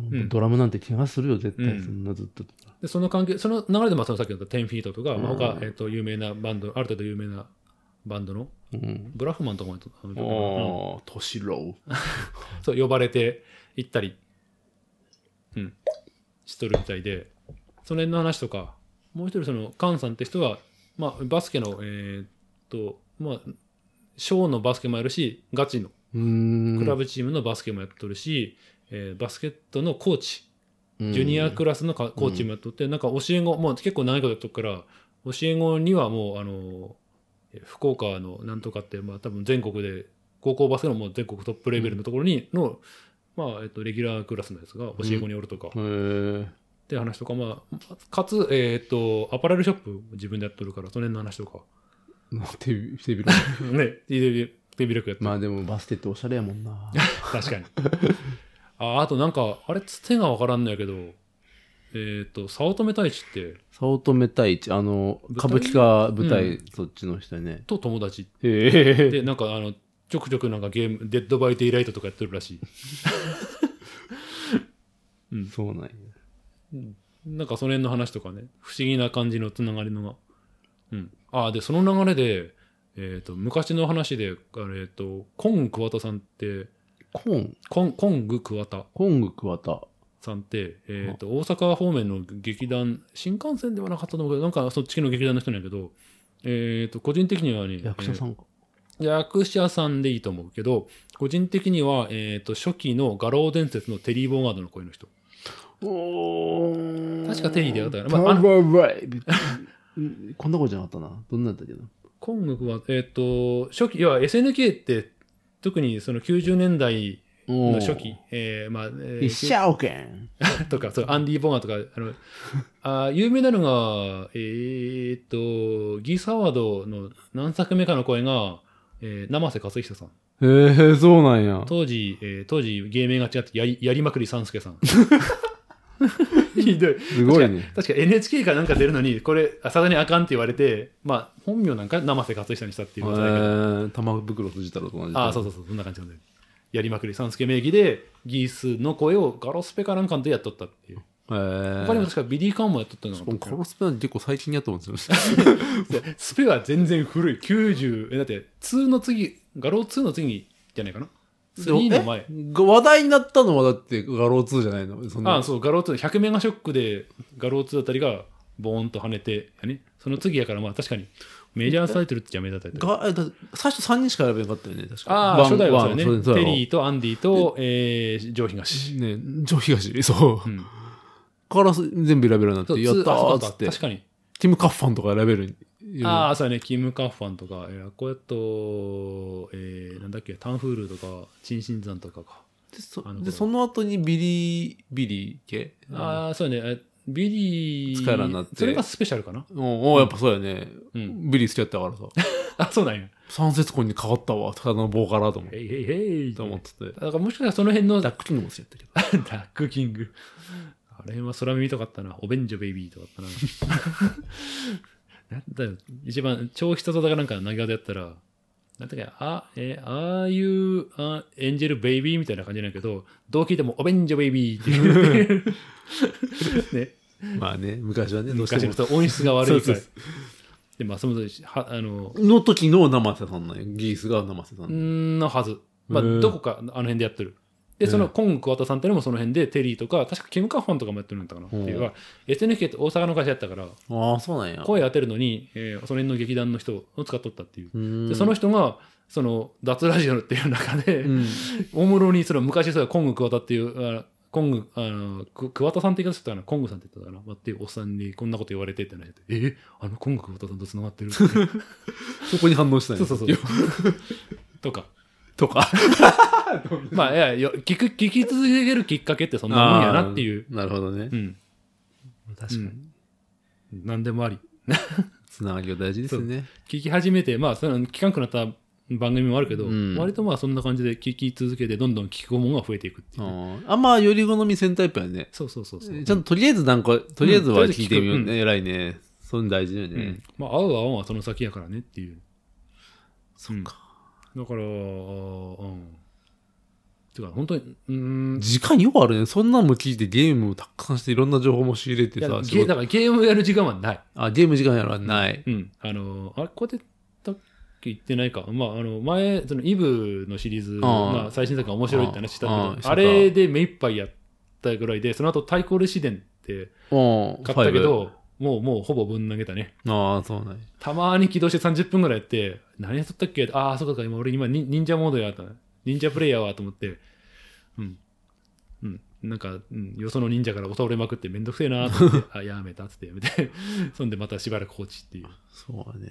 [SPEAKER 1] ん
[SPEAKER 2] ドラムなんて怪我するよ、絶対。
[SPEAKER 1] うん
[SPEAKER 2] そんなずっと。
[SPEAKER 1] でその関係その流れでまあそのさっき言った10フィートとか、まあ、
[SPEAKER 2] うん
[SPEAKER 1] 他、えっと有名なバンドある程度有名なバンドの
[SPEAKER 2] うん。
[SPEAKER 1] ブラフマンとかもやっとあのうん
[SPEAKER 2] ああ、トシロー。
[SPEAKER 1] そう呼ばれて行ったり、うん、しとるみたいでその辺の話とかもう一人そのカンさんって人は、まあ、バスケのえーっとまあショーのバスケもやるしガチの
[SPEAKER 2] うーん。
[SPEAKER 1] クラブチームのバスケもやっとるし、えーバスケットのコーチ
[SPEAKER 2] うん
[SPEAKER 1] ジュニアクラスのかコーチもやっとって、なんか教え子、もう結構長いことやっとくから、教え子にはもう、あの、え福岡のなんとかって、まあ多分全国で、高校バスケのもう全国トップレベルのところにの、まあ、えっと、レギュラークラスのやつが教え子におるとか、っ
[SPEAKER 2] へえ。
[SPEAKER 1] て話とか、まあ、かつ、えっと、アパレルショップを自分でやっとるから、その辺の話と か、
[SPEAKER 2] なんて手び、手び
[SPEAKER 1] ね、手広くやってる
[SPEAKER 2] まあでもバスケっておしゃれやもんな。
[SPEAKER 1] 確かに。ああとなんかあれつてがわからんのやけどえっ、と早乙女太一って
[SPEAKER 2] 早乙女太一、あの、歌
[SPEAKER 1] 舞
[SPEAKER 2] 舞
[SPEAKER 1] 台
[SPEAKER 2] 伎か舞
[SPEAKER 1] う
[SPEAKER 2] 台、そっちの人やね。
[SPEAKER 1] と友達
[SPEAKER 2] へえ。
[SPEAKER 1] でなんかあのちょくちょくなんかゲーム「デッド・バイ・デイ・ライト」とかやってるらしい
[SPEAKER 2] そうなんや。
[SPEAKER 1] なんかその辺の話とかね、不思議な感じのつながりのが。うん。ああ、で、その流れで、えっ、と、昔の話で、あれえっ、と、コング桑田さんって、
[SPEAKER 2] コーン、
[SPEAKER 1] コンコング桑田
[SPEAKER 2] コング桑田。
[SPEAKER 1] さんって、えっ、と、大阪方面の劇団、新幹線ではなかったと思うけど、なんかそっち系の劇団の人なんやけど、えっ、と、個人的にはね、
[SPEAKER 2] 役者さん
[SPEAKER 1] え
[SPEAKER 2] か。
[SPEAKER 1] ー役者さんでいいと思うけど、個人的には、えっ、と、初期の画廊伝説のテリー・ボーガードの声の人。
[SPEAKER 2] おー
[SPEAKER 1] 確かテリーでやったよね
[SPEAKER 2] パ
[SPEAKER 1] まああ
[SPEAKER 2] ワ
[SPEAKER 1] の
[SPEAKER 2] ーライブ。うんこんなことじゃなかったな。どんなんだったっけな。
[SPEAKER 1] コングは、えっ、と、初期、要は SNK って、特にその90年代の初期、えーまあ、えー
[SPEAKER 2] 一社オケン。
[SPEAKER 1] とか、そうアンディ・ボガーとか、あの、あー有名なのが、えーっと、ギー・サワードの何作目かの声が、えー、生瀬勝久さん。
[SPEAKER 2] へえ、そうなんや。
[SPEAKER 1] 当時、えー当時、芸名が違って、やりやりまくり三助さん。ひどい。
[SPEAKER 2] すごいね。
[SPEAKER 1] 確か NHK かなんか出るのに、これ、あさだにあかんって言われて、まあ、本名なんか生瀬勝久にしたって
[SPEAKER 2] え
[SPEAKER 1] いうことだけど。
[SPEAKER 2] ー、玉袋辻太郎と同じ。
[SPEAKER 1] ああ、そうそうそう、そんな感じなんで。やりまくり、さんすけ名義で、ギースの声をガロスペかなんかでやっとったっていう。
[SPEAKER 2] へえ。
[SPEAKER 1] 他にも確かビリー・カンもやっとったのか
[SPEAKER 2] こ
[SPEAKER 1] な
[SPEAKER 2] のスペア結構最近やと思うんですよ。
[SPEAKER 1] スペは全然古い。90、え、だって、2の次、ガロー2の次じゃないかな。3の前。
[SPEAKER 2] え話題になったのはだって画廊2じゃないのそん
[SPEAKER 1] あ
[SPEAKER 2] な
[SPEAKER 1] あ、そう、ガロー2、100メガショックで、ガロー2あたりが、ボーンと跳ねて、やね。その次やから、まあ確かに、メジャータイトルっちゃメジャータイトル。
[SPEAKER 2] がえだ最初3人しか選べなかったよね確か
[SPEAKER 1] ああ、初代はそうだね。テ
[SPEAKER 2] ー
[SPEAKER 1] リーとアンディと、えー、ジョー東。
[SPEAKER 2] ね上東そう、
[SPEAKER 1] ん
[SPEAKER 2] から全部選べるようになって
[SPEAKER 1] そう
[SPEAKER 2] やった
[SPEAKER 1] ツーあそう
[SPEAKER 2] ーっ
[SPEAKER 1] だ
[SPEAKER 2] つ
[SPEAKER 1] っ
[SPEAKER 2] ったて
[SPEAKER 1] 確かに。
[SPEAKER 2] ティム・カッファンとか選べる
[SPEAKER 1] ああ、そうやね。キム・カッファンとか、えー、こうやっと、えー、なんだっけ、タンフールとか、チンシンザンとかか。
[SPEAKER 2] でそ
[SPEAKER 1] あの
[SPEAKER 2] でその後にビリービリー系
[SPEAKER 1] ああ、そうやね。えビリー。
[SPEAKER 2] 使えるようになって
[SPEAKER 1] それがスペシャルかな。
[SPEAKER 2] おおやっぱそうやね、
[SPEAKER 1] うん
[SPEAKER 2] ビリー好きやったからさ
[SPEAKER 1] あ、そうなんや。
[SPEAKER 2] 三節婚に変わったわただのボーカラーと思って
[SPEAKER 1] へいへいへい。
[SPEAKER 2] と思ってて
[SPEAKER 1] だからもしかしたらその辺の、
[SPEAKER 2] ダ
[SPEAKER 1] ダ
[SPEAKER 2] ックキングも好きやったけど
[SPEAKER 1] ックキング。あれは空耳とかあったな。オベンジョベイビーとかあった な。なんだよ。一番、超人とだかなんか投げ技やったら、なんだっけ、あ、えー、ああいう、あエンジェルベイビーみたいな感じなんやけど、どう聞いてもオベンジョベイビーって いう。ね。
[SPEAKER 2] まあね昔はねどうして
[SPEAKER 1] 昔
[SPEAKER 2] も
[SPEAKER 1] の人音質が悪いから。
[SPEAKER 2] そうそうそ
[SPEAKER 1] で、まあ、そもそもしは、あの、
[SPEAKER 2] の時の生瀬さんなんや。ギースが生瀬さん。
[SPEAKER 1] んのはず。まあ、
[SPEAKER 2] へえ
[SPEAKER 1] どこかあの辺でやってる。で、そのコング桑田さんってのもその辺で、テリーとか、確かキム・カッファンとかもやってるんだったかなって
[SPEAKER 2] ほう
[SPEAKER 1] いうか、SNK って大阪の会社やったから、
[SPEAKER 2] ああ、そうなんや。
[SPEAKER 1] 声当てるのに、えーその辺の劇団の人を使っとったっていう。
[SPEAKER 2] うん
[SPEAKER 1] で、その人が、その、脱ラジオっていう中で、
[SPEAKER 2] うん
[SPEAKER 1] 大室に、その昔、そうコング桑田っていう、あコング、あの、く桑田さんって言い方してたかな、コングさんって言ったかな、まあっていうおっさんにこんなこと言われてってなって、えあのコング桑田さんと繋がってる
[SPEAKER 2] そこに反応したん
[SPEAKER 1] そ
[SPEAKER 2] や。
[SPEAKER 1] うそうそう。 とか。
[SPEAKER 2] とか。
[SPEAKER 1] まあ、いやいや、聞く、聞き続けるきっかけってそんなもんやなっていう。
[SPEAKER 2] あーなるほどね
[SPEAKER 1] う。ん。
[SPEAKER 2] 確か
[SPEAKER 1] う。ん何でもあり。
[SPEAKER 2] つながりが大事ですね。
[SPEAKER 1] 聞き始めて、まあ、その、聞かんくなった番組もあるけど、
[SPEAKER 2] うん
[SPEAKER 1] 割とまあ、そんな感じで聞き続けて、どんどん聞くものが増えていくって
[SPEAKER 2] あ
[SPEAKER 1] いう。
[SPEAKER 2] ーあんまより好みせんタイプやね。
[SPEAKER 1] そうそうそうそう。
[SPEAKER 2] ちゃんととりあえずなんか、とりあえずは
[SPEAKER 1] うん
[SPEAKER 2] 聞いてみよう
[SPEAKER 1] とりあ
[SPEAKER 2] ね。偉いね。そういうの大事だよ
[SPEAKER 1] う
[SPEAKER 2] ね
[SPEAKER 1] ん。まあ、合う合わんはその先やからねっていう。
[SPEAKER 2] そっか。
[SPEAKER 1] だから、うん。てか、本当に、うーん。
[SPEAKER 2] 時間よくあるね。そんなのも聞いてゲームもたくさんしていろんな情報も仕入れ
[SPEAKER 1] い
[SPEAKER 2] て
[SPEAKER 1] や
[SPEAKER 2] さ
[SPEAKER 1] ゲ。
[SPEAKER 2] 仕事
[SPEAKER 1] だからゲームやる時間はない。
[SPEAKER 2] あ、ゲーム時間やらない。
[SPEAKER 1] うん。あの、あれ、こうやってたっけ言ってないか。まあ、あの、前、その、イブのシリーズ、
[SPEAKER 2] ああ
[SPEAKER 1] まあ、最新作が面白いって話した
[SPEAKER 2] あああ
[SPEAKER 1] け
[SPEAKER 2] あし
[SPEAKER 1] ど、
[SPEAKER 2] た
[SPEAKER 1] あれで目いっぱいやったぐらいで、その後、対抗レシデンって
[SPEAKER 2] うん。
[SPEAKER 1] 買ったけど、もう、もう、ほぼぶん投げたね。
[SPEAKER 2] ファイブ。ああ、そうなんや。
[SPEAKER 1] たまに起動して30分ぐらいやって、何やっとったっけああ、そうかそうか、今、俺今、に忍者モードやった。忍者プレイヤーはと思って、うん。うん。なんか、うん、よその忍者から襲われまくってめんどくせえなと思って、あ、やめたっつってやめて、 そんでまたしばらく放置っていう。
[SPEAKER 2] そうだね。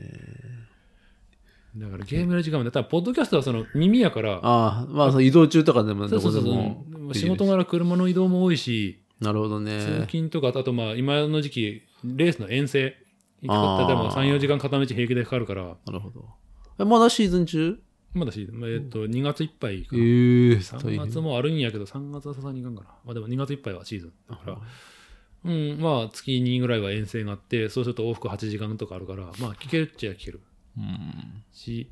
[SPEAKER 1] だからゲームの時間もだったら、ポッドキャストはその耳やから、
[SPEAKER 2] ああ、まあ、その移動中とかでも
[SPEAKER 1] そ
[SPEAKER 2] ど
[SPEAKER 1] うそ
[SPEAKER 2] こ
[SPEAKER 1] う
[SPEAKER 2] で
[SPEAKER 1] そう
[SPEAKER 2] も
[SPEAKER 1] そう。
[SPEAKER 2] でき
[SPEAKER 1] 仕
[SPEAKER 2] るし
[SPEAKER 1] 事柄車の移動も多いし、
[SPEAKER 2] なるほどね。
[SPEAKER 1] 通勤とか、あとまあ今の時期、レースの遠征、行く
[SPEAKER 2] あー
[SPEAKER 1] 例えば3、4時間片道平気でかかるから、
[SPEAKER 2] なるほど。え、まだシーズン中
[SPEAKER 1] まだシーズン、まあえっと、2月いっぱいか
[SPEAKER 2] ええ
[SPEAKER 1] な。
[SPEAKER 2] ー、
[SPEAKER 1] 3月もあるんやけど、3月はさすがにいかんかな。まあでも2月いっぱいはシーズン。だから、うん、まあ月2ぐらいは遠征があって、そうすると往復8時間とかあるから、まあ聞けるっちゃ聞ける
[SPEAKER 2] うん。
[SPEAKER 1] し、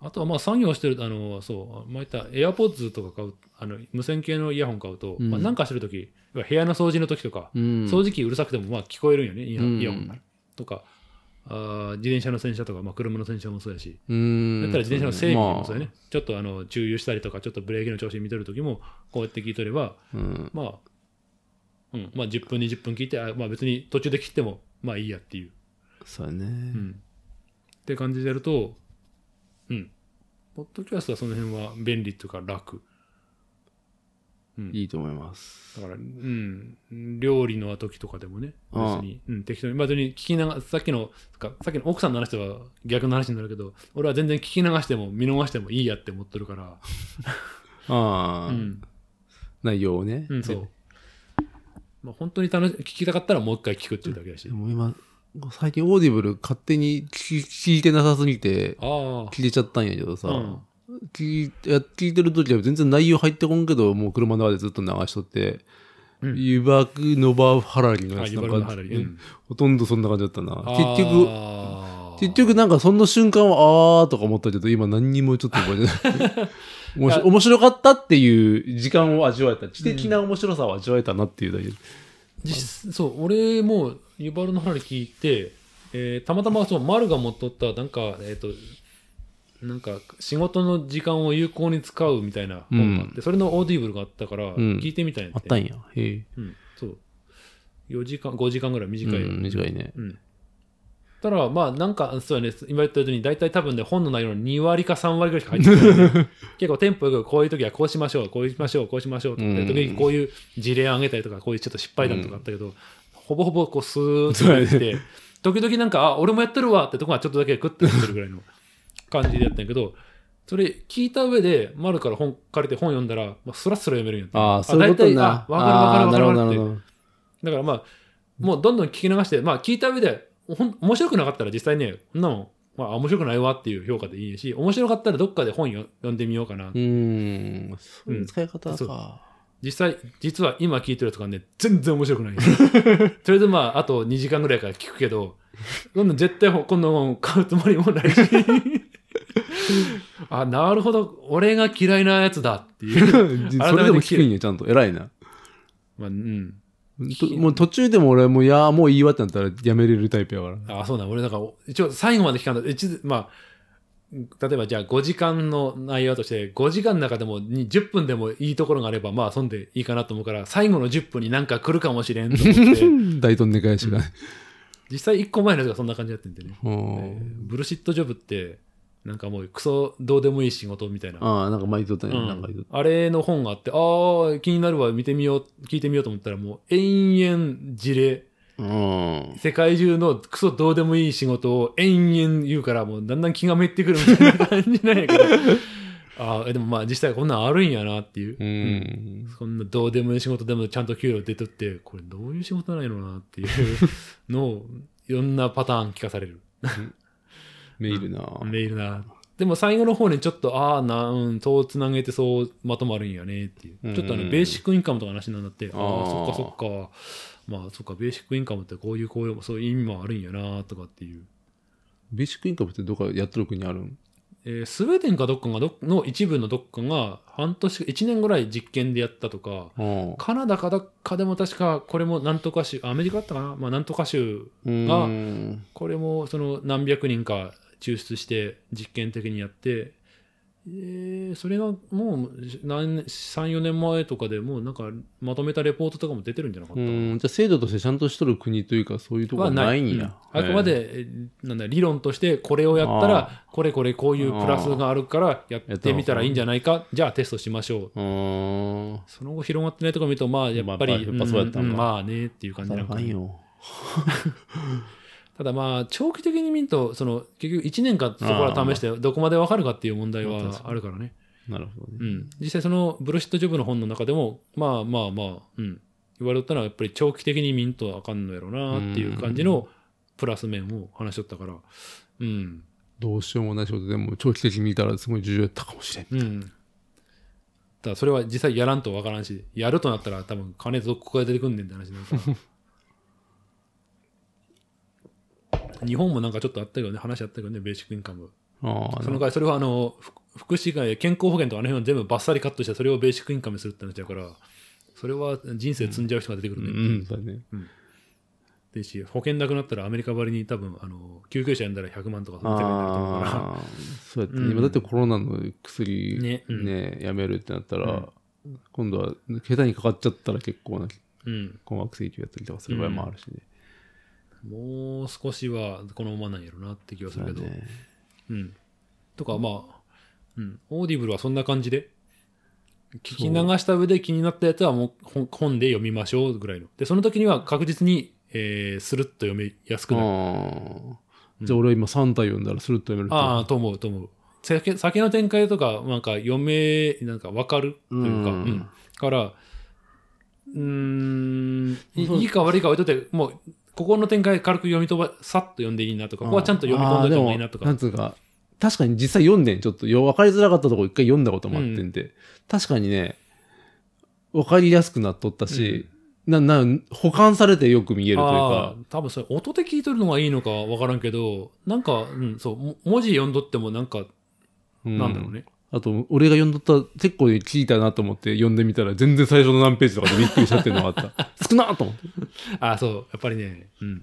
[SPEAKER 1] あとはまあ作業してると、あの、そう、前言った AirPods とか買う、あの、無線系のイヤホン買うと、
[SPEAKER 2] うん
[SPEAKER 1] まあなんかしてるとき、要は部屋の掃除のときとか、
[SPEAKER 2] うん。
[SPEAKER 1] 掃除機うるさくてもまあ聞こえるんよね、イヤ
[SPEAKER 2] うん
[SPEAKER 1] イヤホンならとか、あー自転車の洗車とか、まあ車の洗車もそうやし、
[SPEAKER 2] うん。
[SPEAKER 1] だったら自転車の整備もそうや
[SPEAKER 2] ね。
[SPEAKER 1] ね、ちょっとあの重油したりとか、ちょっとブレーキの調子見てるときも、こうやって聞いとれば、
[SPEAKER 2] まあうん。
[SPEAKER 1] まあ、うん、まあ10分、20分聞いて、あまあ別に途中で切っても、まあいいやっていう。
[SPEAKER 2] そうや
[SPEAKER 1] う
[SPEAKER 2] ね。
[SPEAKER 1] ん。って感じでやると、うん。ポッドキャストはその辺は便利というか楽。うん。
[SPEAKER 2] いいと思います。
[SPEAKER 1] だから、うん。料理の時とかでもね、別
[SPEAKER 2] ああ
[SPEAKER 1] に、うん、適当に。まあ、別に聞きながさっきの、かさっきの奥さんの話とは逆の話になるけど、俺は全然聞き流しても見逃してもいいやって思ってるから、
[SPEAKER 2] あ
[SPEAKER 1] う
[SPEAKER 2] あ、
[SPEAKER 1] ん。
[SPEAKER 2] 内容をね。
[SPEAKER 1] うん、そう。まあ、本当に楽し聞きたかったらもう一回聞くっていうだけだし。
[SPEAKER 2] でも今、最近オーディブル勝手に聞き聞いてなさすぎて、
[SPEAKER 1] あ
[SPEAKER 2] 聞いちゃったんやけどさ、
[SPEAKER 1] うん
[SPEAKER 2] 聞いや聞いてる時は全然内容入ってこんけど、もう車の中でずっと流しとって、
[SPEAKER 1] うん
[SPEAKER 2] 湯葉くのばハラリ
[SPEAKER 1] あ。
[SPEAKER 2] の
[SPEAKER 1] あ、
[SPEAKER 2] やつ
[SPEAKER 1] ゆ
[SPEAKER 2] な
[SPEAKER 1] ば
[SPEAKER 2] ん
[SPEAKER 1] るの
[SPEAKER 2] か、
[SPEAKER 1] ハラリ。
[SPEAKER 2] う
[SPEAKER 1] うんん
[SPEAKER 2] ほとんどそんな感じだったな。結局、
[SPEAKER 1] 局
[SPEAKER 2] 結局なんかその瞬間はあーとか思ったけど今何にもちょっと覚えてない 面白面白かったっていう時間を味わえた知的な面白さを味わえたなっていうだけで、
[SPEAKER 1] 実そう俺もユバルの話聞いて、えーたまたまそう丸が持っとったなんかえっ、となんか仕事の時間を有効に使うみたいな本があって、それのオーディブルがあったから
[SPEAKER 2] ん
[SPEAKER 1] 聞いてみたいな、
[SPEAKER 2] あったんやへえ、
[SPEAKER 1] うん、そう4時間5時間ぐらい短い、
[SPEAKER 2] うん、短いね
[SPEAKER 1] うんただまあなんかそうやね今言ったように大体多分ね本の内容の2割か3割ぐらいしか入ってない、結構テンポよくこういう時はこうしましょうこうしましょうこうしましょうとか
[SPEAKER 2] うん
[SPEAKER 1] 時々こういう事例を挙げたりとかこういうちょっと失敗談とかあったけど、ほぼほぼこうスーッと出てきて時々なんかあ俺もやってるわってとこがちょっとだけグッてなってるぐらいの感じでやったんやけどそれ聞いた上で丸から本借りて本読んだら、まあ、スラスラ読めるんやって
[SPEAKER 2] ああそういうことな
[SPEAKER 1] あ大体あわかるわかるわかるわ
[SPEAKER 2] あー
[SPEAKER 1] かるっ
[SPEAKER 2] なるほ
[SPEAKER 1] て
[SPEAKER 2] どなる
[SPEAKER 1] だからまあ、もうどんどん聞き流して、まあ聞いた上で、ほん面白くなかったら実際ね、こんなもん、まあ面白くないわっていう評価でいいし、面白かったらどっかで本よ読んでみようかな。
[SPEAKER 2] ほどうーんそういう使い方
[SPEAKER 1] そう
[SPEAKER 2] か、
[SPEAKER 1] 実際、実は今聞いてるやつがね、全然面白くない。とりあえずまあ、あと2時間ぐらいから聞くけど、今度絶対ほこんなもん買うつもりもないし。あ、なるほど、俺が嫌いなやつだっていう。
[SPEAKER 2] それでも聞くんやちゃんと偉いな
[SPEAKER 1] まあ、うん。
[SPEAKER 2] ともう途中でも俺もういやーもういいわってなったらやめれるタイプやから
[SPEAKER 1] あそうなん、俺だから、一応最後まで聞かんと、一まあ、例えばじゃあ5時間の内容だとして、5時間の中でもに10分でもいいところがあれば、まあ、そんでいいかなと思うから、最後の10分になんか来るかもしれんと思って、
[SPEAKER 2] 大とんね返しが、
[SPEAKER 1] 実際1個前のやつがそんな感じやってんでね。
[SPEAKER 2] うん
[SPEAKER 1] えーブルシットジョブって、なんかもうクソどうでもいい仕事みたいな。
[SPEAKER 2] ああなんか巻いとったね、
[SPEAKER 1] うん
[SPEAKER 2] なんか言うと
[SPEAKER 1] あれの本があって、ああ、気になるわ、見てみよう、聞いてみようと思ったら、もう延々事例、
[SPEAKER 2] うん
[SPEAKER 1] 世界中のクソどうでもいい仕事を延々言うから、もうだんだん気がめってくるみたいな感じなんやけど。ああ、でもまあ実際こんなんあるんやなっていう。
[SPEAKER 2] うん
[SPEAKER 1] そんなどうでもいい仕事でもちゃんと給料出とって、これどういう仕事なんやろうなっていうのを、いろんなパターン聞かされる。
[SPEAKER 2] メールな、
[SPEAKER 1] メールな。でも最後の方にちょっと、ああ、な、うん、そうつなげてそうまとまるんやねっていうう。
[SPEAKER 2] ん
[SPEAKER 1] ちょっとあの、ベーシックインカムとかの話になって、ああ
[SPEAKER 2] あー、
[SPEAKER 1] そっかそっか。まあ、そっか、ベーシックインカムってこういう、こういう、そういう意味もあるんやなとかっていう。
[SPEAKER 2] ベーシックインカムってどっかやってる国あるん
[SPEAKER 1] えースウェーデンかどっかがどの一部のどっかが半年1年ぐらい実験でやったとか
[SPEAKER 2] あ
[SPEAKER 1] カナダかどっかでも確かこれもなんとか州アメリカだったかな、まあ、なんとか州
[SPEAKER 2] あうん
[SPEAKER 1] これもその何百人か抽出して実験的にやって、えーそれがもう34年前とかでもうなんかまとめたレポートとかも出てるんじゃなかっ
[SPEAKER 2] う
[SPEAKER 1] たかな、
[SPEAKER 2] んじゃあ制度としてちゃんとしとる国というかそういうとこ
[SPEAKER 1] は
[SPEAKER 2] はないんや、
[SPEAKER 1] うんあくま
[SPEAKER 2] へえ
[SPEAKER 1] で、えーなんだ理論としてこれをやった
[SPEAKER 2] あ
[SPEAKER 1] らこれこれこういうプラスがあるからやってみたらいいんじゃないかじゃあテストしましょう
[SPEAKER 2] うーん
[SPEAKER 1] その後広がってないとこ見るとまあやっぱ
[SPEAKER 2] まあ
[SPEAKER 1] り、
[SPEAKER 2] やっぱそうやったんだ
[SPEAKER 1] うんまあねっていう感じな
[SPEAKER 2] 働
[SPEAKER 1] のか
[SPEAKER 2] か
[SPEAKER 1] なん
[SPEAKER 2] よ
[SPEAKER 1] ただまあ長期的に見るとその結局1年間そこから試してどこまでわかるかっていう問題はあるからね、
[SPEAKER 2] なるほどね
[SPEAKER 1] うん、実際そのブルシットジョブの本の中でもまあまあまあ、うん、言われたのはやっぱり長期的に見んとあかんのやろうなっていう感じのプラス面を話しとったからうん
[SPEAKER 2] どうしようもない仕事でも長期的に見たらすごい重要だったかもしれん。
[SPEAKER 1] うん。だからそれは実際やらんとわからんし、やるとなったら多分金続こから出てくんねんって話になるから。日本もなんかちょっとあったよね、話あったよね、ベーシックインカム。
[SPEAKER 2] ああ
[SPEAKER 1] その代わりそれはあの、ふ福祉会、健康保険とかあの辺を全部バッサリカットして、それをベーシックインカムにするって話だから、それは人生積んじゃう人が出てくる
[SPEAKER 2] う
[SPEAKER 1] ね。
[SPEAKER 2] ん、そうだね。
[SPEAKER 1] でし、保険なくなったらアメリカばりに多分、あの、救急車呼んだら100万とかその世界になると思うから。
[SPEAKER 2] ああ、そうやって、
[SPEAKER 1] うん
[SPEAKER 2] 今だってコロナの薬ね
[SPEAKER 1] ねうん
[SPEAKER 2] やめるってなったら、今度は下手にかかっちゃったら結構な
[SPEAKER 1] うん。
[SPEAKER 2] 困惑請求やったりとかする場合もあるしね。
[SPEAKER 1] もう少しはこのままなんやろなって気はす
[SPEAKER 2] そう
[SPEAKER 1] る
[SPEAKER 2] だ
[SPEAKER 1] けど。
[SPEAKER 2] ね。
[SPEAKER 1] うん。とか、まあ、うん。オーディブルはそんな感じで、聞き流した上で気になったやつはもう本本で読みましょうぐらいの。で、その時には確実に、えー、スルッと読みやすくなる。
[SPEAKER 2] ああ。じゃあ俺は今3体読んだらスルッと読める
[SPEAKER 1] ああ、と思う、と思う。先先の展開とか、なんか読め、なんかわかるというか、
[SPEAKER 2] うん
[SPEAKER 1] うんから、うーん、い
[SPEAKER 2] そう
[SPEAKER 1] いいか悪いか置いとって、もう、ここの展開軽く読み飛ば、さっと読んでいいなとか、ここはちゃんと読み込んで
[SPEAKER 2] で
[SPEAKER 1] おいた方
[SPEAKER 2] も
[SPEAKER 1] がいいなとか。
[SPEAKER 2] なんつうか、確かに実際読んでん、ちょっとよ分かりづらかったとこ一回読んだこともあってんで、確かにね、分かりやすくなっとったし、な、な、保管されてよく見えるという
[SPEAKER 1] あ
[SPEAKER 2] か、
[SPEAKER 1] ー多分それ音で聞いとるのがいいのかわからんけどなんか、うん、そうも文字読んどってもなんか
[SPEAKER 2] うん
[SPEAKER 1] なんだろうね、
[SPEAKER 2] あと、俺が読んどった、結構聞いたなと思って読んでみたら、全然最初の何ページとかでびっくりしちゃってるのが あった。少なっと思って。
[SPEAKER 1] あそうやっぱりね、うん、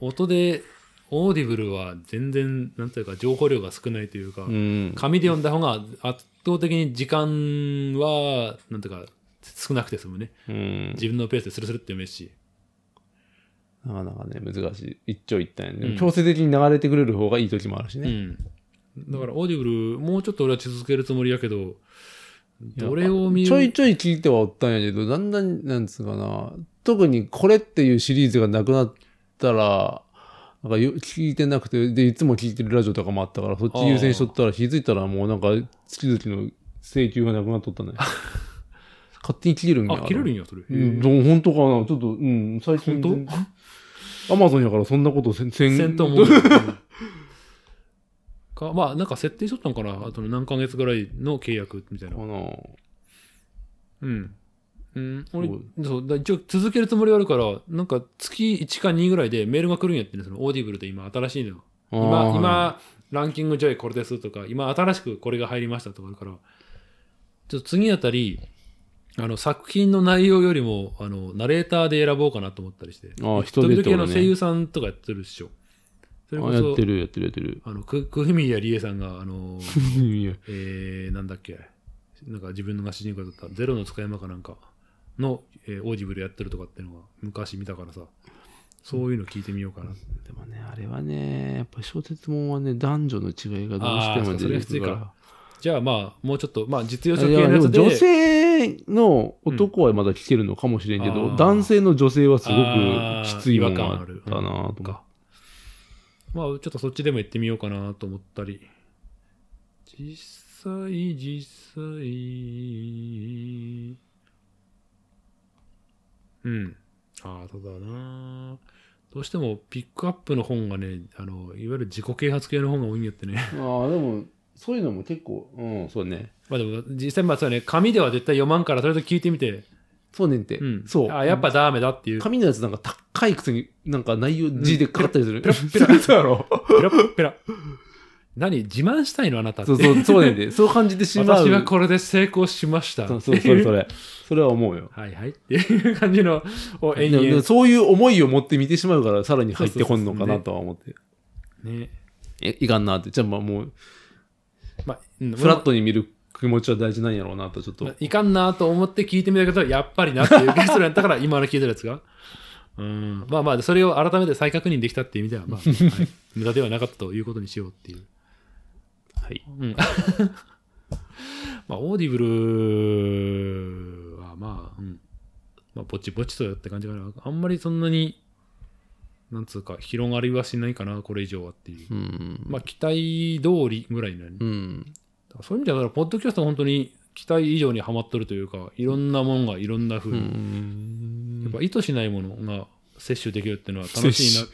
[SPEAKER 1] 音でオーディブルは全然なんというか情報量が少ないというか、
[SPEAKER 2] うん。
[SPEAKER 1] 紙で読んだ方が圧倒的に時間はなんというか少なくて済むね
[SPEAKER 2] うん。
[SPEAKER 1] 自分のペースでスルスルって読めるし
[SPEAKER 2] なかなかね、難しい。一長一短やね。
[SPEAKER 1] うん
[SPEAKER 2] 強制的に流れてくれる方がいい時もあるしね。
[SPEAKER 1] うん、だからオーディブルもうちょっと俺は続けるつもりやけどどれを見る
[SPEAKER 2] ちょいちょい聞いてはおったんやけど、だんだん、なんつうかな、特にこれっていうシリーズがなくなったら、なんかよ聞いてなくて、で、いつも聞いてるラジオとかもあったから、そっち優先しとったら、気づいたらもうなんか、月々の請求がなくなっと ったね。勝手に切れるんや。
[SPEAKER 1] あ切れる
[SPEAKER 2] ん
[SPEAKER 1] んやそれ、
[SPEAKER 2] うん、どう本当かなちょっと、うん、最近
[SPEAKER 1] 本
[SPEAKER 2] 当アマゾンやからそんなことせん、せん
[SPEAKER 1] 戦闘モ ードかまあなんか設定しとったんかなあと何ヶ月ぐらいの契約みたいな
[SPEAKER 2] かな
[SPEAKER 1] うん、うん、俺
[SPEAKER 2] そう
[SPEAKER 1] そうだ一応続けるつもりはあるからなんか月1か2ぐらいでメールが来るんやってねそのオーディブルで今新しいのよ
[SPEAKER 2] あ
[SPEAKER 1] 今
[SPEAKER 2] ー
[SPEAKER 1] 今ランキング上位これですとか今新しくこれが入りましたとかあるからちょっと次あたりあの作品の内容よりもあのナレーターで選ぼうかなと思ったりして
[SPEAKER 2] あー人
[SPEAKER 1] 時
[SPEAKER 2] 出てるね
[SPEAKER 1] 々あの声優さんとかやってるっしょそれこ
[SPEAKER 2] あやっ
[SPEAKER 1] そ
[SPEAKER 2] てる、やってる、やってる。
[SPEAKER 1] あの、く、くふみやりえさんが、あ のー、
[SPEAKER 2] いや
[SPEAKER 1] えー、なんだっけ、なんか自分が主人公だった、ゼロの使い魔かなんかの、えー、オーディブルやってるとかっていうのが昔見たからさ、そういうの聞いてみようかな。
[SPEAKER 2] でもね、あれはね、やっぱ小説もんはね、男女の違いがどうしても出てくるから。
[SPEAKER 1] あじゃあまあ、もうちょっと、まあ実用書
[SPEAKER 2] い
[SPEAKER 1] 系の
[SPEAKER 2] やで
[SPEAKER 1] や
[SPEAKER 2] も
[SPEAKER 1] つで、
[SPEAKER 2] 女性の男はまだ聞けるのかもしれんけど、
[SPEAKER 1] うんあー
[SPEAKER 2] 男性の女性はすご
[SPEAKER 1] あー
[SPEAKER 2] くきついも
[SPEAKER 1] 違
[SPEAKER 2] の
[SPEAKER 1] 和
[SPEAKER 2] が
[SPEAKER 1] 感
[SPEAKER 2] あ
[SPEAKER 1] あ
[SPEAKER 2] っ
[SPEAKER 1] る
[SPEAKER 2] たなと
[SPEAKER 1] か
[SPEAKER 2] か。
[SPEAKER 1] まあちょっとそっちでも行ってみようかなと思ったり、実際、実際、うん。ああ、ただな。どうしてもピックアップの本がね、あの、いわゆる自己啓発系の本が多いんやってね。
[SPEAKER 2] ああ、でも、そういうのも結構、うん、そうね。
[SPEAKER 1] まあでも、実際まあそうね、紙では絶対読まんから、とりあえず聞いてみて、
[SPEAKER 2] そうねんって。
[SPEAKER 1] うん。
[SPEAKER 2] そう。
[SPEAKER 1] あやっぱダメだっていう。
[SPEAKER 2] 紙のやつなんか高いくせに、なんか内容、
[SPEAKER 1] ん
[SPEAKER 2] 字でかかったりする。
[SPEAKER 1] ペラペラ
[SPEAKER 2] そうやろ。
[SPEAKER 1] ペラッペラ。何自慢したいのあなたって。
[SPEAKER 2] そう そう、そうねんで。そう感じてしまう。
[SPEAKER 1] 私はこれで成功しました。
[SPEAKER 2] そうそう、それ それ。それは思うよ。
[SPEAKER 1] はいはいっていう感じのを延
[SPEAKER 2] でもでも
[SPEAKER 1] 々
[SPEAKER 2] そういう思いを持って見てしまうから、さらに入ってこんのかなとは思って。
[SPEAKER 1] ね。
[SPEAKER 2] えいかんなって。じゃあまあもう、
[SPEAKER 1] まあ、うん
[SPEAKER 2] フラットに見る気持ちは大事なんやろうなと、ちょっと。
[SPEAKER 1] まあいかんなと思って聞いてみたけど、やっぱりなっていうゲストだったから、今の聞いてるやつが。うん、まあまあ、それを改めて再確認できたっていう意味では、まあ、はい無駄ではなかったということにしようっていう。
[SPEAKER 2] はい。
[SPEAKER 1] うん、 まあ、オーディブルはまあ、うん、まあ、ぼちぼちとやって感じかな。あんまりそんなに、なんつうか、広がりはしないかな、これ以上はっていう。
[SPEAKER 2] うん。
[SPEAKER 1] まあ、期待通りぐらいになる、
[SPEAKER 2] うん。
[SPEAKER 1] だからそういう意味では、だからポッドキャストは本当に期待以上にはまっとるというか、いろんなもんがいろんな風
[SPEAKER 2] う
[SPEAKER 1] に、
[SPEAKER 2] ん。
[SPEAKER 1] やっぱ意図しない ものが摂取できるっていうのは楽しいな
[SPEAKER 2] 摂。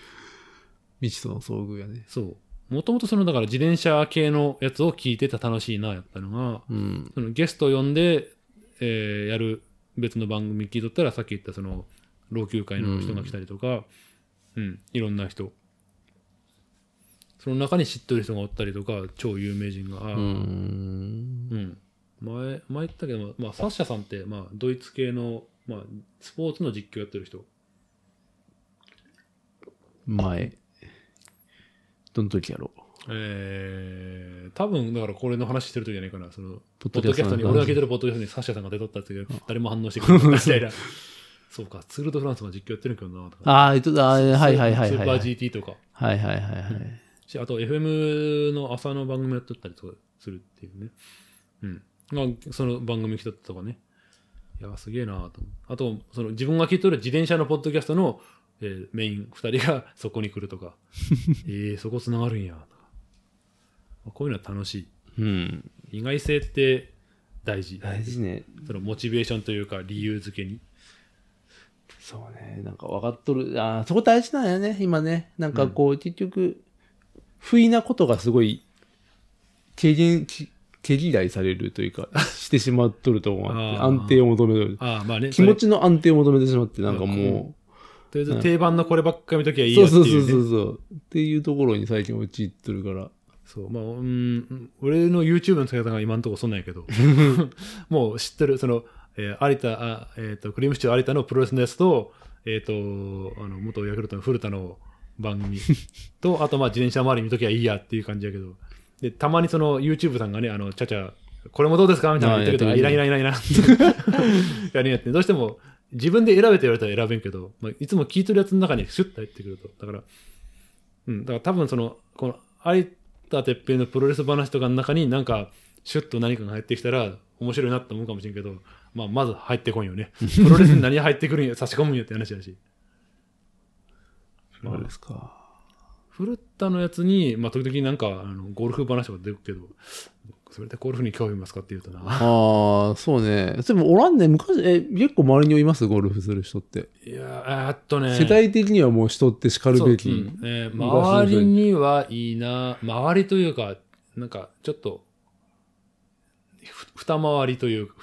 [SPEAKER 2] 未知との遭遇やね。
[SPEAKER 1] そう。もともとその、だから自転車系のやつを聞いてた楽しいな、やったのが、
[SPEAKER 2] うん。
[SPEAKER 1] そのゲストを呼んで、えーやる別の番組聞いとったら、さっき言ったその、老朽会の人が来たりとか、うん、いろんな人。その中に知ってる人がおったりとか、超有名人が、あー
[SPEAKER 2] うん。
[SPEAKER 1] うん、前前言ったけど、まあ、サッシャさんって、まあ、ドイツ系の、まあ、スポーツの実況やってる人
[SPEAKER 2] 前。どの時やろう。
[SPEAKER 1] えー、多分だからこれの話してる時じゃないかなその
[SPEAKER 2] ポッ
[SPEAKER 1] ポッドキャストに
[SPEAKER 2] の
[SPEAKER 1] 俺が聞いてるポッドキャストにサッシャさんが出とったっていう誰も反応してくれないみたいなそうかツール・ド・フランスが実況やってるんけどなとか
[SPEAKER 2] ああ、えっと、あーはいはいはい
[SPEAKER 1] スー
[SPEAKER 2] はい
[SPEAKER 1] パ
[SPEAKER 2] は
[SPEAKER 1] ー
[SPEAKER 2] い。
[SPEAKER 1] GT とか
[SPEAKER 2] はいはいはいはい。
[SPEAKER 1] しあと FM の朝の番組やっとったりとかするっていうねうんまあその番組来とったとかねいやすげえなと思うあとその自分が聞いとる自転車のポッドキャストの、えーメイン2人が そこに来ると かえー、そこつながるんやとかまあこういうのは楽し
[SPEAKER 2] うん。
[SPEAKER 1] い意外性って大事
[SPEAKER 2] 大事ね。
[SPEAKER 1] そのモチベーションというか理由付けに
[SPEAKER 2] そうね。なんか分かっとる。ああ、そこ大事なんやね、今ね。なんかこう、結局、不意なことがすごい、軽減、き毛嫌いされるというか、 してしまっとると思う。
[SPEAKER 1] あー
[SPEAKER 2] 安定を求める。
[SPEAKER 1] ああまあね
[SPEAKER 2] 気持ちの安定を求めてしまって、なんか
[SPEAKER 1] いや
[SPEAKER 2] も、
[SPEAKER 1] それとりあえず定番のこればっか見ときゃいうい
[SPEAKER 2] そ
[SPEAKER 1] よ
[SPEAKER 2] う
[SPEAKER 1] って
[SPEAKER 2] そ
[SPEAKER 1] い
[SPEAKER 2] うそう
[SPEAKER 1] うね
[SPEAKER 2] そうそう。っていうところに最近陥ってるから。
[SPEAKER 1] そう、まあ、うんうん、俺の YouTube の使い方が今のところそんなんやけど、もう知ってる、その、えー有田、あえっ、と、クリームシチュー有田のプロレスのやつと、えっ、と、あの、元ヤクルトの古田の番組と、あと、まあ、自転車周り見ときゃいいやっていう感じやけど、で、たまにその YouTube さんがね、あの、ちゃちゃ、これもどうですかみたいなの言ってるけど、
[SPEAKER 2] あ
[SPEAKER 1] あ
[SPEAKER 2] ー
[SPEAKER 1] いらんい
[SPEAKER 2] やって
[SPEAKER 1] らんいらんいらん って。やるんやって、どうしても、自分で選べと言われたら選べんけど、まあ、いつも聞いてるやつの中にシュッと入ってくると。だから、うん、だから多分その、この、有田哲平のプロレス話とかの中になんか、シュッと何かが入ってきたら、面白いなって思うかもしれんけど、まあ、まず入ってこんよ ね。プロレスに何入ってくるんや、差し込むんやって話だし。まあ
[SPEAKER 2] そうですか。
[SPEAKER 1] 古田のやつに、まあ、時々なんか、あのゴルフ話とか出るけど、それでゴルフに興味ますかって言うとな。
[SPEAKER 2] ああ、そうね。でもおらんね、昔、え、結構周りにおいますゴルフする人って。
[SPEAKER 1] いやー、えーっとね。
[SPEAKER 2] 世代的にはもう人って叱る
[SPEAKER 1] そう
[SPEAKER 2] べき。
[SPEAKER 1] うんえー
[SPEAKER 2] 昔の人
[SPEAKER 1] 周りにはいいな、周りというか、なんかちょっと、ふ二回りというか、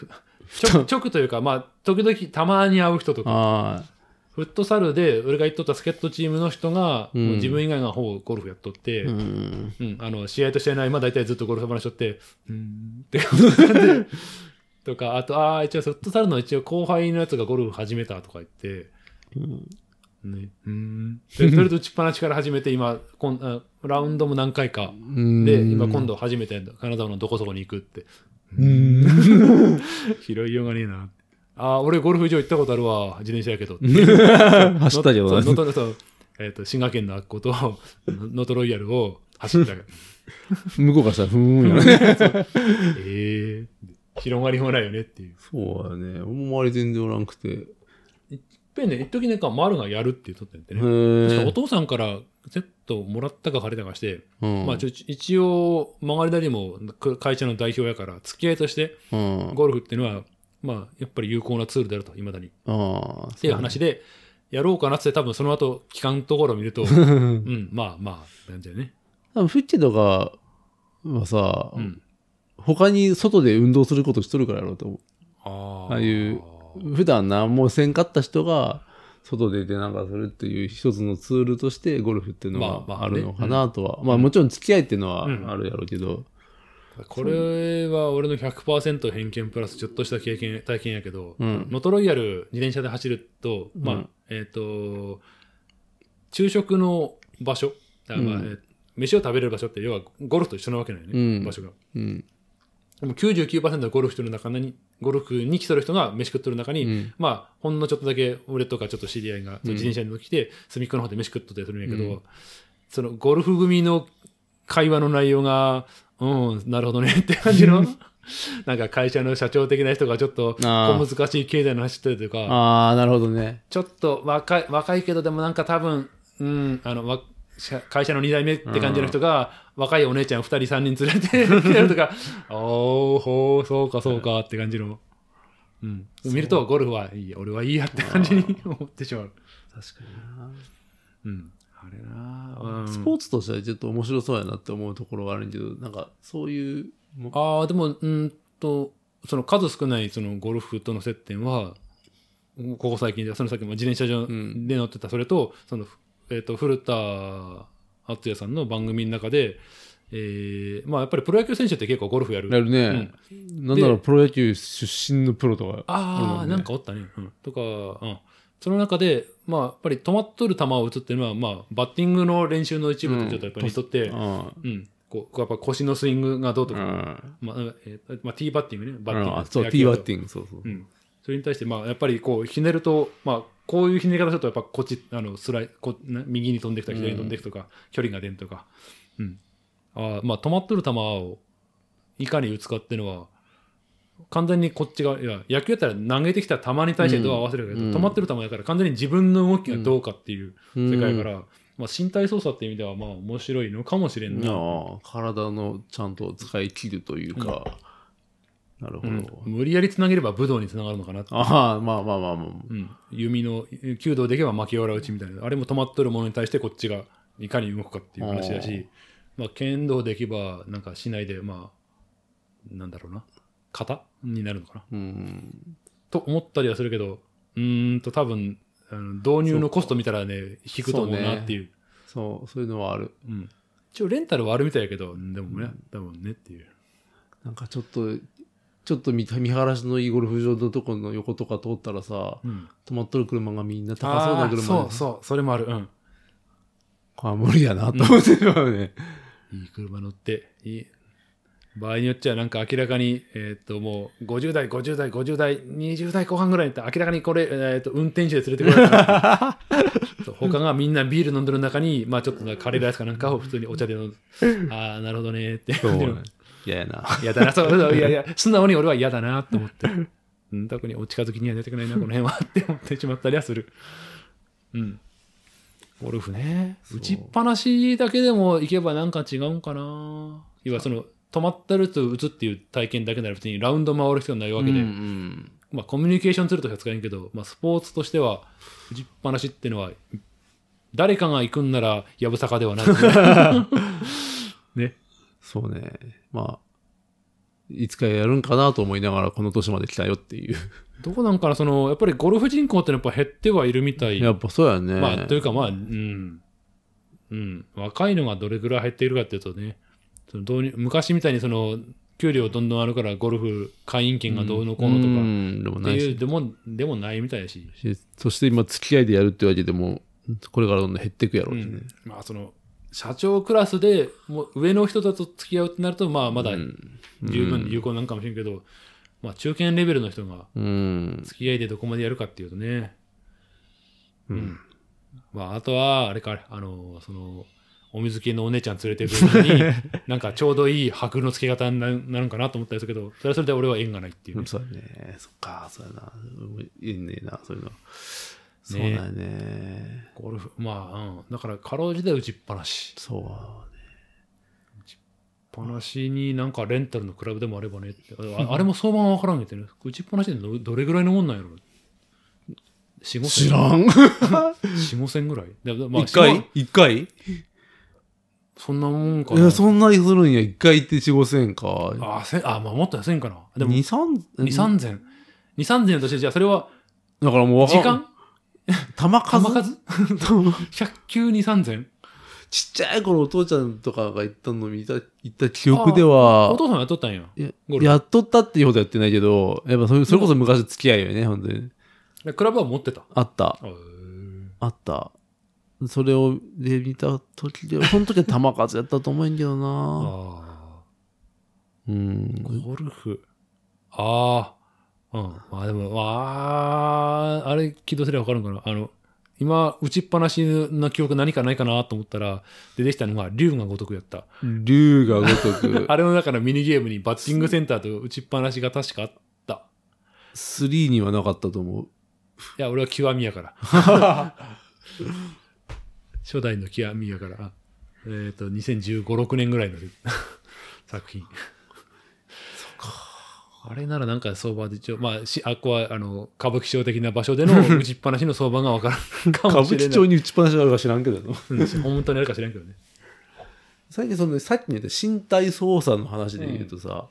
[SPEAKER 1] ふ直直というか、まあ、時々たまに会う人とか、
[SPEAKER 2] あ
[SPEAKER 1] フットサルで、俺が行っとったスケットチームの人が、
[SPEAKER 2] うん
[SPEAKER 1] もう自分以外がほぼゴルフやっとって、
[SPEAKER 2] あ。う
[SPEAKER 1] うん
[SPEAKER 2] ん。
[SPEAKER 1] あの試合と試合の合間、大体ずっとゴルフ話しとって、うーん って感じとか、あと、ああ、一応、フットサルの一応後輩のやつがゴルフ始めたとか言って、ね。うん。でとりあえず打ちっぱなしから始めて、今、こんあラウンドも何回か。
[SPEAKER 2] うん
[SPEAKER 1] で、 今今。度初めて金沢のどこそこに行くって。
[SPEAKER 2] うん。
[SPEAKER 1] 拾いようがねえな。ああ、俺ゴルフ場行ったことあるわ。自転車やけど。
[SPEAKER 2] 走ったけど
[SPEAKER 1] そう
[SPEAKER 2] な
[SPEAKER 1] 能。登そうえっ、と、滋賀県のアッコと、の能登ロイヤルを走った。
[SPEAKER 2] 向こうからしたら、ふーんやね。
[SPEAKER 1] ええ広がりもないよねっていう。
[SPEAKER 2] そうやね。俺も周り全然おらんくて。へ
[SPEAKER 1] ペンね、一時ねか、丸がやるって言っとったんやってね。確かお
[SPEAKER 2] え。
[SPEAKER 1] 父さんからセットをもらったか借りたかして、
[SPEAKER 2] うん
[SPEAKER 1] まあ、ちょ一応、曲がりなりもく会社の代表やから、付き合いとして、
[SPEAKER 2] うん。
[SPEAKER 1] ゴルフっていうのは、まあ、やっぱり有効なツールであると、いまだに。っ
[SPEAKER 2] ああ。って
[SPEAKER 1] いう話で、やろうかなって、多分その後、期間のところを見る と、
[SPEAKER 2] う。
[SPEAKER 1] うんん、まあまあ、なんだよね。
[SPEAKER 2] 多分フッチェとかはさ
[SPEAKER 1] う、ん。
[SPEAKER 2] 他に外で運動することしとるからやろうと思
[SPEAKER 1] あ
[SPEAKER 2] ああいう
[SPEAKER 1] うん
[SPEAKER 2] う。普段何もせんかった人が、外で出なんかするっていう一つのツールとしてゴルフっていうの
[SPEAKER 1] まあま
[SPEAKER 2] が
[SPEAKER 1] あ
[SPEAKER 2] あ
[SPEAKER 1] ね
[SPEAKER 2] るのかなとは。まあもちろん付き合いっていうのは
[SPEAKER 1] うん
[SPEAKER 2] あるやろうけど。
[SPEAKER 1] これは俺の100%偏見プラスちょっとした経験体験やけど、
[SPEAKER 2] う
[SPEAKER 1] ノ
[SPEAKER 2] ん
[SPEAKER 1] トロイヤル自転車で走ると、まあ
[SPEAKER 2] うん
[SPEAKER 1] えっ、と昼食の場所、あまあ
[SPEAKER 2] うん
[SPEAKER 1] えー飯を食べれる場所って要はゴルフと一緒なわけないね、
[SPEAKER 2] うん
[SPEAKER 1] 場所が。
[SPEAKER 2] うん。
[SPEAKER 1] でも99%のゴルフしてる中にゴルフに来てる人が飯食ってる中に、
[SPEAKER 2] うん
[SPEAKER 1] まあ、ほんのちょっとだけ俺とかちょっと知り合いが、自転車に乗ってきて隅っこの方で飯食っとったりするんやけど、
[SPEAKER 2] う
[SPEAKER 1] そのゴルフ組の会話の内容がうんなるほどねって感じ のなんか会社の社長的な人がちょっと
[SPEAKER 2] あー
[SPEAKER 1] 小難しい経済の話してたりとか
[SPEAKER 2] ああ、なるほどね。
[SPEAKER 1] ちょっと若い若いけどでもなんか多分、うん、あのわ社会社の2代目って感じの人が、若いお姉ちゃん2人3人連れて来てるとか おーほーそうかそうかって感じの、うん、見るとゴルフはいいや俺はいいやって感じに思ってしまう、
[SPEAKER 2] 確か
[SPEAKER 1] うん、あれなあ、うん
[SPEAKER 2] スポーツとしてはちょっと面白そうやなって思うところがあるんやけど、なんかそういう、も
[SPEAKER 1] ああ、でも、うーんと、その数少ないそのゴルフとの接点は、ここ最近で、そのさっきも自転車上
[SPEAKER 2] ん
[SPEAKER 1] で乗ってた、それと、その、えっ、と、古田敦也さんの番組の中で、えーまあやっぱりプロ野球選手って結構ゴルフやる。
[SPEAKER 2] やるね、なんだろう、プロ野球出身のプロとか。
[SPEAKER 1] ああ、
[SPEAKER 2] うん
[SPEAKER 1] なんかおったね。うん、とか、うん、その中で、まあ、やっぱり止まっとる球を打つっていうのは、まあ、バッティングの練習の一部とちょっとやっぱり似とって、うん
[SPEAKER 2] うん。
[SPEAKER 1] こうやっぱ腰のスイングがどうと
[SPEAKER 2] う
[SPEAKER 1] か、
[SPEAKER 2] ん。
[SPEAKER 1] まあえーまあ、ティーバッティングね、バッティング。
[SPEAKER 2] あそう、ティーバッ
[SPEAKER 1] ィン
[SPEAKER 2] ティング、そうそう。
[SPEAKER 1] グ。うん、それに対して、まあ、やっぱりこう、ひねると、まあ、こういうひねり方すると、やっぱこっち、あのスライこな右に飛んできた、左に飛んできたとか、距離が出んとか、うんあーまあ、止まっとる球をいかに打つかっていうのは、完全にこっちが、いや、野球やったら投げてきた球に対してどう合わせるかやけど、
[SPEAKER 2] うん
[SPEAKER 1] 止まってる球やから、完全に自分の動きがどうかっていう
[SPEAKER 2] うん
[SPEAKER 1] 世界から、まあ、身体操作っていう意味では、まあ、面白いのかもしれんな。
[SPEAKER 2] ああ体のちゃんと使い切るというか、なるほ
[SPEAKER 1] う
[SPEAKER 2] ど。
[SPEAKER 1] ん無理やりつなげれば武道につながるのかなって
[SPEAKER 2] ああ、まあまあまあまあ。
[SPEAKER 1] うん、弓の弓道でいけば巻きわら打ちみたいなあれも止まっとるものに対してこっちがいかに動くかっていう話だしまあ、剣道でいけばなんかしないでまあなんだろうな型になるのかな
[SPEAKER 2] うん。
[SPEAKER 1] と思ったりはするけどうーんと多分あの導入のコスト見たらね引くと思うなっていう
[SPEAKER 2] そう、そういうのはある。
[SPEAKER 1] うん、一応レンタルはあるみたいやけどうんでもね、多分ねっていう
[SPEAKER 2] なんかちょっと、ちょっと見た見晴らしのいいゴルフ場のとこの横とか通ったらさ、
[SPEAKER 1] うん
[SPEAKER 2] 止まっとる車がみんな高そうな車で
[SPEAKER 1] そうそうそれもあるうん
[SPEAKER 2] これは無理やなと思ってるわよね。
[SPEAKER 1] いい車乗って、いい。場合によっちゃなんか明らかに、えーっと、もう50代、50代、50代、20代後半ぐらいにって明らかにこれ、えーっと、運転手で連れてこられた。 そう他がみんなビール飲んでる中に、まあちょっとなんかカレーライスかなんかを普通にお茶で飲んで、ああ、なるほどねって。
[SPEAKER 2] 嫌やな。
[SPEAKER 1] 嫌だな、そうそう、いやいや、素直に俺は嫌だなと思って。うん、特にお近づきには出てくないな、この辺はって思ってしまったりはする。うん。ゴルフね。
[SPEAKER 2] そう
[SPEAKER 1] 打ちっぱなしだけでも行けばなんか違うんかな。要はその、止まったると打つっていう体験だけなら別にラウンド回る必要ないわけで、
[SPEAKER 2] うん
[SPEAKER 1] まあコミュニケーションツールとしては使えんけど、まあスポーツとしては、打ちっぱなしっていうのは、誰かが行くんなら、やぶさかで はない。ね。
[SPEAKER 2] そうね。まあ、いつかやるんかなと思いながらこの年まで来たよっていう。
[SPEAKER 1] どうなんかな、その、やっぱりゴルフ人口ってのはやっぱ減ってはいるみたい。
[SPEAKER 2] やっぱそうやね。
[SPEAKER 1] まあ、というかまあ、うん。うん。若いのがどれぐらい入っているかっていうとね、その導入昔みたいにその、給料どんどんあるからゴルフ会員権がどうのこうのと
[SPEAKER 2] う
[SPEAKER 1] か
[SPEAKER 2] んでも
[SPEAKER 1] っ
[SPEAKER 2] な
[SPEAKER 1] て
[SPEAKER 2] い
[SPEAKER 1] い
[SPEAKER 2] し
[SPEAKER 1] う、でも、でもないみたいだし、
[SPEAKER 2] しそして今付き合いでやるってわけでもこれからどんどん減っていくやろうしね、
[SPEAKER 1] まあその、社長クラスでもう上の人だと付き合うってなると、まあまだ十分有効なんかもしれんけど、まあ中堅レベルの人が
[SPEAKER 2] うん
[SPEAKER 1] 付き合いでどこまでやるかっていうとね。うん。まあ、あとは、あれか、あの、その、お水系のお姉ちゃん連れてくるの に、なんかちょうどいい箔の付け方にななるんかなと思ったりするけど、それはそれで俺は縁がないっていう
[SPEAKER 2] う
[SPEAKER 1] ね
[SPEAKER 2] ん。そうやねそっかそうやなうんいいねえなそういうの、そうだ
[SPEAKER 1] ね
[SPEAKER 2] よね
[SPEAKER 1] ゴルフ、まあ、うん。だから、かろうじて打ちっぱなし。
[SPEAKER 2] そう
[SPEAKER 1] 打ちっぱなしになんかレンタルのクラブでもあればねってあ あれも相場がわからんけどね。打ちっぱなしでどどれぐらいのもんなんやろ四五
[SPEAKER 2] 知
[SPEAKER 1] 千
[SPEAKER 2] らん
[SPEAKER 1] 四五千ぐらいだだまあ
[SPEAKER 2] 一回
[SPEAKER 1] 四
[SPEAKER 2] 一回
[SPEAKER 1] 五そんなもんか
[SPEAKER 2] い
[SPEAKER 1] な
[SPEAKER 2] や。そんなにするんや一回行って4 5千か
[SPEAKER 1] あ、せあ、まあ、もっと安いんかな。でも、2、
[SPEAKER 2] 二三
[SPEAKER 1] 3千。2、3千として、じゃあそれは、
[SPEAKER 2] だからもうわか
[SPEAKER 1] 時
[SPEAKER 2] ん
[SPEAKER 1] 間
[SPEAKER 2] 玉数
[SPEAKER 1] 玉数 ?100 球2、3千
[SPEAKER 2] ちっちゃい頃お父ちゃんとかが行ったの見た行った記憶では
[SPEAKER 1] お父さんやっとったんや。
[SPEAKER 2] いや
[SPEAKER 1] ゴルフ
[SPEAKER 2] やっとったっていうほどやってないけど、やっぱそれそれこそ昔付き合いよね、本当に。
[SPEAKER 1] でクラブは持ってた。
[SPEAKER 2] あった、
[SPEAKER 1] あ
[SPEAKER 2] あった。それを、で、見た 時で、その時は玉数やったと思うんやけどな
[SPEAKER 1] あ
[SPEAKER 2] うん。
[SPEAKER 1] ー。ゴルフ。ああ。うん。まあでも、ああ、あれ起動すればわかるんかな。あの、今、打ちっぱなしの記憶何かないかなと思ったら、出てきたのが、竜が如くやった。、
[SPEAKER 2] 竜が如く
[SPEAKER 1] あれのだからミニゲームにバッティングセンターと打ちっぱなしが確かあった。
[SPEAKER 2] 3にはなかったと思う。
[SPEAKER 1] いや、俺は極みやから。 初代の極みやから。あえっ、と、2015、6年ぐらいの作品。あれならなんか相場で一応、まあ、しあっこはあの歌舞伎町的な場所での打ちっぱなしの相場がわからんか
[SPEAKER 2] 歌
[SPEAKER 1] も
[SPEAKER 2] 舞
[SPEAKER 1] しれ
[SPEAKER 2] 伎
[SPEAKER 1] ない
[SPEAKER 2] 町。に打ちっぱなしがあるか知らんけどな
[SPEAKER 1] うん本当にあるか知らんけどね。
[SPEAKER 2] 最近そのさっき言った身体操作の話で言うとさ、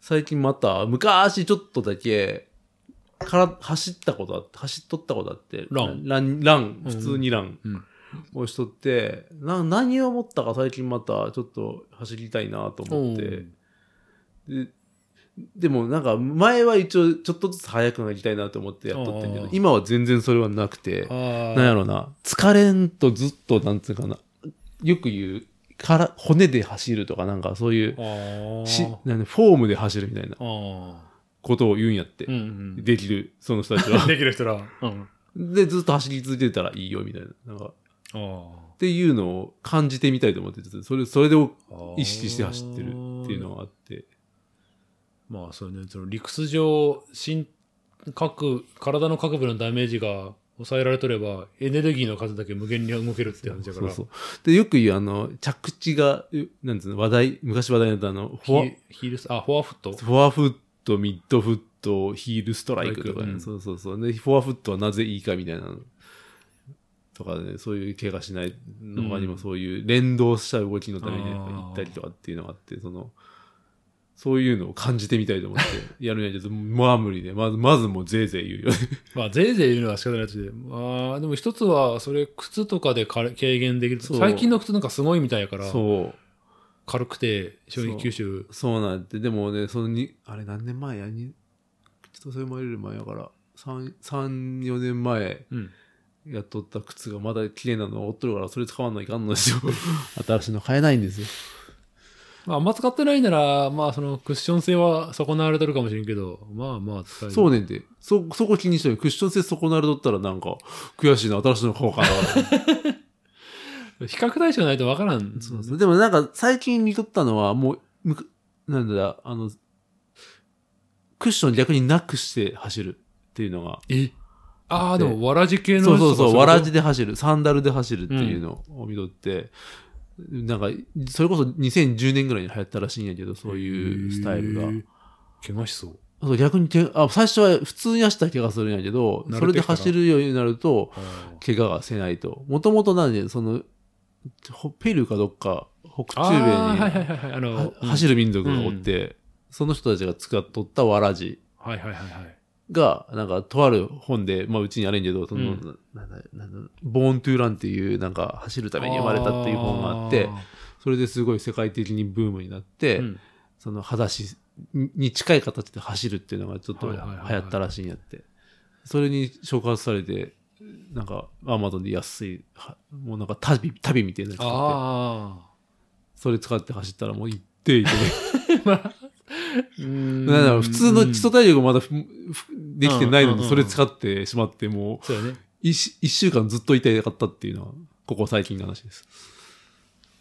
[SPEAKER 2] 最近また昔ちょっとだけから走ったことあって走っとったことあって
[SPEAKER 1] ラン
[SPEAKER 2] ランラン普通にラン
[SPEAKER 1] うん。
[SPEAKER 2] をしとって、な何を思ったか最近またちょっと走りたいなと思ってででもなんか前は一応ちょっとずつ速くなりたいなと思ってやっとった
[SPEAKER 1] お
[SPEAKER 2] け
[SPEAKER 1] うお
[SPEAKER 2] ど
[SPEAKER 1] う
[SPEAKER 2] 今は全然それはなくて
[SPEAKER 1] あ
[SPEAKER 2] なんや
[SPEAKER 1] あ。
[SPEAKER 2] ろな疲れんとずっとなんつうかなよく言うから骨で走るとかなんかそういう
[SPEAKER 1] ああ。
[SPEAKER 2] しなんでフォームで走るみたいな
[SPEAKER 1] ああ。
[SPEAKER 2] ことを言うんやって、
[SPEAKER 1] うんうん。
[SPEAKER 2] できるその人 たちは
[SPEAKER 1] できる人ら。うん。
[SPEAKER 2] でずっと走り続けてたらいいよみたいななんか
[SPEAKER 1] ああ。
[SPEAKER 2] っていうのを感じてみたいと思っててそれそれで意識して走ってるっていう
[SPEAKER 1] は。
[SPEAKER 2] のがあって
[SPEAKER 1] まあ、そうね、その理屈上、身各、体の各部のダメージが抑えられとれば、エネルギーの数だけ無限に動けるって話だから、
[SPEAKER 2] そうそうでよく言うあの着地がうなんつうの話題昔話題になったあのフ
[SPEAKER 1] ヒ
[SPEAKER 2] ォ
[SPEAKER 1] ーヒールス、あ、フォアフット
[SPEAKER 2] アフォアフットミッドフットヒールストライクとか、ね
[SPEAKER 1] うん
[SPEAKER 2] そうそうそうでフォアフットはなぜいいかみたいなのとかねそういう怪我しないの他に
[SPEAKER 1] う
[SPEAKER 2] も
[SPEAKER 1] ん
[SPEAKER 2] そういう連動した動きのためにやっぱ
[SPEAKER 1] あー
[SPEAKER 2] 行ったりとかっていうのがあってそのそういうのを感じてみたいと思ってやるんやけどまあ無理でまずまずもうぜいぜい言うよね
[SPEAKER 1] まあ、ぜいぜい言うのは仕方ないやつで。まあ、でも一つは、それ、靴とかで軽軽減できる。
[SPEAKER 2] そう
[SPEAKER 1] 最近の靴なんかすごいみたいやから、
[SPEAKER 2] そう
[SPEAKER 1] 軽くて、衝撃吸収。
[SPEAKER 2] そうなんやって、でもね、そのに、あれ何年前やに、ちょっとそれ生まれる前やから、3、3 4年前
[SPEAKER 1] うん。
[SPEAKER 2] やっとった靴がまだ綺麗なのを追っとるから、それ使わないかんのですよ。 新しいの買えないんですよ。
[SPEAKER 1] まあ、あんま使ってないなら、まあ、そのクッション性は損なわれてるかもしれんけど、まあまあ使える。
[SPEAKER 2] そうねんて。そ、そこ気にしてる。クッション性損なわれとったらなんか、悔しいな、新しいの買おう かな。
[SPEAKER 1] 比較対象ないとわからん。
[SPEAKER 2] そうそうでもなんか、最近見とったのは、もう、むくなんだ、あの、クッション逆になくして走るっていうのが、
[SPEAKER 1] えああ、でも、わらじ系の
[SPEAKER 2] そうそうそう、わらじ
[SPEAKER 1] で。
[SPEAKER 2] で走る、サンダルで走るっていうのを見とって、なんか、それこそ2010年ぐらいに流行ったらしいんやけど、そういうスタイルが
[SPEAKER 1] へ。ー。怪我しそう。
[SPEAKER 2] そう逆にけあ、最初は普通に走ったら怪我するんやけど、
[SPEAKER 1] 慣れてきたら
[SPEAKER 2] それで走るようになると、
[SPEAKER 1] あ
[SPEAKER 2] 怪我がせないと。もともとなんで、その、ほペルーかどっか、北
[SPEAKER 1] あ
[SPEAKER 2] 中米に、
[SPEAKER 1] ーはいはいはいはい。あの、
[SPEAKER 2] は
[SPEAKER 1] うん
[SPEAKER 2] 走る民族がおって、その人たちが使っとったわらじ
[SPEAKER 1] はいはいはいはい。
[SPEAKER 2] が、なんか、とある本で、まあ、うちにあれんけど、その、
[SPEAKER 1] う
[SPEAKER 2] なんだ、なんだ、ボーントゥーランっていう、なんか、走るために生まれたっていう本があって、それですごい世界的にブームになって、
[SPEAKER 1] あーうん
[SPEAKER 2] その、裸足に近い形で走るっていうのがちょっと
[SPEAKER 1] はい
[SPEAKER 2] 流
[SPEAKER 1] はいはいはい
[SPEAKER 2] 行ったらしいんやって。それに触発されて、なんか、アマゾンで安い、はもうなんか、旅、旅みたいなやつ買って、
[SPEAKER 1] あ
[SPEAKER 2] それ使って走ったらもう行って行って、
[SPEAKER 1] ー。 うん
[SPEAKER 2] なんだろう普通の基礎体力がまだふふできてない
[SPEAKER 1] う
[SPEAKER 2] の
[SPEAKER 1] んうんうんう
[SPEAKER 2] に、
[SPEAKER 1] ん
[SPEAKER 2] それ使ってしまって、もう、
[SPEAKER 1] そうだね。
[SPEAKER 2] 一一週間ずっと痛かったっていうのは、ここ最近の話です。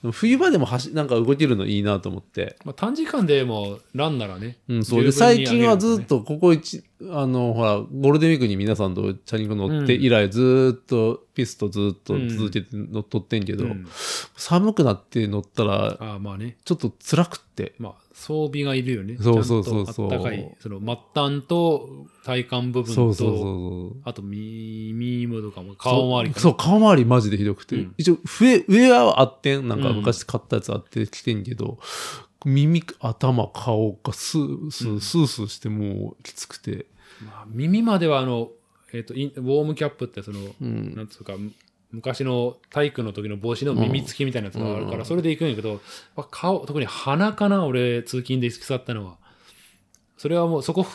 [SPEAKER 2] でも冬場でも走、なんか動けるのいいなと思って。
[SPEAKER 1] まあ、短時間でもランならね。
[SPEAKER 2] うん、そうで、
[SPEAKER 1] 十分に
[SPEAKER 2] 最近はずっと、ここ一、あの、ほら、ゴールデンウィークに皆さんとチャリンコ乗って
[SPEAKER 1] うん
[SPEAKER 2] 以来、ずーっと、ピストずーっと続けて乗っとってんけ
[SPEAKER 1] 上げ
[SPEAKER 2] ど、
[SPEAKER 1] るのね、うん
[SPEAKER 2] 寒くなって乗ったら、
[SPEAKER 1] ああ、まあね。
[SPEAKER 2] ちょっと辛くって。
[SPEAKER 1] まあ、装備がいるよね。
[SPEAKER 2] そうそうそうそう
[SPEAKER 1] ちゃんとあったかい、その末端と体幹部分と、
[SPEAKER 2] そうそうそう。
[SPEAKER 1] あと耳もとかも顔周りか
[SPEAKER 2] そうそう、顔周りマジでひどくて。
[SPEAKER 1] うん
[SPEAKER 2] 一応、上、上はあってん。なんか
[SPEAKER 1] うん
[SPEAKER 2] 昔買ったやつあってきてんけど、耳、頭、顔がスース
[SPEAKER 1] う
[SPEAKER 2] ー、
[SPEAKER 1] ん
[SPEAKER 2] スースーしてもうきつくて。
[SPEAKER 1] まあ、耳まではあの、えっ、とイン、ウォームキャップってその、
[SPEAKER 2] うん。
[SPEAKER 1] なんつうか、む昔の体育の時の帽子の耳付きみたいなやつがあるか
[SPEAKER 2] うんう
[SPEAKER 1] ら、
[SPEAKER 2] ん
[SPEAKER 1] それで行くんやけど、まあ顔、特に鼻かな、俺、通勤で付き去ったのは。それはもう、そこ、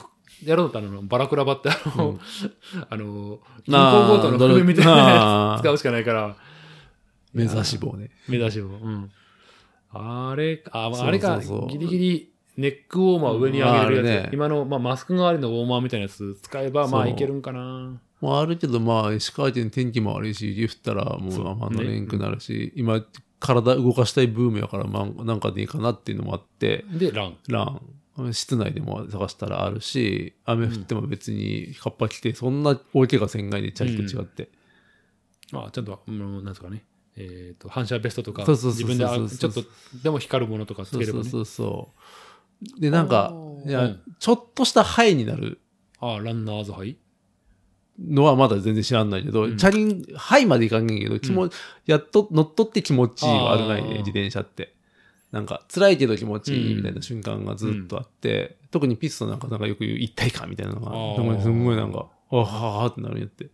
[SPEAKER 1] やろうと思ったの、バラクラバって、あの、
[SPEAKER 2] うん
[SPEAKER 1] あの、銀
[SPEAKER 2] なあ
[SPEAKER 1] 行強盗の壁みたいな
[SPEAKER 2] な
[SPEAKER 1] や
[SPEAKER 2] あ
[SPEAKER 1] つ使うしかないから、
[SPEAKER 2] 目指し棒ね。
[SPEAKER 1] 目出しを。うん。あれ、あ、ま
[SPEAKER 2] そうそうそ
[SPEAKER 1] あ
[SPEAKER 2] う
[SPEAKER 1] あれか、ギリギリ、ネックウォーマーを上に上げれるやつ。
[SPEAKER 2] うんあるね
[SPEAKER 1] 今の、まあ、マスク代わりのウォーマーみたいなやつ使えば、まあ、
[SPEAKER 2] そう
[SPEAKER 1] いけるんかな。
[SPEAKER 2] まあ、あるけど、まあ、石川県天気も悪いし、雪降ったらも
[SPEAKER 1] そう
[SPEAKER 2] うあんま
[SPEAKER 1] ね
[SPEAKER 2] 乗れんくなるし、今、体動かしたいブームやから、まあ、なんかでいいかなっていうのもあって、
[SPEAKER 1] で、ラン。
[SPEAKER 2] ラン。室内でも探したらあるし、雨降っても別にカッパ着て、そんな大怪我せんがいでチャリと違って。
[SPEAKER 1] まあ、ちゃんと、うん、なんとかね、えっ、と、反射ベストとか、
[SPEAKER 2] そうそう
[SPEAKER 1] 自
[SPEAKER 2] そうそ
[SPEAKER 1] 分
[SPEAKER 2] う
[SPEAKER 1] であ、ちょっ
[SPEAKER 2] そ
[SPEAKER 1] と、でも光るものとかつ
[SPEAKER 2] そ
[SPEAKER 1] けれ
[SPEAKER 2] うそ
[SPEAKER 1] ば
[SPEAKER 2] う
[SPEAKER 1] ね。
[SPEAKER 2] そうそう。で、なんか
[SPEAKER 1] お、
[SPEAKER 2] いうや
[SPEAKER 1] ん、
[SPEAKER 2] ちょっとしたハイになる
[SPEAKER 1] ああ、ランナーズハイ
[SPEAKER 2] のはまだ全然知らんないけど、
[SPEAKER 1] うん
[SPEAKER 2] チャリン、ハイまでいかんねんけど、気持ち、やっと、乗っ取って気持ちいいはあるない
[SPEAKER 1] あー
[SPEAKER 2] ね、自転車って。なんか、辛いけど気持ちいいみたいな瞬間がずっとあって、特にピストなんかなんかよく言う一体感みたいなの
[SPEAKER 1] あー
[SPEAKER 2] が、なんかすんごいなんか、あははってなるんやって。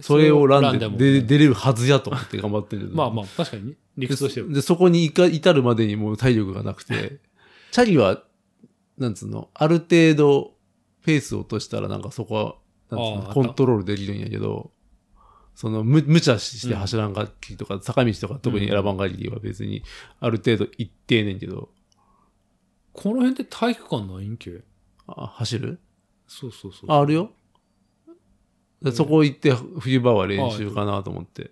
[SPEAKER 2] それをランで
[SPEAKER 1] も
[SPEAKER 2] 出出れるはずやと思って頑張ってるけど。
[SPEAKER 1] まあまあ、確かにね理屈としては。
[SPEAKER 2] で、そこにいか至るまでにもう体力がなく て、チャリは、なんつうの、ある程度、ペースを落としたらなんかそこは、なんつう
[SPEAKER 1] ああ
[SPEAKER 2] の、コントロールできるんやけど、その、む、無茶して走らんかりとか、坂道とか特に選ばんかりは別に、ある程度一定ねんけど、
[SPEAKER 1] この辺って体育館ないんけ
[SPEAKER 2] あ走る
[SPEAKER 1] そうそうそう。
[SPEAKER 2] あ、あるよ。
[SPEAKER 1] うん
[SPEAKER 2] そこ行って、冬場は練習かなと思って。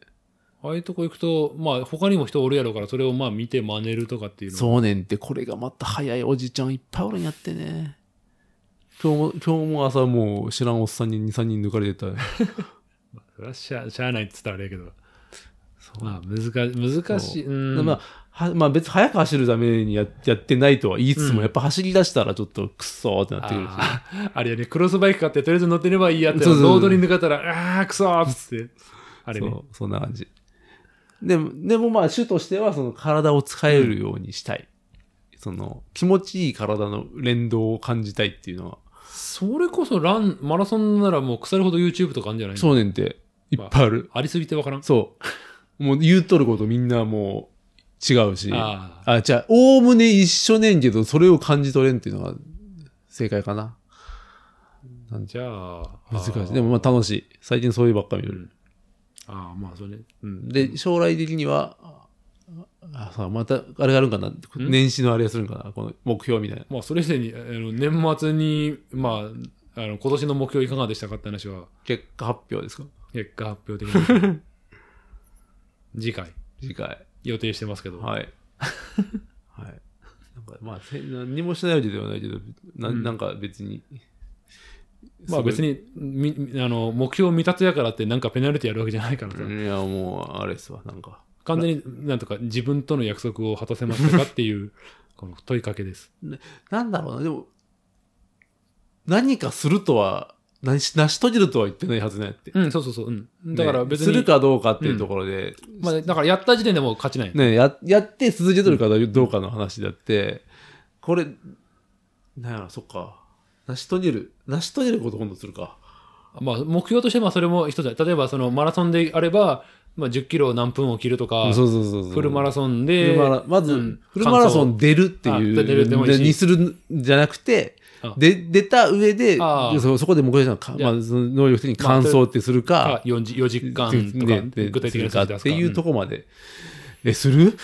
[SPEAKER 1] ああいうとこ行くと、まあ、他にも人おるやろうから、それをまあ見て真似るとかっていうのも
[SPEAKER 2] そうねんって、これがまた早いおじちゃんいっぱいおるんやってね。今日も、今日も朝もう知らんおっさんに2、3人抜かれてた。
[SPEAKER 1] それはしゃしゃあないって言ったらあれやけど。まあ、難難しい。うん。
[SPEAKER 2] まあ、はまあ別に早く走るためにややってないとは言いつつ
[SPEAKER 1] う
[SPEAKER 2] も、
[SPEAKER 1] ん
[SPEAKER 2] やっぱ走り出したらちょっとクッソーってなってくるし。
[SPEAKER 1] あーあれやね、クロスバイク買って、とりあえず乗ってればいいやって、
[SPEAKER 2] そうそうそう
[SPEAKER 1] ロードに抜かれたら、ああ、くそーっつって。あれね。
[SPEAKER 2] そう、そんな感じ。でも、でもまあ主としてはその体を使えるようにしたい。その気持ちいい体の連動を感じたいっていうのは。
[SPEAKER 1] それこそラン、マラソンならもう腐るほど YouTube とかあるんじゃないの
[SPEAKER 2] そうねんって、いっぱいある。
[SPEAKER 1] ありすぎてわからん。
[SPEAKER 2] そう。もう言うとることみんなもう違うし。あ
[SPEAKER 1] ああ。
[SPEAKER 2] じゃあ、おおむね一緒ねんけど、それを感じ取れんっていうのが正解かな。なん
[SPEAKER 1] じゃあ。
[SPEAKER 2] 難し
[SPEAKER 1] あー
[SPEAKER 2] い。でもまあ楽しい。最近そういうばっか見る。
[SPEAKER 1] ああ、まあ、それね。うん。
[SPEAKER 2] で、将来的には、ああさあまた、あれがあるんかな年始のあれがするんかなこの目標みたいな。
[SPEAKER 1] まあ、それ以前に、あの年末に、まあ、あの今年の目標いかがでしたかって話は、
[SPEAKER 2] 結果発表ですか
[SPEAKER 1] 結果発表的 に。次回、
[SPEAKER 2] 次回。
[SPEAKER 1] 予定してますけど。
[SPEAKER 2] はい。はい。なんかまあ、せ何もしないわけではないけど、な
[SPEAKER 1] うん
[SPEAKER 2] なんか別に。
[SPEAKER 1] まあ、別にみみあの、目標未達やからって、なんかペナルティやるわけじゃないからさ。
[SPEAKER 2] いや、もう、あれですわ、なんか。
[SPEAKER 1] 完全になんとか自分との約束を果たせましたかって いう、この問いかけです。
[SPEAKER 2] なんだろうな、でも、何かするとは、何し、成し遂げるとは言ってないはずなんやって。
[SPEAKER 1] うん、そうそうそう。うん、だから
[SPEAKER 2] ね
[SPEAKER 1] 別
[SPEAKER 2] す
[SPEAKER 1] に、
[SPEAKER 2] るかどうかっていうところで、
[SPEAKER 1] まあ、だからやった時点でもう勝ちない。
[SPEAKER 2] ね、や、やって続けてるかどうかの話であって、これ、なんやろ、そっか。成し遂げる。成し遂げることを今度するか。
[SPEAKER 1] まあ、目標としてはそれも一つだ。例えば、そのマラソンであれば、まあ、10キロ何分を切るとか、
[SPEAKER 2] そうそうそうそう。
[SPEAKER 1] フルマラソン
[SPEAKER 2] フ
[SPEAKER 1] で、
[SPEAKER 2] ルマラまず、
[SPEAKER 1] うん
[SPEAKER 2] フルマラソン出るってい
[SPEAKER 1] あ出るでも
[SPEAKER 2] う、
[SPEAKER 1] いいし
[SPEAKER 2] にするんじゃなくて
[SPEAKER 1] あ、
[SPEAKER 2] で出た上で
[SPEAKER 1] あー
[SPEAKER 2] そ、そこで目標じゃんか、
[SPEAKER 1] いや
[SPEAKER 2] まあ、その能力的に完走ってする
[SPEAKER 1] か
[SPEAKER 2] か、
[SPEAKER 1] 4時 ,4 時間
[SPEAKER 2] で
[SPEAKER 1] とか、
[SPEAKER 2] で
[SPEAKER 1] 具体的な
[SPEAKER 2] する
[SPEAKER 1] 数
[SPEAKER 2] か
[SPEAKER 1] 字
[SPEAKER 2] っ
[SPEAKER 1] 出す
[SPEAKER 2] て
[SPEAKER 1] か
[SPEAKER 2] いうと
[SPEAKER 1] ん
[SPEAKER 2] こまで。え、する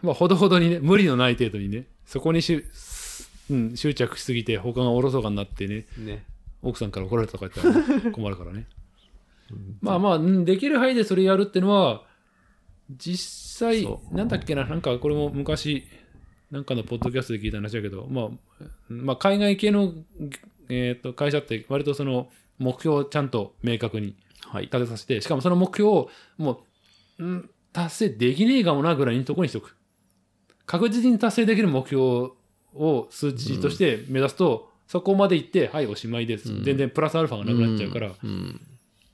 [SPEAKER 1] まあ、ほどほどにね、無理のない程度にね、そこにし、うん、執着しすぎて、他がおろそかになってね、
[SPEAKER 2] ね。
[SPEAKER 1] 奥さんから怒られたとか言った ら困るからね。まあまあ、うんできる範囲でそれやるってのは、実際
[SPEAKER 2] そ、
[SPEAKER 1] なんだっけな、なんかこれも昔、なんかのポッドキャストで聞いた話だけど、まあ、まあ、海外系の、えー、と会社って、割とその目標をちゃんと明確に
[SPEAKER 2] はい。
[SPEAKER 1] 立てさせて、しかもその目標をもう、ん達成できねえかもなぐらいのところにしとく。確実に達成できる目標を数値として目指すと、そこまで行って、はい、おしまいです。
[SPEAKER 2] うん
[SPEAKER 1] 全然プラスアルファがなくなっちゃうから、
[SPEAKER 2] うん。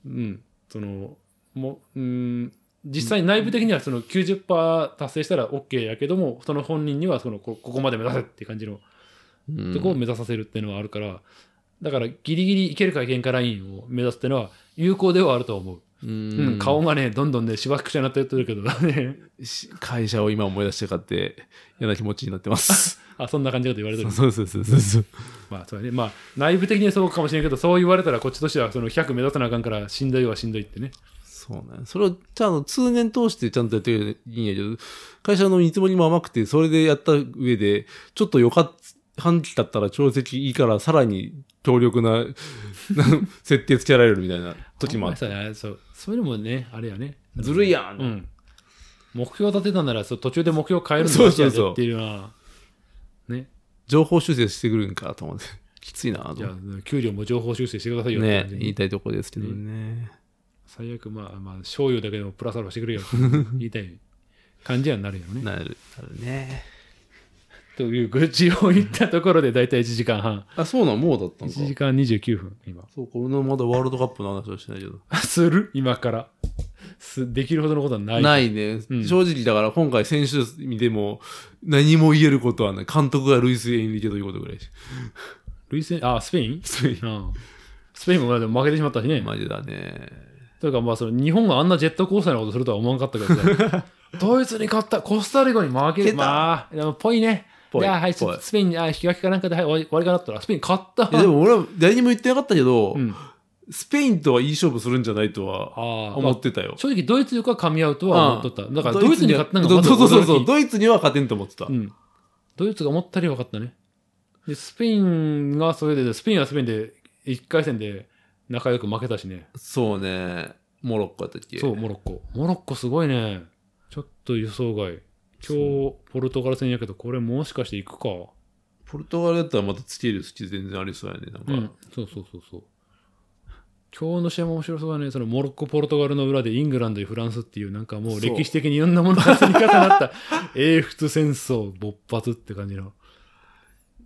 [SPEAKER 1] うん、その、もう、うん、実際内部的にはその90%達成したら OK やけども、その本人にはそのこここまで目指せって感じの
[SPEAKER 2] うん
[SPEAKER 1] とこを目指させるっていうのはあるから、だからギリギリいけるかいけんかラインを目指すっていうのは有効ではあると思う。
[SPEAKER 2] う
[SPEAKER 1] うん、
[SPEAKER 2] ん
[SPEAKER 1] 顔がね、どんどんね、しばくちゃになってってるけどね。
[SPEAKER 2] し会社を今思い出してかって嫌な気持ちになってます。
[SPEAKER 1] あ、そんな感じのこと言われて
[SPEAKER 2] そ
[SPEAKER 1] る
[SPEAKER 2] う。そうそうそうそう。
[SPEAKER 1] まあ、そうだね。まあ、内部的にはそうかもしれんけど、そう言われたら、こっちとしては、その100目指さなあかんから、しんどいはしんどいってね。
[SPEAKER 2] そうね。それをちゃんと通年通してちゃんとやってるいいんやけど、会社の見積もりも甘くて、それでやった上で、ちょっとよかっ半期だったら調節いいから、さらに強力なな設定つけられるみたいな時もあ
[SPEAKER 1] ま あ、
[SPEAKER 2] っ
[SPEAKER 1] そ
[SPEAKER 2] た。
[SPEAKER 1] うだねそうそういうのもね、あれやね。
[SPEAKER 2] ずるいやん。
[SPEAKER 1] うん。目標立てたなら、そう途中で目標変えるの
[SPEAKER 2] そう
[SPEAKER 1] も
[SPEAKER 2] そうそう
[SPEAKER 1] っていうのは、ね。
[SPEAKER 2] 情報修正してくるんかと思って。 きついなと
[SPEAKER 1] じ
[SPEAKER 2] 思
[SPEAKER 1] ゃ
[SPEAKER 2] っ
[SPEAKER 1] あ、給料も情報修正してくださいよ
[SPEAKER 2] て。
[SPEAKER 1] って
[SPEAKER 2] ね
[SPEAKER 1] 感じ
[SPEAKER 2] 言いたいとこですけどね。
[SPEAKER 1] 最悪、まあ、まあ、賞与だけでもプ ラスアルファしてくれよ。言いたい感じにはなるよね。
[SPEAKER 2] なる、なるね。
[SPEAKER 1] という愚痴を言ったところで、だいたい1時間半。
[SPEAKER 2] あ、そうなん、もうだったのか。
[SPEAKER 1] 1時間29分、今。
[SPEAKER 2] そうか、俺のまだワールドカップの話はしてないけど。
[SPEAKER 1] する今から。す、できるほどのことはない。
[SPEAKER 2] ないね、
[SPEAKER 1] ん
[SPEAKER 2] 正直だから今回選手見ても何も言えることはない。監督がルイス・エンリケということぐらいし。
[SPEAKER 1] ルイスあ、スペイン
[SPEAKER 2] スペイン
[SPEAKER 1] うんスペインもまあでも負けてしまったしね。
[SPEAKER 2] マジだね。
[SPEAKER 1] というか、まあ、その日本があんなジェットコースターのことするとは思わなかったけど さドイツに勝った、コスタリカに負け
[SPEAKER 2] け
[SPEAKER 1] る。
[SPEAKER 2] た
[SPEAKER 1] まあ、でもぽいね。
[SPEAKER 2] ぽい
[SPEAKER 1] じゃあはい、
[SPEAKER 2] ぽい
[SPEAKER 1] スペインにあ引き分けかなんかで、はい、終わり終わりかなったら、スペイン勝った。
[SPEAKER 2] いやでも俺は誰にも言ってなかったけど、
[SPEAKER 1] うん
[SPEAKER 2] スペインとはいい勝負するんじゃないと
[SPEAKER 1] あ
[SPEAKER 2] は
[SPEAKER 1] ー
[SPEAKER 2] 思ってたよ。
[SPEAKER 1] 正直ドイツよくは噛み合うとは思っとった。だからドイツに勝ったのが
[SPEAKER 2] ドイ
[SPEAKER 1] ま
[SPEAKER 2] ツ
[SPEAKER 1] ず
[SPEAKER 2] はそうそうそうそ
[SPEAKER 1] 驚
[SPEAKER 2] う、
[SPEAKER 1] き
[SPEAKER 2] ドイツには勝てんと思ってた。
[SPEAKER 1] うん。ドイツが思ったより分かったね。で、スペインがそれで、スペインはスペインで1回戦で仲良く負けたしね。
[SPEAKER 2] そうね。モロッコやったっけ
[SPEAKER 1] そう、モロッコ。モロッコすごいね。ちょっと予想外。今日、ポルトガル戦やけど、これもしかして行くか。
[SPEAKER 2] ポルトガルだったらまたつける隙全然ありそうやね。なんか、
[SPEAKER 1] うん。そうそうそうそう。今日の試合も面白そうだね。そのモロッコ、ポルトガルの裏でイングランドやフランスっていう、なんかもう
[SPEAKER 2] そう
[SPEAKER 1] 歴史的にいろんなものが積み重な った、英仏戦争勃発って感じの。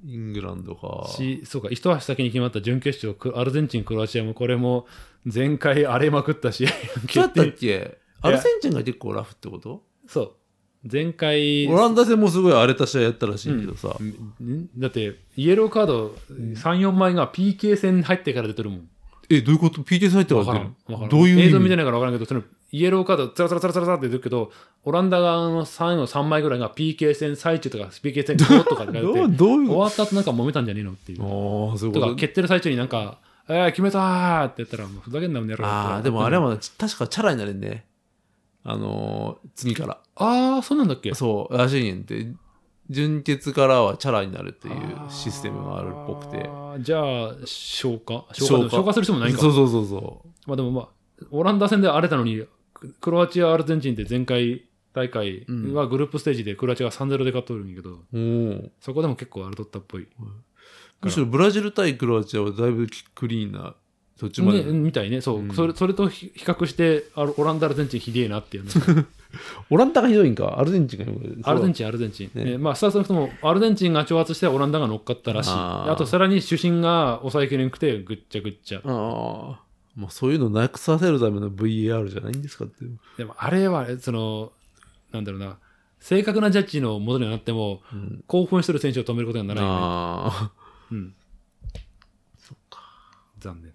[SPEAKER 2] イングランドか。
[SPEAKER 1] し、そうか、一足先に決まった準決勝、クアルゼンチン、クロアチアもこれも前回荒れまくった試合を
[SPEAKER 2] そうや
[SPEAKER 1] 決
[SPEAKER 2] ったっ
[SPEAKER 1] 定。
[SPEAKER 2] けアルゼンチンが結構ラフってこと
[SPEAKER 1] そう。前回、
[SPEAKER 2] オランダ戦もすごい荒れた試合やったらしいけどさ。
[SPEAKER 1] んだって、イエローカード3、4枚が PK 戦に入ってから出てるもん。
[SPEAKER 2] え、どういうこと ?PK サイト
[SPEAKER 1] わ
[SPEAKER 2] が
[SPEAKER 1] か
[SPEAKER 2] 出
[SPEAKER 1] ら
[SPEAKER 2] る
[SPEAKER 1] ん。わからん
[SPEAKER 2] どういう意味
[SPEAKER 1] 映像見てないからわからんけど、そのイエローカード、つらつらつらつらつらって出てるけど、オランダ側の3の3枚ぐらいが PK 戦最中とか、PK 戦後とかって書いて
[SPEAKER 2] ど
[SPEAKER 1] て
[SPEAKER 2] うどういう
[SPEAKER 1] 終わった後なんか揉めたんじゃねえのっていう。
[SPEAKER 2] ああ、そういう
[SPEAKER 1] と
[SPEAKER 2] こ
[SPEAKER 1] か、
[SPEAKER 2] と。
[SPEAKER 1] 蹴ってる最中になんか、えー、決めたーって言ったら、もうふざけんなもんねやろ
[SPEAKER 2] ああ、でもあれはまだ確かチャラになれんね。あのー、次から。
[SPEAKER 1] ああ、そうなんだっけ
[SPEAKER 2] そう、らしいねんって。純潔からはチャラになるっていうシステムがあるっぽくて。
[SPEAKER 1] あーじゃあ、消化消
[SPEAKER 2] 消
[SPEAKER 1] 化
[SPEAKER 2] 化
[SPEAKER 1] 消化する人もないんか。
[SPEAKER 2] そうそうそうそう。
[SPEAKER 1] まあでもまあ、オランダ戦で荒れたのに、ククロアチア、アルゼンチンって前回大会はグループステージでクロアチアが3-0で勝っとるんやけど、
[SPEAKER 2] おー
[SPEAKER 1] そこでも結構荒れとったっぽい。
[SPEAKER 2] むしろブラジル対クロアチアはだいぶクリーンな途中ま
[SPEAKER 1] ね、
[SPEAKER 2] で、
[SPEAKER 1] みたいね。そう。
[SPEAKER 2] うん
[SPEAKER 1] それそれとひ比較して、あオランダ、アルゼンチンひでえなっていう ね。
[SPEAKER 2] オランダがひどいんかアルゼンチンがひどい
[SPEAKER 1] アルゼン
[SPEAKER 2] チ
[SPEAKER 1] チン、アルゼンチン。
[SPEAKER 2] ね
[SPEAKER 1] ねまあ、少なくとも、アルゼンチンが挑発してオランダが乗っかったらしい。
[SPEAKER 2] あ
[SPEAKER 1] あ
[SPEAKER 2] ー
[SPEAKER 1] と、さらに主審が抑えきれんくて、ぐっちゃぐっちゃ。
[SPEAKER 2] ああまあそういうのなくさせるための VAR じゃないんですかっていう、
[SPEAKER 1] でもあれはそのなんだろうな正確なジャッジの元にはなっても
[SPEAKER 2] うん、
[SPEAKER 1] 興奮してる選手を止めることにはならないよね、
[SPEAKER 2] ああ
[SPEAKER 1] うん、そっか残念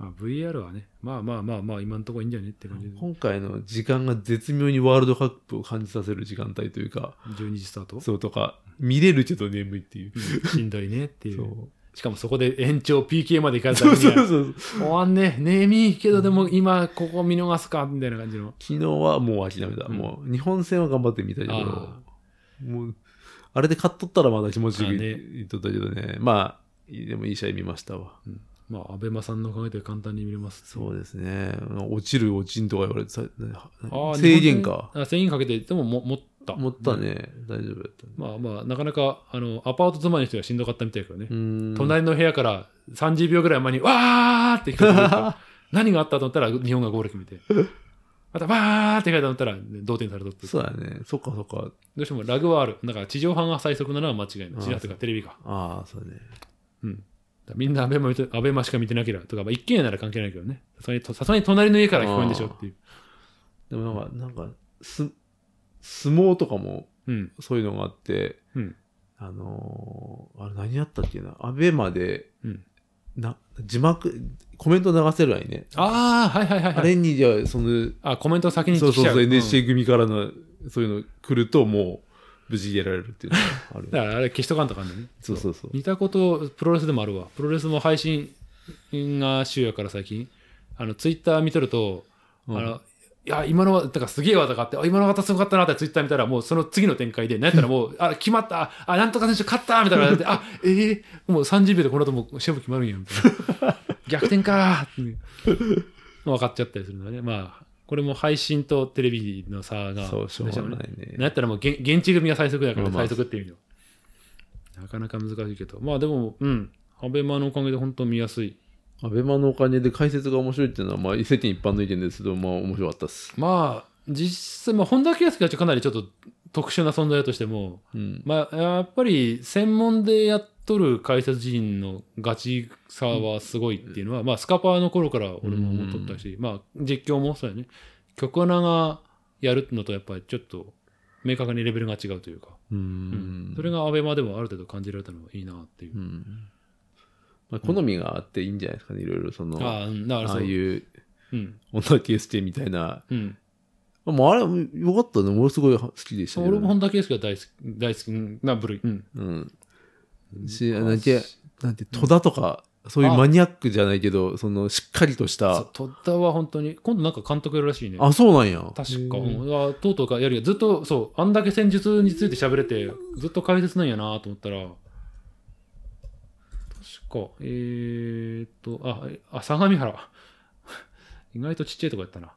[SPEAKER 1] あ VR はねまあまあまあまあ今のところいいんじゃねって感じで
[SPEAKER 2] 今回の時間が絶妙にワールドカップを感じさせる時間帯というか
[SPEAKER 1] 12時スタート
[SPEAKER 2] そうとか見れるけど眠いっていう
[SPEAKER 1] うんしんどいねってい
[SPEAKER 2] そう
[SPEAKER 1] うしかもそこで延長 PK までいかれた
[SPEAKER 2] そ
[SPEAKER 1] ら
[SPEAKER 2] うそうそうそう
[SPEAKER 1] 終わんねねえみーけどでも今ここ見逃すかみたいな感じの
[SPEAKER 2] 昨日はもう諦めた、
[SPEAKER 1] うん
[SPEAKER 2] もう日本戦は頑張ってみたけど
[SPEAKER 1] あ
[SPEAKER 2] もうあれで勝っとったらまだ気持ちよ
[SPEAKER 1] あ
[SPEAKER 2] く
[SPEAKER 1] ね
[SPEAKER 2] いっとったけどねまあでもいい試合見ましたわ
[SPEAKER 1] まあ安倍マさんのおかげで簡単に見れます
[SPEAKER 2] そうですね落ちる落ちんとか言われてさ
[SPEAKER 1] あー
[SPEAKER 2] 制限か
[SPEAKER 1] 日本戦あ制限かけてでもも持った
[SPEAKER 2] 持ったね、大丈夫だったね
[SPEAKER 1] まあまあ、なかなか、あの、アパート妻の人がしんどかったみたいだけどね
[SPEAKER 2] う。ーん
[SPEAKER 1] 隣の部屋から30秒ぐらい前に、わーって聞こえてくるか ら、何があったと思ったら、日本がゴール決めて。また、わーって書いてと思ったら、ね同点されたっていう。
[SPEAKER 2] そうだねそっかそっか
[SPEAKER 1] どうしてもラグはある。だから、地上波が最速なのは間違いない。
[SPEAKER 2] ああ
[SPEAKER 1] 地上波というか、テレビか。だか
[SPEAKER 2] ああそうね
[SPEAKER 1] らみんなアベマ見て、アベマしか見てなければとか、まあ、一軒家なら関係ないけどね。さすがに、さすがに隣の家から聞こえんでしょっていう。
[SPEAKER 2] でもなんかなんかす相撲とかも
[SPEAKER 1] うん。
[SPEAKER 2] そういうのがあって、
[SPEAKER 1] うん
[SPEAKER 2] あのーあれ何やったっけなアベマで、
[SPEAKER 1] うん
[SPEAKER 2] な字幕コメント流せるわいね
[SPEAKER 1] ああ、はいはいはい、
[SPEAKER 2] あ
[SPEAKER 1] はい。
[SPEAKER 2] れにじゃあその
[SPEAKER 1] あ、コメントを先に
[SPEAKER 2] そ
[SPEAKER 1] 聞
[SPEAKER 2] う
[SPEAKER 1] き
[SPEAKER 2] そう
[SPEAKER 1] ちゃ。
[SPEAKER 2] そうう
[SPEAKER 1] うん
[SPEAKER 2] NHK 組からのそういうの来るともう無事入れられるっていうのが ある
[SPEAKER 1] だから、あれ消しとかんとかんだね。
[SPEAKER 2] そうそうそう
[SPEAKER 1] 似たことプロレスでもあるわプロレスも配信が週やから最近あのツイッター見てると、
[SPEAKER 2] うん
[SPEAKER 1] あのいや今のはだからすげえわとかってあ今の方すごかったなってツイッター見たらもうその次の展開でなんやったらもうあ決まったあなんとか選手勝ったみたいなのであえー、もう30秒でこの後もう勝負決まるんやみたい な逆転かーって分かっちゃったりするのねまあこれも配信とテレビの差が
[SPEAKER 2] そうしょうがない
[SPEAKER 1] な
[SPEAKER 2] ね
[SPEAKER 1] んやったらもう現現地組が最速だから
[SPEAKER 2] まあま
[SPEAKER 1] 最
[SPEAKER 2] あ
[SPEAKER 1] 速っていう意味ではなかなか難しいけど、まあでも、うん、アベマのおかげで本当見やすい。
[SPEAKER 2] アベマのお金で解説が面白いっていうのは、まあ、世間一般の意見ですけど、まあ、面白かったっす。
[SPEAKER 1] まあ、実際、まあ、本田圭佑はかなりちょっと特殊な存在だとしても、
[SPEAKER 2] うん。
[SPEAKER 1] まあ、やっぱり専門でやっとる解説人のガチさはすごいっていうのは、まあ、スカパーの頃から俺も思っとったし、まあ、実況もそうやね。曲穴がやるのとやっぱりちょっと明確にレベルが違うというか、
[SPEAKER 2] う
[SPEAKER 1] うん
[SPEAKER 2] ん。
[SPEAKER 1] それがアベマでもある程度感じられたのはいいなっていう
[SPEAKER 2] う。ん。まあ、好みがあっていいんじゃないですかね、いろいろその、
[SPEAKER 1] あ
[SPEAKER 2] あ
[SPEAKER 1] あ、うんだから
[SPEAKER 2] あ
[SPEAKER 1] そう。
[SPEAKER 2] いう
[SPEAKER 1] う
[SPEAKER 2] う、
[SPEAKER 1] ん。
[SPEAKER 2] 女系ステみたいな。
[SPEAKER 1] うん。
[SPEAKER 2] まあ、あれ、よかったね。俺すごい好きでしたね。
[SPEAKER 1] 俺も本田圭佑が大好き、大好きな部類。うん。
[SPEAKER 2] うん。し、なんて、なんて、戸田とか、そういうマニアックじゃないけど、その、しっかりとし
[SPEAKER 1] そう
[SPEAKER 2] た。
[SPEAKER 1] 戸田は本当に、今度なんか監督やるらしいね。
[SPEAKER 2] あ、そうなんや。
[SPEAKER 1] 確か、
[SPEAKER 2] へ
[SPEAKER 1] う
[SPEAKER 2] ー
[SPEAKER 1] んあとうとうかやるよずっとそうあんだけ戦術について喋れてずっと解説なんやなと思ったら確かえー、っとあえあ相模原 意外とちっちゃいとこやった な、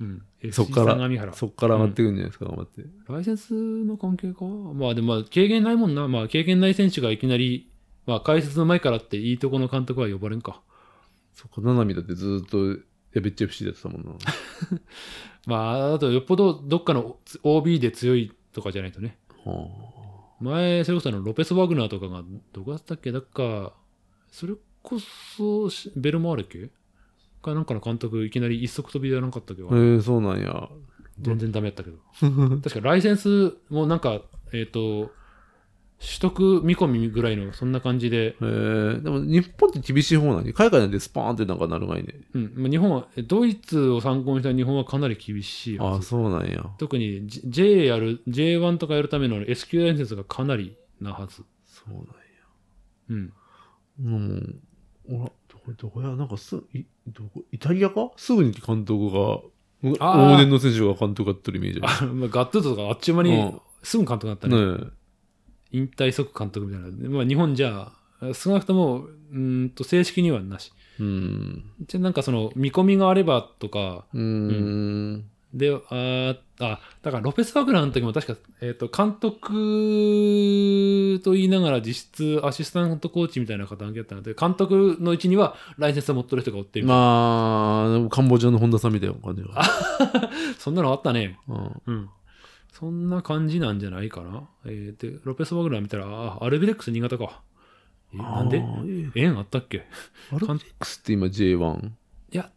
[SPEAKER 1] うん、
[SPEAKER 2] そっから
[SPEAKER 1] FC 相模原
[SPEAKER 2] そっから上がってくるんじゃないですか、頑張って。
[SPEAKER 1] ライセンスの関係かまあでもまあ経験ないもんなまあ経験ない選手がいきなりまあ解説の前からっていいとこの監督は呼ばれんか
[SPEAKER 2] そっか、ななみだってずっと、やべっちゃ FC だってたもんな。
[SPEAKER 1] まああとよっぽどどっかの OB で強いとかじゃないとね
[SPEAKER 2] は
[SPEAKER 1] 前、それこそあのロペス・ワグナーとかが、どこだったっけだっか、それこそし、ベルマーレ系かなんかの監督、いきなり一足飛びじゃなかったっけど
[SPEAKER 2] あ、へえそうなんや。
[SPEAKER 1] 全然ダメやったけど。確かライセンスもなんか、えっ、と、取得見込みぐらいの、そんな感じで、
[SPEAKER 2] えー、でも日本って厳しい方なんで、海外なんてスパーンってなんかなるがいね。
[SPEAKER 1] うん、まあ日本は、えドイツを参考にした日本はかなり厳しいは
[SPEAKER 2] あ
[SPEAKER 1] ず
[SPEAKER 2] あ、そうなんや。
[SPEAKER 1] 特に J- J やる、J1 とかやるための SQ ライセンスがかなりなはず。
[SPEAKER 2] そうなんや。
[SPEAKER 1] うん。
[SPEAKER 2] うん。ほら、どこ、どこや、なんかす、い、どこ、イタリアかすぐに監督が、う
[SPEAKER 1] あー
[SPEAKER 2] 往年の選手が監督やってるイメージある。
[SPEAKER 1] あまあガッツーとかあっちゅう間
[SPEAKER 2] う
[SPEAKER 1] に
[SPEAKER 2] ん、
[SPEAKER 1] すぐ監督になったね。
[SPEAKER 2] ね
[SPEAKER 1] 引退即監督みたいな、まあ、日本じゃ少なくともうーんと正式にはなし
[SPEAKER 2] え。うん。
[SPEAKER 1] じゃなんかその見込みがあればとか
[SPEAKER 2] うーん。
[SPEAKER 1] であーあだからロペス・ワグナーの時も確か、えー、と監督と言いながら実質アシスタントコーチみたいな方やったので監督の位置にはライセンスを持ってる人がおってみたいな
[SPEAKER 2] まあ、でもカンボジアの本田さんみたいな感じが。
[SPEAKER 1] そんなの あったね
[SPEAKER 2] うん。
[SPEAKER 1] うんそんな感じなんじゃないかな、えー、でロペス・ワグナー見たらあアルビレックス新潟かえなんで
[SPEAKER 2] あーえ
[SPEAKER 1] 縁あったっけ
[SPEAKER 2] アルビレックスって今 J1?
[SPEAKER 1] いや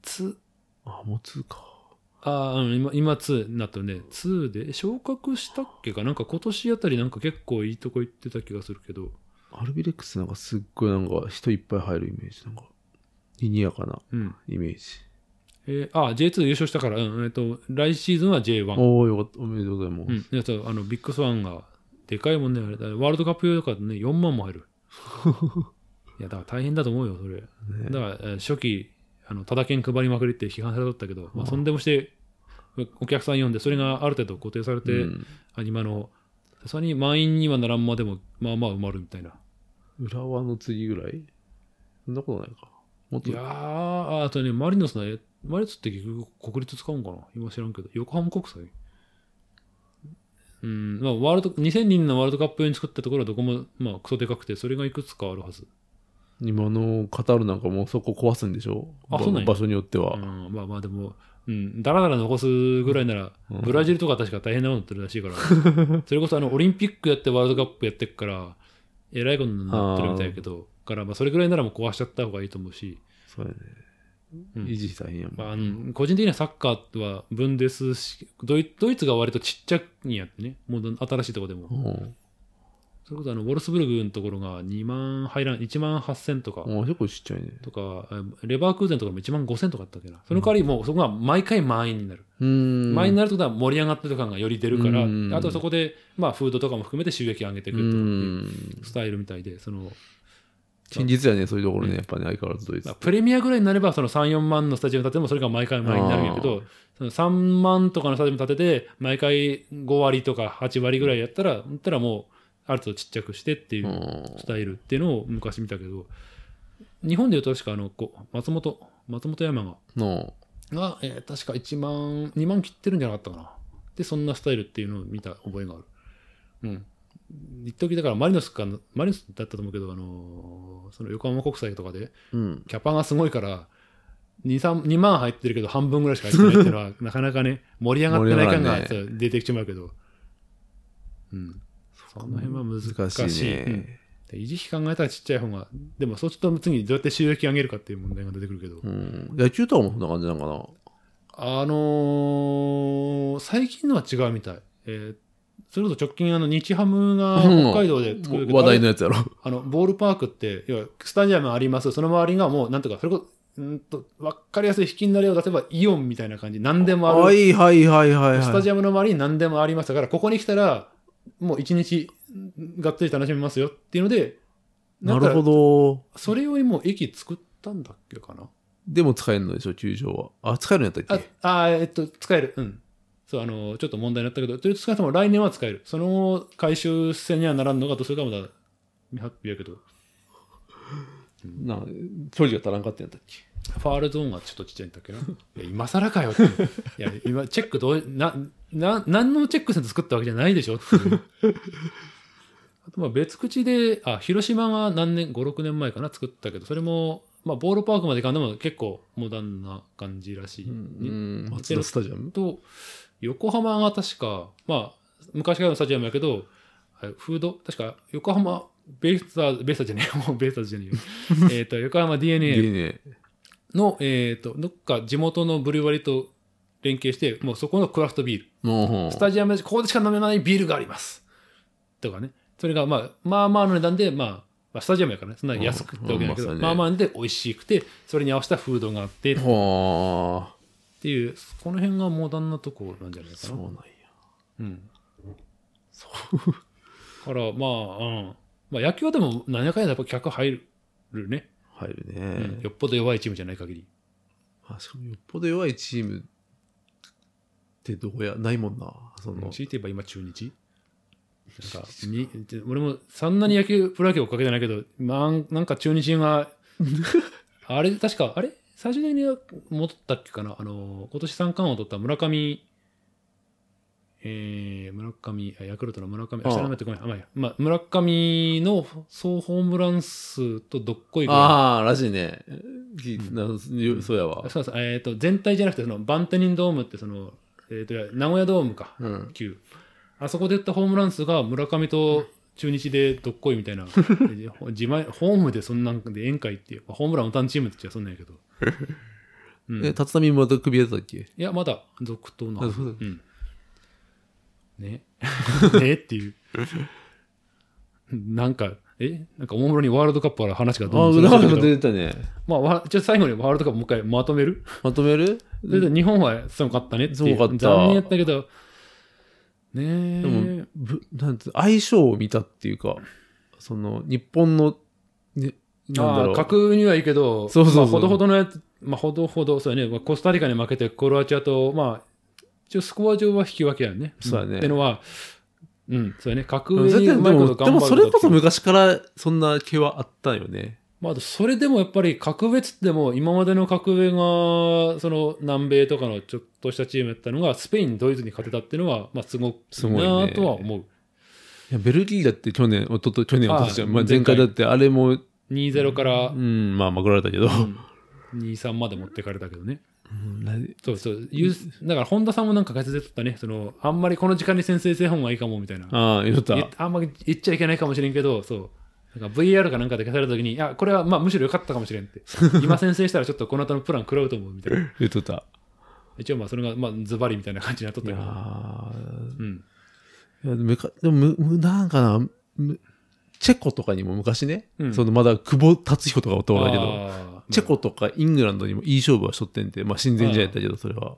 [SPEAKER 1] つ
[SPEAKER 2] あ、もう2か。
[SPEAKER 1] ああ、うん今、今2になったね。2で、え昇格したっけかなんか今年あたりなんか結構いいとこ行ってた気がするけど。
[SPEAKER 2] アルビレックスなんかすっごいなんか人いっぱい入るイメージ。なんか、賑やかな
[SPEAKER 1] うん。
[SPEAKER 2] イメージ。
[SPEAKER 1] えーあ、J2 優勝したから、うん、えっ、と、来シーズンは J1。
[SPEAKER 2] おおよかった。おめでとうございます。
[SPEAKER 1] うん。えっと、あの、ビッグスワンが、でかいもんね、あれだ。ワールドカップ用だからね、4万も入 る。いや、だから大変だと思うよ、それ。
[SPEAKER 2] ね
[SPEAKER 1] だから、えー初期、あの、ただ券配りまくりって批判されとったけど、まあ、そんでもして、お客さん呼んで、それがある程度固定されて、
[SPEAKER 2] うん
[SPEAKER 1] アニマの、さすがに満員にはならんまでも、まあまあ埋まるみたいな。
[SPEAKER 2] 浦和の次ぐらいそんなことないか。もっと
[SPEAKER 1] いやー、あとね、マリノスの、えマリノスって結局国立使うんかな今知らんけど、横浜国際うん、まあ、ワールド、2000人のワールドカップ用に作ったところはどこも、まあ、クソでかくて、それがいくつかあるはず。
[SPEAKER 2] 今のカタールなんかもうそこ壊すんでしょ
[SPEAKER 1] あ
[SPEAKER 2] ば
[SPEAKER 1] そうなんや
[SPEAKER 2] 場所によっては。
[SPEAKER 1] うん、まあまあ、でも、うん、だらだら残すぐらいなら、
[SPEAKER 2] うん
[SPEAKER 1] ブラジルとか確か大変なことになってるらしいから、 それこそあの、オリンピックやってワールドカップやってっから、えらいことになってるみたいやけど、から、まあ、それぐらいならもう壊しちゃった方がいいと思うし、
[SPEAKER 2] そうやね。
[SPEAKER 1] うん
[SPEAKER 2] 維持大変やもん。
[SPEAKER 1] まあ、あの個人的にはサッカーはブンデスしドイドイツが割とちっちゃいんやってねもう新しいとこでも、
[SPEAKER 2] うん
[SPEAKER 1] それこそあのウォルスブルグのところが2万入らん1万8000とか、
[SPEAKER 2] あ結構ちっちゃいね。
[SPEAKER 1] とかえレバークーゼンとかも1万5000とかあったっけなその代わりもうそこが毎回満員になる、
[SPEAKER 2] うーん。
[SPEAKER 1] 満員になるってことは盛り上がってる感がより出るから、
[SPEAKER 2] うん
[SPEAKER 1] あとはそこで、まあ、フードとかも含めて収益上げていうくるとかっていう
[SPEAKER 2] ーん。
[SPEAKER 1] スタイルみたいでその
[SPEAKER 2] 堅実やね、そういうところね。やっぱね、相変わらずドイツ
[SPEAKER 1] まあ。プレミアぐらいになればその34万のスタジアム建ててもそれが毎回毎になるんやけどその3万とかのスタジアム建てて毎回5割とか8割ぐらいやったらだったらもうある程度ちっちゃくしてっていううんスタイルっていうのを昔見たけど日本でいうと確かあのこう松本松本山が
[SPEAKER 2] の、
[SPEAKER 1] が、えー確か1万2万切ってるんじゃなかったかなでそんなスタイルっていうのを見た覚えがあるうん一時だからマリノスかなマリノスだったと思うけどあのーその横浜国際とかで
[SPEAKER 2] うん。
[SPEAKER 1] キャパがすごいから、 2, 3 2万入ってるけど半分ぐらいしか入ってないっていうのはなかなかね盛り上がってない感が
[SPEAKER 2] 盛り上がら
[SPEAKER 1] そう出てきちまうけど、うん、その辺は難しい
[SPEAKER 2] 難しいね
[SPEAKER 1] うんで維持費考えたらちっちゃい方がでもそうすると次にどうやって収益上げるかっていう問題が出てくるけど、
[SPEAKER 2] うん、野球とかもそんな感じなのかな
[SPEAKER 1] あのー最近のは違うみたい、えーそれこそ直近あの日ハムが
[SPEAKER 2] うん
[SPEAKER 1] 北海道で作るけど、
[SPEAKER 2] 話題のやつやろ。
[SPEAKER 1] あの、ボールパークって、要は、スタジアムあります。その周りがもう、なんとか、それこそ、んーと、わかりやすい引きんな例を出せば、イオンみたいな感じ。何でもあ
[SPEAKER 2] は
[SPEAKER 1] る。
[SPEAKER 2] いはいはいはい、はい。
[SPEAKER 1] スタジアムの周りに何でもありますだから、ここに来たら、もう一日、んがっつり楽しめますよっていうので、
[SPEAKER 2] なる
[SPEAKER 1] ど。
[SPEAKER 2] ほど。
[SPEAKER 1] それ用にもう駅作ったんだっけかな。
[SPEAKER 2] でも使えるのでしょ、球場は。あ、使えるんやったっ
[SPEAKER 1] あ
[SPEAKER 2] け、
[SPEAKER 1] あーえっと、使える。うん。そう、あの、ちょっと問題になったけど、とりあえず少なくとも来年は使える。その回収戦にはならんのか、どうするかもだ、未発表やけど、
[SPEAKER 2] な距離が足らんかったんやったっけ
[SPEAKER 1] ファールゾーンがちょっとちっちゃいんだっけな。い や今更かよって。いや、今、チェックどう、な、な、何のチェックセンター作ったわけじゃないでしょっていう。あと、まあ別口で、あ、広島が何年、5、6年前かな、作ったけど、それも、まあボールパークまでいかんでも結構モダンな感じらしい。
[SPEAKER 2] うん、松田スタジアム
[SPEAKER 1] と、横浜が確か、まあ、昔からのスタジアムやけど、あフード、確か横浜ベイスターズ、ベイスターズじゃねえ、もうベイスターズじゃね えよ。えっと、横浜 DNA
[SPEAKER 2] DNA。
[SPEAKER 1] の、えっ、と、どっか地元のブルワリと連携して、もうそこのクラフトビール。
[SPEAKER 2] もう
[SPEAKER 1] スタジアムで、ここでしか飲めないビールがあります。とかね。それが、まあ、まあまあの値段で、まあ、まあ、スタジアムやからね、そんな安くってわけだけど、
[SPEAKER 2] うんうん
[SPEAKER 1] ま
[SPEAKER 2] ま
[SPEAKER 1] あ
[SPEAKER 2] あ
[SPEAKER 1] まあ
[SPEAKER 2] ま
[SPEAKER 1] で美味しくて、それに合わせたフードがあってっ
[SPEAKER 2] はあ。
[SPEAKER 1] ていう、この辺がモダンなとこなんじゃないか
[SPEAKER 2] そ
[SPEAKER 1] な
[SPEAKER 2] う。なんや。
[SPEAKER 1] うん。
[SPEAKER 2] そ
[SPEAKER 1] から、まあ、うん。まあ、野球はでも、何やかんややっぱ客入るね、
[SPEAKER 2] 入るね。
[SPEAKER 1] うん。よっぽど弱いチームじゃない限り。
[SPEAKER 2] まあ、しかもよっぽど弱いチームってどうや、ないもんな。その、
[SPEAKER 1] 強いて言えば今中日なんかに俺もそんなに野球プロ野球追っかけてないけど、まあ、なんか中日 があれ確かあれ最終的には戻ったっけかなあの今年三冠王を取った村上えー、村上あヤクルトの村上あ
[SPEAKER 2] ああ
[SPEAKER 1] 下の名前ってごめんあまあいいやまあ、村上の総ホームラン数とどっこいぐらい
[SPEAKER 2] ああ、らしいね。きなそうやわ。
[SPEAKER 1] そうそうえー、と全体じゃなくてそのバンテリンドームってその、えー、といや名古屋ドームか、
[SPEAKER 2] うん。
[SPEAKER 1] 9あそこで打ったホームラン数が村上と中日でどっこいみたいな 自前ホームでそんなんで宴会っていうホームラン打たんチームって言っちゃそんなんやけど、うん、
[SPEAKER 2] え、
[SPEAKER 1] い
[SPEAKER 2] 立浪また首やってたっけ
[SPEAKER 1] やまだ続投のは
[SPEAKER 2] あ
[SPEAKER 1] ず
[SPEAKER 2] そうだ
[SPEAKER 1] うんね ねっていうなんかえなんかおもむろにワールドカップから話が
[SPEAKER 2] ああ、
[SPEAKER 1] どんどん
[SPEAKER 2] 裏
[SPEAKER 1] 続いて
[SPEAKER 2] が
[SPEAKER 1] るけど
[SPEAKER 2] 出てたね。
[SPEAKER 1] まあわちょっと最後にワールドカップもう一回まとめる
[SPEAKER 2] まとめる
[SPEAKER 1] それで日本はすごかったねっていう
[SPEAKER 2] すごかった
[SPEAKER 1] 残念やったけどねえ
[SPEAKER 2] でも、ぶなんつう相性を見たっていうか、その、日本の、ね、なんだ
[SPEAKER 1] あ
[SPEAKER 2] ろ
[SPEAKER 1] あ、
[SPEAKER 2] う。
[SPEAKER 1] 格にはいいけど、
[SPEAKER 2] そうそうそう
[SPEAKER 1] まあ、ほどほどのやつ、まあ、ほどほど、そうやね、まあ、コスタリカに負けて、クロアチアと、まあ、一応スコア上は引き分けやね。
[SPEAKER 2] そうやね
[SPEAKER 1] ってのは、うん、そうやね、格
[SPEAKER 2] うん
[SPEAKER 1] に
[SPEAKER 2] そうや
[SPEAKER 1] う
[SPEAKER 2] って
[SPEAKER 1] ま
[SPEAKER 2] で
[SPEAKER 1] いこ
[SPEAKER 2] も、
[SPEAKER 1] と
[SPEAKER 2] で
[SPEAKER 1] 頑張るこ
[SPEAKER 2] も
[SPEAKER 1] と
[SPEAKER 2] それこそ昔からそんな気はあったよね。
[SPEAKER 1] まあ、あとそれでもやっぱり格別っても今までの格上がその南米とかのちょっとしたチームやったのがスペインドイツに勝てたっていうのはまあすごく
[SPEAKER 2] す
[SPEAKER 1] いい
[SPEAKER 2] ごいね
[SPEAKER 1] なとは思う、
[SPEAKER 2] いやベルギーだって去年、おとと去年、
[SPEAKER 1] あ
[SPEAKER 2] お
[SPEAKER 1] あ
[SPEAKER 2] ととしまあ、
[SPEAKER 1] 前
[SPEAKER 2] 前
[SPEAKER 1] 回
[SPEAKER 2] 回だって、あれも、
[SPEAKER 1] 2-0から
[SPEAKER 2] うん、まあ、まくられたけど。
[SPEAKER 1] 2-3まで持ってかれたけどね
[SPEAKER 2] うんな
[SPEAKER 1] そうそう、ユースだから本田さんもなんか解説でとったね、そのあんまりこの時間に先制せん方がいいかもみたいな。
[SPEAKER 2] ああ、言った。
[SPEAKER 1] 言っあんまり言っちゃいけないかもしれんけど、そう。なんか VR かなんかで消された時に、いや、これはまあむしろ良かったかもしれんっ て。今先制したらちょっとこの後のプラン食らうと思うみたいな。
[SPEAKER 2] 言っとった。
[SPEAKER 1] 一応まあそれがまあズバリみたいな感じになっとっ
[SPEAKER 2] い
[SPEAKER 1] た
[SPEAKER 2] や
[SPEAKER 1] けど。
[SPEAKER 2] ー
[SPEAKER 1] うん。
[SPEAKER 2] いやでもむかでもむ、むなんかな、むチェコとかにも昔ね、
[SPEAKER 1] うん
[SPEAKER 2] そのまだ久保達彦とかおったわけだけど、
[SPEAKER 1] あー
[SPEAKER 2] チェコとかイングランドにもいい勝負はしとってんて、まあ、親善試合やったけど、それは。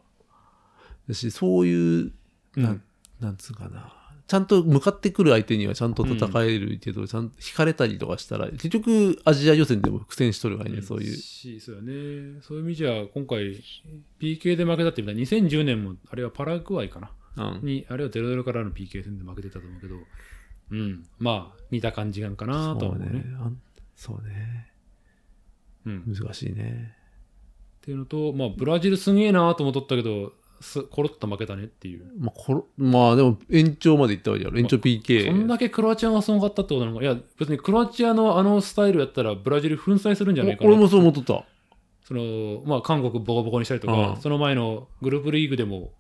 [SPEAKER 2] だし、そういう、な
[SPEAKER 1] うん
[SPEAKER 2] ん、なんつうかな。ちゃんと向かってくる相手にはちゃんと戦えるけど、ちゃんと引かれたりとかしたら、結局アジア予選でも苦戦しとるからね、そういう。
[SPEAKER 1] しそうやね。そういう意味じゃ、今回 PK で負けたってみたいな、2010年もあれはパラグアイかな。
[SPEAKER 2] うん
[SPEAKER 1] に、あれは0-0からの PK 戦で負けてたと思うけど、うん、まあ、似た感じなんかなとは
[SPEAKER 2] そう
[SPEAKER 1] 思うね。
[SPEAKER 2] ね。あんそうね。
[SPEAKER 1] うん、っ
[SPEAKER 2] 難しいね。
[SPEAKER 1] ていうのと、まあ、ブラジルすげえなとも思ったけど、すコロッと負けたねっていう。
[SPEAKER 2] まあ、ころまあでも延長まで行ったわけやろ延長 PK
[SPEAKER 1] そんだけクロアチアがすごかったってことなのか。いや、別にクロアチアのあのスタイルやったら、ブラジル粉砕するんじゃないか
[SPEAKER 2] お俺
[SPEAKER 1] な。
[SPEAKER 2] もそう思っとった
[SPEAKER 1] その、まあ、韓国ボコボコにしたりとか、
[SPEAKER 2] うん
[SPEAKER 1] その前のグループリーグでも、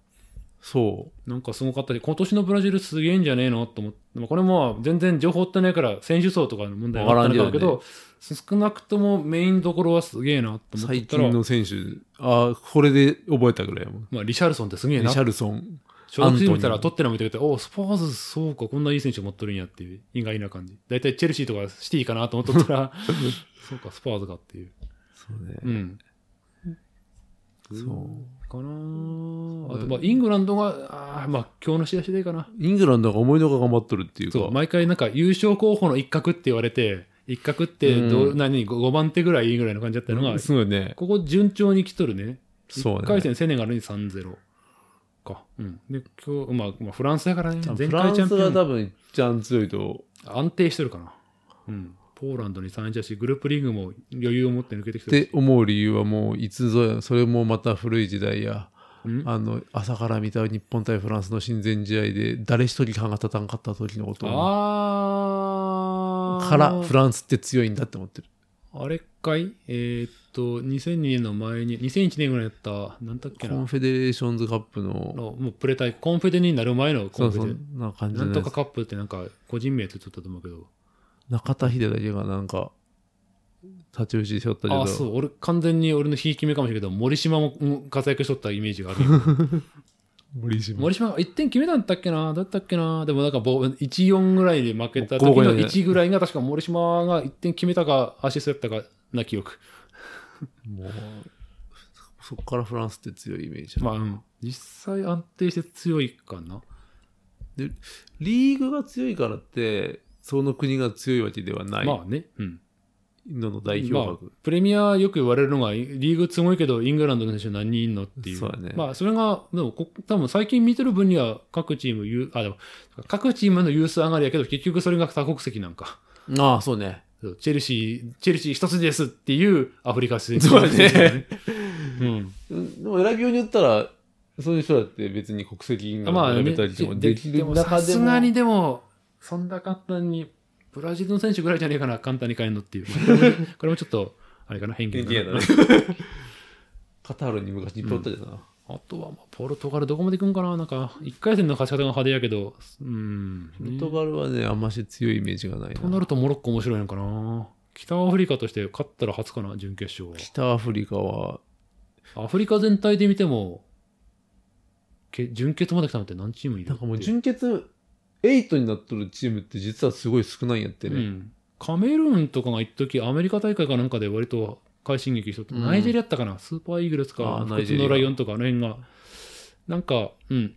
[SPEAKER 2] そ
[SPEAKER 1] なんかすごかったし、今年のブラジルすげえんじゃねえのと思って、まあこれもまあ全然情報追ってないから、選手層とかの問題はあったんだろうけ
[SPEAKER 2] わ
[SPEAKER 1] ど、少なくともメインどころはすげえなと
[SPEAKER 2] う。
[SPEAKER 1] 思って
[SPEAKER 2] 最
[SPEAKER 1] たら
[SPEAKER 2] 近、の選手、ああ、これで覚えたぐらいやもん。
[SPEAKER 1] まあ、リシャルソンってすげえ
[SPEAKER 2] リ
[SPEAKER 1] な
[SPEAKER 2] シャルソン。
[SPEAKER 1] 所属チーム
[SPEAKER 2] アントニー
[SPEAKER 1] 見たら取ってなみたいな、おうスパーズ、そうか、こんないい選手持っとるんやっていう、意外な感じ。大体チェルシーとかシティかなと思っとった ら、そうか、スパーズかっていう。
[SPEAKER 2] そうね。
[SPEAKER 1] うん。
[SPEAKER 2] そう。
[SPEAKER 1] かなああと、まあ、イングランドが、あーまあ、今日の試合次第かな。
[SPEAKER 2] イングランドが思いのが頑張っとるっていうか。
[SPEAKER 1] そう、毎回なんか優勝候補の一角って言われて、一角ってどう、
[SPEAKER 2] うん
[SPEAKER 1] 何、5, 番手ぐらいぐらいの感じだったのが、
[SPEAKER 2] すごいね。
[SPEAKER 1] ここ順調に来とるね。
[SPEAKER 2] そうね
[SPEAKER 1] 1回戦セネガルに3-0か。うん。で、今日、まあ、まあ、フランスだからね、前
[SPEAKER 2] フラ
[SPEAKER 1] 回
[SPEAKER 2] ン
[SPEAKER 1] チャン
[SPEAKER 2] ス
[SPEAKER 1] ピオ
[SPEAKER 2] が
[SPEAKER 1] ン
[SPEAKER 2] 多分一ちゃん強いと。
[SPEAKER 1] 安定してるかな。うん。ポーランドに3位だし、グループリーグも余裕を持って抜けてき
[SPEAKER 2] って
[SPEAKER 1] る
[SPEAKER 2] て
[SPEAKER 1] し。
[SPEAKER 2] 思う理由はもういつぞやそれもまた古い時代や
[SPEAKER 1] うん
[SPEAKER 2] あの朝から見た日本対フランスの親善試合で誰一人歯が立たんかった時のことを
[SPEAKER 1] あー。
[SPEAKER 2] からフランスって強いんだって思ってる
[SPEAKER 1] あれかいえーっと、2002年の前に、2001年ぐらいやった、なんだっけ
[SPEAKER 2] コン
[SPEAKER 1] な、
[SPEAKER 2] フェデレーションズカップの
[SPEAKER 1] のもうプレタイ、コンフェデになる前のコ
[SPEAKER 2] そ
[SPEAKER 1] ン
[SPEAKER 2] う
[SPEAKER 1] フ
[SPEAKER 2] そ
[SPEAKER 1] ェデ。
[SPEAKER 2] うな感じ
[SPEAKER 1] な
[SPEAKER 2] の
[SPEAKER 1] ん
[SPEAKER 2] や
[SPEAKER 1] とか
[SPEAKER 2] つ
[SPEAKER 1] カップってなんか、個人名って言っとったと思うけど。
[SPEAKER 2] 中田秀だけがなんか立ち打ちしちゃったけ
[SPEAKER 1] あ
[SPEAKER 2] ど
[SPEAKER 1] あ、そう、俺、完全に俺のひいき目かもしれないけど、森島もうん活躍しとったイメージがあるよ。
[SPEAKER 2] 森島
[SPEAKER 1] 森島が1点決めたんだっけな、だったっけな、でもなんかぼ1-4ぐらいで負けた時
[SPEAKER 2] ボコボコ
[SPEAKER 1] の
[SPEAKER 2] やね
[SPEAKER 1] 1ぐらいが、確か森島が1点決めたか、アシストやったかな記憶。
[SPEAKER 2] もうそこからフランスって強いイメージある
[SPEAKER 1] まあ、うん、実際安定して強いかな。
[SPEAKER 2] でリーグが強いからってその国が強いわけではない
[SPEAKER 1] まあね、うん。
[SPEAKER 2] のの代表格、
[SPEAKER 1] まあ、プレミアよく言われるのが、リーグすごいけど、イングランドの選手何人いんのっていう。
[SPEAKER 2] そうだね
[SPEAKER 1] まあ、それが、でもこ、多分最近見てる分には、各チームユー、あ、でも、各チームのユース上がりやけど、結局それが多国籍なんか。
[SPEAKER 2] ああ、そうね。
[SPEAKER 1] そうチェルシー、チェルシー一つですっていうアフリカ選手。
[SPEAKER 2] そうだね。
[SPEAKER 1] うん。
[SPEAKER 2] うんでも、選びように言ったら、そういう人だって別に国籍に
[SPEAKER 1] まあ、
[SPEAKER 2] 選べたりとか
[SPEAKER 1] ね
[SPEAKER 2] でき
[SPEAKER 1] で
[SPEAKER 2] る
[SPEAKER 1] も
[SPEAKER 2] 中
[SPEAKER 1] さ
[SPEAKER 2] ですも。
[SPEAKER 1] がにでも、そんな簡単に、ブラジルの選手ぐらいじゃねえかな、簡単に変えるのっていう。まあこれもこれもちょっと、あれかな、偏見
[SPEAKER 2] 元
[SPEAKER 1] か
[SPEAKER 2] 気
[SPEAKER 1] な
[SPEAKER 2] やだね。カタールに昔日本行ったじゃな。
[SPEAKER 1] あとは、まあ、ポルトガルどこまで行くんかななんか、1回戦の勝ち方が派手やけど、うん。
[SPEAKER 2] ポルトガルはね、あんまし強いイメージがない
[SPEAKER 1] とな
[SPEAKER 2] な。
[SPEAKER 1] るとモロッコ面白いのかな北アフリカとして勝ったら初かな準決勝
[SPEAKER 2] 北アフリカは、
[SPEAKER 1] は。アフリカ全体で見ても、け準決まで来たのって何チームいる
[SPEAKER 2] なんかもう
[SPEAKER 1] って
[SPEAKER 2] 準決8になっとるチームって実はすごい少ないんやって
[SPEAKER 1] う
[SPEAKER 2] ね。
[SPEAKER 1] ん。カメルーンとかが一時アメリカ大会かなんかで割と快進撃しとった。
[SPEAKER 2] うん
[SPEAKER 1] ナイジェリアやったかなスーパーイーグルス
[SPEAKER 2] あ
[SPEAKER 1] か
[SPEAKER 2] ー、ナ
[SPEAKER 1] 普
[SPEAKER 2] イジ
[SPEAKER 1] 通
[SPEAKER 2] ェリア
[SPEAKER 1] のライオンとかあの辺が。なんか、うん。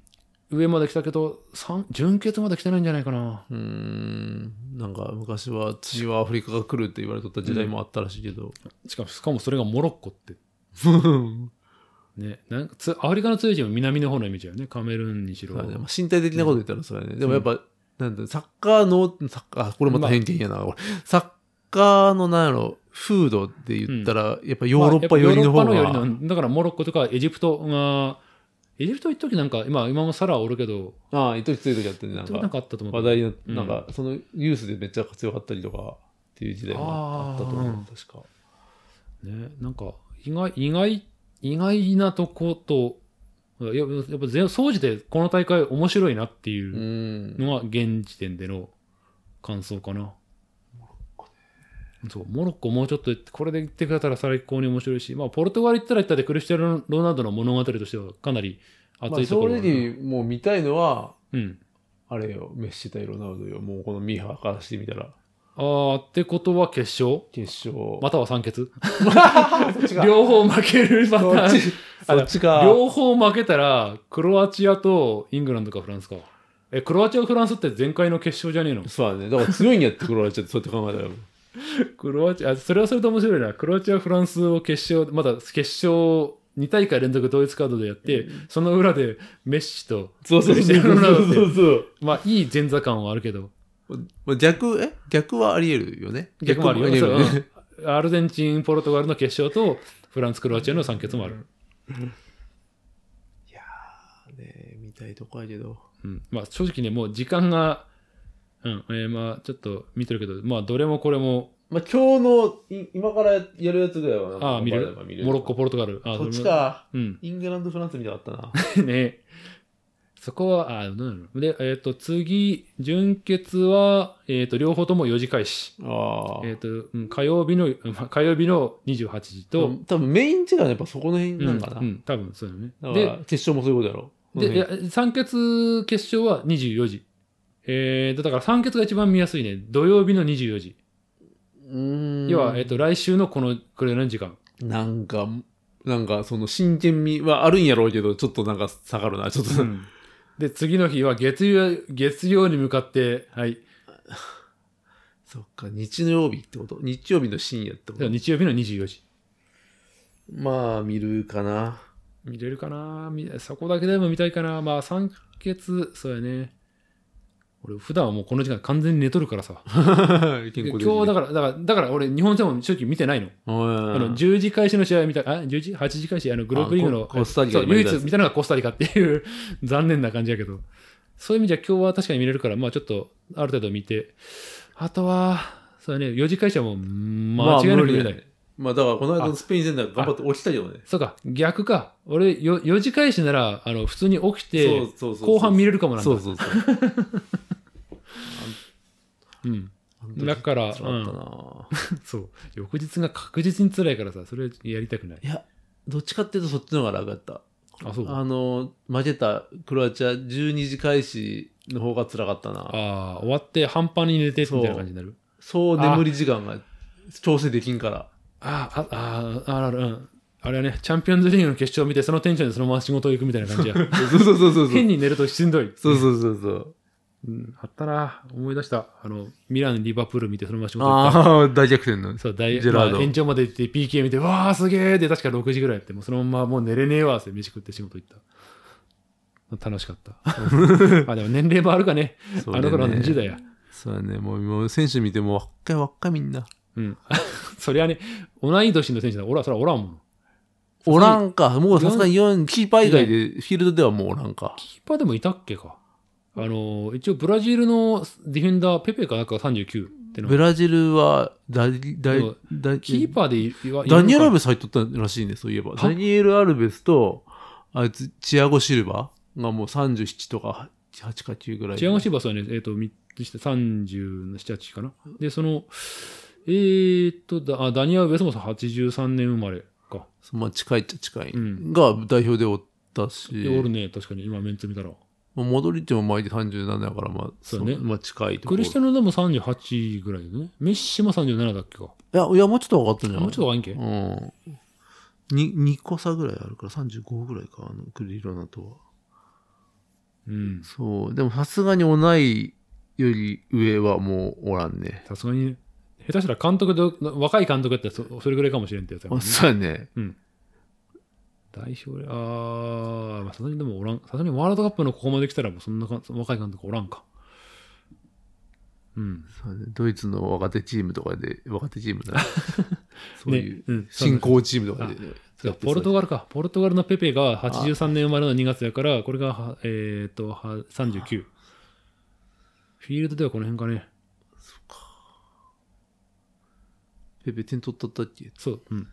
[SPEAKER 1] 上まで来たけど、三準決まで来てないんじゃないかな。
[SPEAKER 2] うーん。なんか昔は次はアフリカが来るって言われとった時代もあったらしいけど。
[SPEAKER 1] しかも、しかもそれがモロッコって。ね、なんかつアフリカの強いチームは南の方のイメージだよね。カメルーンにしろ。
[SPEAKER 2] まあねまあ身体的なこと言ったらそうだね。でもやっぱ、なんだ、サッカーの、サッカー、あこれまた偏見やな、俺サッカーの、なんやろ、風土で言ったら、やっぱヨーロッパ寄りの方
[SPEAKER 1] まあやっぱヨー
[SPEAKER 2] が、
[SPEAKER 1] ロッパの寄りのだからモロッコとかエジプトが、エジプト行っ時なんか、今、今もサラはおるけど、
[SPEAKER 2] ああ、いときついときやってね、な
[SPEAKER 1] なんんかなん
[SPEAKER 2] か、
[SPEAKER 1] かあったと思
[SPEAKER 2] 話
[SPEAKER 1] う。
[SPEAKER 2] 題の、
[SPEAKER 1] うん
[SPEAKER 2] なんか、そのユースでめっちゃ強かったりとかっていう時代もあったと
[SPEAKER 1] あー
[SPEAKER 2] 思う、確か。。
[SPEAKER 1] ね、なんか、意外、意外、意外なとこと、いややっぱ全、総じてこの大会面白いなっていううんのが現時点での感想かな。そう、モロッコもうちょっと行ってこれで行ってくれたら最高に面白いし、まあ、ポルトガル行ったら行ったでクリスティアーノ・ロナウドの物語としてはかなり
[SPEAKER 2] ま
[SPEAKER 1] 熱
[SPEAKER 2] あ、
[SPEAKER 1] いと
[SPEAKER 2] 正
[SPEAKER 1] ころがあるな
[SPEAKER 2] 直、もう見たいのは、
[SPEAKER 1] うん。
[SPEAKER 2] あれよ、メッシ対ロナウドよ、もうこのミーハーからしてみたら、
[SPEAKER 1] あーってことは決勝
[SPEAKER 2] 決勝。
[SPEAKER 1] または三決
[SPEAKER 2] あ、そっちか。
[SPEAKER 1] 両方負けるパタ
[SPEAKER 2] そっ
[SPEAKER 1] ー
[SPEAKER 2] ち
[SPEAKER 1] ン。
[SPEAKER 2] そっちか。
[SPEAKER 1] 両方負けたら、クロアチアとイングランドかフランスか。え、クロアチア、フランスって前回の決勝じゃねえの
[SPEAKER 2] そうだね。だから強いんやって、クロアチアって、そうやって考えたら。
[SPEAKER 1] クロアチア、あそれはそれと面白いな。クロアチア、フランスを決勝、まだ決勝2大会連続同一カードでやって、その裏でメッシと、
[SPEAKER 2] そうそうそうそうそうそう。
[SPEAKER 1] まあいい前座感はあるけど、
[SPEAKER 2] まあ逆、え逆はあり得るよね。
[SPEAKER 1] 逆もあるよ
[SPEAKER 2] 逆もあり得るよね。
[SPEAKER 1] そううんアルゼンチン、ポルトガルの決勝と、フランス、クロアチアの三決もある。
[SPEAKER 2] いやーね、見たいとこやけど。
[SPEAKER 1] うん、まあ正直ね、もう時間が、うん、えーまあちょっと見てるけど、まあどれもこれも
[SPEAKER 2] まあ、今日のい、今からやるやつぐらいはなんか
[SPEAKER 1] ああ、見れる
[SPEAKER 2] まあ
[SPEAKER 1] モロッコ、ポルトガル。あ
[SPEAKER 2] そっち
[SPEAKER 1] どれも
[SPEAKER 2] か。
[SPEAKER 1] うん。
[SPEAKER 2] イングランド、フランスみたいなのあった な。
[SPEAKER 1] ねそこは、あどうなので、えっ、と、次、準決は、えっ、と、両方とも4時開始。
[SPEAKER 2] ああ。
[SPEAKER 1] えっ、と、うん火曜日の、まあ火曜日の28時と、
[SPEAKER 2] と、多分メイン違いはやっぱそこの辺なんかな。
[SPEAKER 1] うんうん多分そうだよね。
[SPEAKER 2] だから、決勝もそういうことやろ。
[SPEAKER 1] で、でいや、三欠決勝は24時。えーと、だから三欠が一番見やすいね。土曜日の24時。
[SPEAKER 2] うーん。
[SPEAKER 1] 要は、えっ、と、来週のこのくらいの時間。
[SPEAKER 2] なんか、なんかその真剣味はあるんやろうけど、ちょっとなんか下がるな、ちょっと。
[SPEAKER 1] で、次の日は月曜、月曜に向かって、はい。
[SPEAKER 2] そっか、日曜日ってこと日曜日の深夜って
[SPEAKER 1] だ
[SPEAKER 2] こ
[SPEAKER 1] から
[SPEAKER 2] と
[SPEAKER 1] 日曜日の24時。
[SPEAKER 2] まあ、見るかな。
[SPEAKER 1] 見れるかなみそこだけでも見たいかなまあ、三欠、そうやね。俺、普段はもうこの時間完全に寝とるからさ。
[SPEAKER 2] 健
[SPEAKER 1] 今日
[SPEAKER 2] 康的
[SPEAKER 1] だから、だから、だから俺、日本戦も正直見てないの。あの
[SPEAKER 2] の
[SPEAKER 1] 10時開始の試合見た、あ、10時 ?8 時開始、あのグループリーグの、
[SPEAKER 2] あココスタリカ
[SPEAKER 1] そう
[SPEAKER 2] に負
[SPEAKER 1] 唯
[SPEAKER 2] け
[SPEAKER 1] 一
[SPEAKER 2] たやつ
[SPEAKER 1] 見たのがコスタリカっていう 残念な感じやけど、そういう意味じゃ今日は確かに見れるから、まあちょっとある程度見て、あとは、そうだね、4時開始はもう間違いなく見れない。
[SPEAKER 2] まあ、だからこの間のスペイン戦だから頑張って起きたよね。
[SPEAKER 1] そうか、逆か。俺よ、4時開始なら、あの、普通に起きて、
[SPEAKER 2] そう
[SPEAKER 1] 後半見
[SPEAKER 2] る
[SPEAKER 1] れるかもなんだ。
[SPEAKER 2] そうそうそう。
[SPEAKER 1] うん。
[SPEAKER 2] あの時
[SPEAKER 1] だから
[SPEAKER 2] 辛かったな
[SPEAKER 1] そう。翌日が確実に辛いからさ、それやりたくない。
[SPEAKER 2] いや、どっちかっていうとそっちの方が楽だった。
[SPEAKER 1] あ、そう。あ
[SPEAKER 2] あの、負けたクロアチア12時開始の方が辛かったな。
[SPEAKER 1] あー、終わって半端に寝てみたいな感じになる。
[SPEAKER 2] そう眠り時間が調整できんから。
[SPEAKER 1] ああ、ああ、あるある、うん。あれはね、チャンピオンズリーグの決勝を見て、そのテンションでそのまま仕事行くみたいな感じや。
[SPEAKER 2] そうそうそうそうそう
[SPEAKER 1] 変。に寝るとしんどい。
[SPEAKER 2] そうそうそうそう。
[SPEAKER 1] うん、あったな、思い出した。あの、ミラン、リバプール見て、そのまま仕事行った。
[SPEAKER 2] ああ、大逆転なんです。
[SPEAKER 1] そう、大
[SPEAKER 2] ジェラード
[SPEAKER 1] まあ延長まで行って、PK 見て、わあ、すげえで、確か6時ぐらいやって、もうそのままもう寝れねえわって、飯食って仕事行った。楽しか った。あ、でも年齢もあるかね。
[SPEAKER 2] そうだ
[SPEAKER 1] あ
[SPEAKER 2] よね
[SPEAKER 1] の頃の10代や。
[SPEAKER 2] そうだね。もう、もう選手見ても、わっかいわっかいみんな。
[SPEAKER 1] うん。 そりゃね、同い年の選手だ。俺は、それはおらんもん。
[SPEAKER 2] おらんか。もうさすがに4、キーパー以外で、フィールドではもうおらんか。
[SPEAKER 1] キーパーでもいたっけか。あのー、一応ブラジルのディフェンダー、ペペかなんかが39っての
[SPEAKER 2] ブラジルはダリ、ダ
[SPEAKER 1] そ
[SPEAKER 2] リ
[SPEAKER 1] う、
[SPEAKER 2] ダリ、
[SPEAKER 1] キーパーでいいわ
[SPEAKER 2] ダニエル・アル
[SPEAKER 1] ブ
[SPEAKER 2] ベス入っとったらしいね、そういえば。ダニエル・アルベスと、あいつ、チアゴ・シルバがもう37とか8か9ぐらい。
[SPEAKER 1] チアゴシーバースはね、えっ、と、3つして37、8かな。で、その、えー、っと、だあダニアル・ベスモス83年生まれか。
[SPEAKER 2] まあ、近いっちゃ近い。
[SPEAKER 1] うん
[SPEAKER 2] が、代表でおったし。
[SPEAKER 1] でおるね、確かに、今メンツ見たら。
[SPEAKER 2] まあ、戻りっても前で37やから、まあ、
[SPEAKER 1] そうね
[SPEAKER 2] まあ、近いとこ
[SPEAKER 1] ク
[SPEAKER 2] ろ。
[SPEAKER 1] リステ
[SPEAKER 2] い
[SPEAKER 1] ィアノでも38ぐらいだよね。メッシも37だっけか。
[SPEAKER 2] や、いや、もうちょっと分かったんじゃない
[SPEAKER 1] もうちょっと若いんけ、
[SPEAKER 2] うん。に、2個差ぐらいあるから、35ぐらいか、あの、クリロナとは。
[SPEAKER 1] うん。
[SPEAKER 2] そう。でも、さすがに同いより上はもうおらんね。
[SPEAKER 1] さすがにね、下手したら監督で、若い監督やったらそそれぐらいかもしれんってやつやもん
[SPEAKER 2] あ、
[SPEAKER 1] ね
[SPEAKER 2] そうやね。
[SPEAKER 1] 代表で、ああ、まあ、さすがにでもおらん、さすがにワールドカップのここまで来たら、もうそんなか若い監督おらんか。うん。
[SPEAKER 2] そうやねドイツの若手チームとかで、若手チーム だね。そういう、
[SPEAKER 1] ねうん
[SPEAKER 2] 新興チームとかで。
[SPEAKER 1] そうかポルトガルか。ポルトガルのペペが83年生まれの2月やから、これがは、えー、っと、は39。フィールドではこの辺かね。
[SPEAKER 2] ペペ点取ったったっけ
[SPEAKER 1] そう。うん。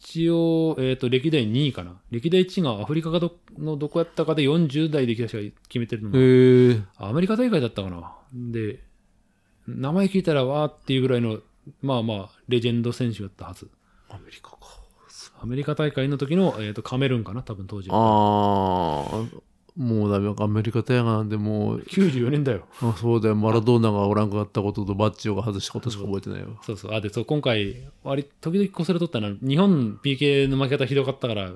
[SPEAKER 1] 一応、えーっと、歴代2位かな。歴代1位がアフリカがどのどこやったかで40代で確か決めてるのも
[SPEAKER 2] へえ。
[SPEAKER 1] アメリカ大会だったかな。で、名前聞いたらわーっていうぐらいの、まあまあ、レジェンド選手だったはず。
[SPEAKER 2] アメリカか。
[SPEAKER 1] アメリカ大会の時の、えー、とカメルーンかな、多分当時。
[SPEAKER 2] ああ、もうダメか。アメリカ大会なんてもう、
[SPEAKER 1] 94年だよ。
[SPEAKER 2] あそうだよ。マラドーナがおらんくなったこととバッチョが外したことしか覚えてないよ。
[SPEAKER 1] そうそう。あ、で、そう、今回、割り、時々こすれとったな。日本 PK の負け方ひどかったから、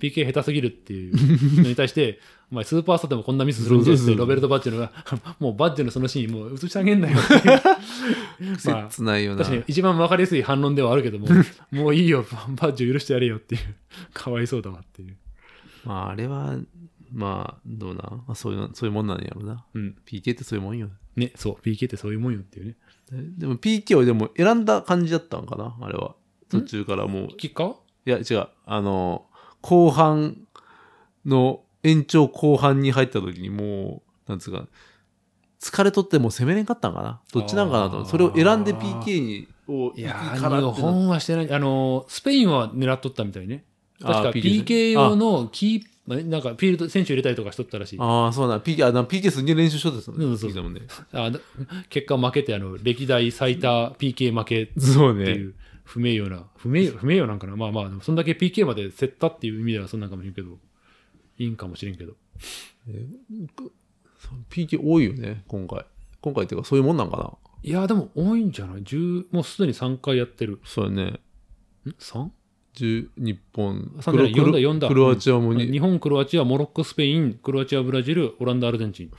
[SPEAKER 1] PK 下手すぎるっていうのに対して、 お前スーパースターでもこんなミスするんですって、ロベルト・バッジョの が、もうバッジョのそのシーン、もう映してあげんなよって いうまあ
[SPEAKER 2] 切ないよな。
[SPEAKER 1] 確かに一番分かりやすい反論ではある けども、もういいよ、バッジョ許してやれよっていう、かわいそうだわっていう。
[SPEAKER 2] まあ、あれは、まあ、どうなん、まあ、そういうの、そういうもんなんやろな。
[SPEAKER 1] うん。
[SPEAKER 2] PK ってそういうもんよ。
[SPEAKER 1] ね、そう、PK ってそういうもんよっていうね。
[SPEAKER 2] ででも PK をでも選んだ感じだったんかなあれは。途中からもう。い
[SPEAKER 1] キッカーは
[SPEAKER 2] や、違う。あの、後半の、延長後半に入った時にもう、なんつうか、疲れとってもう攻めれんかったんかなどっちなんかな
[SPEAKER 1] あー
[SPEAKER 2] と。それを選んで PK にを
[SPEAKER 1] い
[SPEAKER 2] 行
[SPEAKER 1] や
[SPEAKER 2] く
[SPEAKER 1] ー、
[SPEAKER 2] か
[SPEAKER 1] 日
[SPEAKER 2] らってな
[SPEAKER 1] 本はしてない。あのー、スペインは狙っとったみたいね。確
[SPEAKER 2] あ
[SPEAKER 1] か
[SPEAKER 2] ー PK
[SPEAKER 1] PK 用のキー、えなんかフィールド、選手入れたりとかしとったらしい。あ
[SPEAKER 2] ああ、そうなん。PK、あ、なんか PK すげえ練習しとったっすもんね。
[SPEAKER 1] うんそう
[SPEAKER 2] 聞いたもんね。
[SPEAKER 1] ーだ結果負けて、あの、歴代最多 PK 負けっ
[SPEAKER 2] そう
[SPEAKER 1] てい。う、不名誉な、不名誉、不名誉なんかな。まあまあ、でもそんだけ PK まで競ったっていう意味ではそんなんかもしれんけど、いいんかもしれんけど。
[SPEAKER 2] PK 多いよね、今回。今回っていうか、そういうもんなんかな。
[SPEAKER 1] いやー、でも多いんじゃない10もうすでに3回やってる。
[SPEAKER 2] そうやね。
[SPEAKER 1] ん 3?
[SPEAKER 2] 10日本
[SPEAKER 1] あ、三じゃない
[SPEAKER 2] クロ
[SPEAKER 1] 四だ四だ
[SPEAKER 2] クロアチアもに、
[SPEAKER 1] 日本、クロアチア、モロッコ、スペイン、クロアチア、ブラジル、オランダ、アルゼンチン。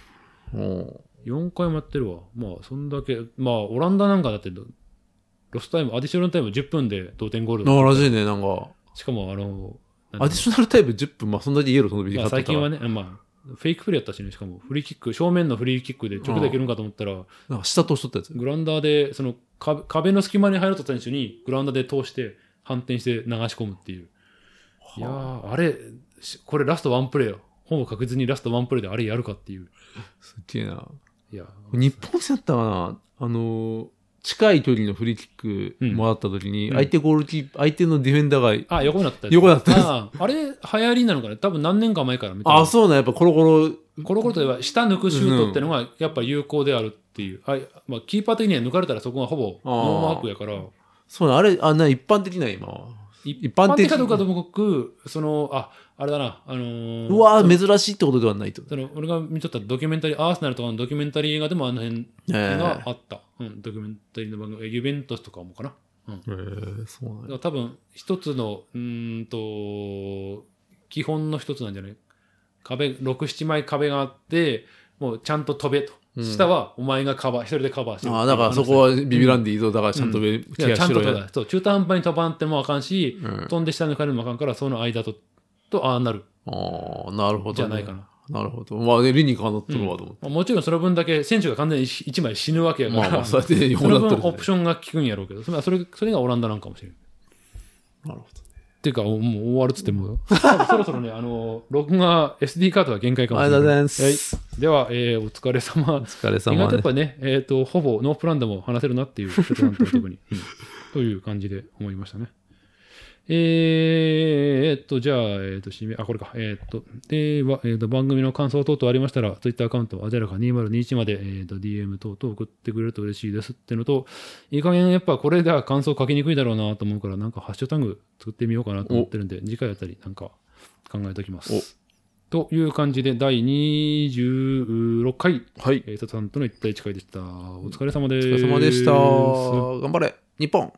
[SPEAKER 2] うん
[SPEAKER 1] 4回もやってるわ。まあ、そんだけ、まあ、オランダなんかだって、ロスタイム、アディショナルタイム10分で同点ゴールだ。
[SPEAKER 2] あらしいね、なんか。
[SPEAKER 1] しかも、あの、
[SPEAKER 2] アディショナルタイプ10分、まあ、そんだけイエローその時
[SPEAKER 1] まあ最近はね、まあ、フェイクプレーやったしね、しかも、フリーキック、正面のフリーキックで直でいけるんかと思ったら、
[SPEAKER 2] なんか下通しとったやつ。
[SPEAKER 1] グラウンダーで、その壁、壁の隙間に入ろうとした選手に、グラウンダーで通して、反転して流し込むっていう。いやー、あれ、しこれラストワンプレーよ。ほぼ確実にラストワンプレーであれやるかっていう。
[SPEAKER 2] すっげえな。
[SPEAKER 1] いや、
[SPEAKER 2] 日本戦だったかなあのー、近い距離のフリーキックもらった時に、
[SPEAKER 1] うん
[SPEAKER 2] 相手ゴールキー、相手のディフェンダーが、
[SPEAKER 1] あ、横になったやつ
[SPEAKER 2] 横になったやつ
[SPEAKER 1] あーあれ、流行りなのかね多分何年か前からみたいな。
[SPEAKER 2] あ、そうなん、やっぱコロコロ、
[SPEAKER 1] コロコロといえば下抜くシュートってのがやっぱ有効であるっていう、あいまあ、キーパー的には抜かれたらそこはほぼノーマークやから
[SPEAKER 2] そうなん、あれ、あ、な、一般的なんや、今は。
[SPEAKER 1] 一
[SPEAKER 2] 般的
[SPEAKER 1] かどうかともかくそのああれだなあのー
[SPEAKER 2] うわー珍しいってことではないと。
[SPEAKER 1] その俺が見とったドキュメンタリーアーセナルとかのドキュメンタリー映画でもあの辺
[SPEAKER 2] え
[SPEAKER 1] があった、うん、ドキュメンタリーの番組ユベントスとかもかな
[SPEAKER 2] えーそうなん
[SPEAKER 1] だ
[SPEAKER 2] や
[SPEAKER 1] から多分一つのうーんと基本の一つなんじゃない壁67枚壁があってもうちゃんと飛べと、
[SPEAKER 2] うん
[SPEAKER 1] 下はお前がカバー一人でカバーしてる
[SPEAKER 2] あーだからそこはビビらんでいいぞ。だからちゃんと上、
[SPEAKER 1] い
[SPEAKER 2] ケ
[SPEAKER 1] や
[SPEAKER 2] ア
[SPEAKER 1] ちゃん
[SPEAKER 2] し
[SPEAKER 1] と飛
[SPEAKER 2] ろ
[SPEAKER 1] ば
[SPEAKER 2] や。
[SPEAKER 1] ないそう中途半端に飛ばんってもあかんし、
[SPEAKER 2] うん、
[SPEAKER 1] 飛んで下抜かれるもあかんからその間ととああなる
[SPEAKER 2] ああ、なるほど、ね。
[SPEAKER 1] じゃないかな、
[SPEAKER 2] なるほど。まあ、理にかなってるわと思って。
[SPEAKER 1] まあ、もちろんその分だけ選手が完全に一一枚死ぬわけやから、
[SPEAKER 2] まあまあ、そうやって横
[SPEAKER 1] そ
[SPEAKER 2] にな
[SPEAKER 1] の
[SPEAKER 2] って
[SPEAKER 1] 分
[SPEAKER 2] るん
[SPEAKER 1] オ
[SPEAKER 2] で
[SPEAKER 1] プ
[SPEAKER 2] す
[SPEAKER 1] ションが効くんやろうけどそれそれそれがオランダなんかもしれない
[SPEAKER 2] ね。なるほ
[SPEAKER 1] っていうかもうもう終わるっつっても よ多分そろそろねあの録画 SD カードが限界か
[SPEAKER 2] ど。
[SPEAKER 1] も
[SPEAKER 2] あ
[SPEAKER 1] し
[SPEAKER 2] り
[SPEAKER 1] れな
[SPEAKER 2] が
[SPEAKER 1] いう
[SPEAKER 2] とございます。
[SPEAKER 1] では、えーお疲れ様
[SPEAKER 2] お疲れ
[SPEAKER 1] 意外
[SPEAKER 2] 様
[SPEAKER 1] とやっ
[SPEAKER 2] です。
[SPEAKER 1] ぱね、えー、とほぼノープランでも話せるなっていう、ベトナムとは特に、うんという感じで思いましたね。えー、えーっと、じゃあ、えーっと、締め、あ、これか。えーっと、では、えーっと、番組の感想等々ありましたら、Twitter アカウント、アジャラカ2021まで、えーっと、DM 等々送ってくれると嬉しいですってのと、いい加減、やっぱこれでは感想書きにくいだろうなと思うから、なんかハッシュタグ作ってみようかなと思ってるんで、次回あたりなんか考えておきます。という感じで、第26回、
[SPEAKER 2] はい。
[SPEAKER 1] えー、佐藤さんとの一対一会でした。お疲れ様で
[SPEAKER 2] お
[SPEAKER 1] す。
[SPEAKER 2] 疲れ様でした。頑張れ。日本。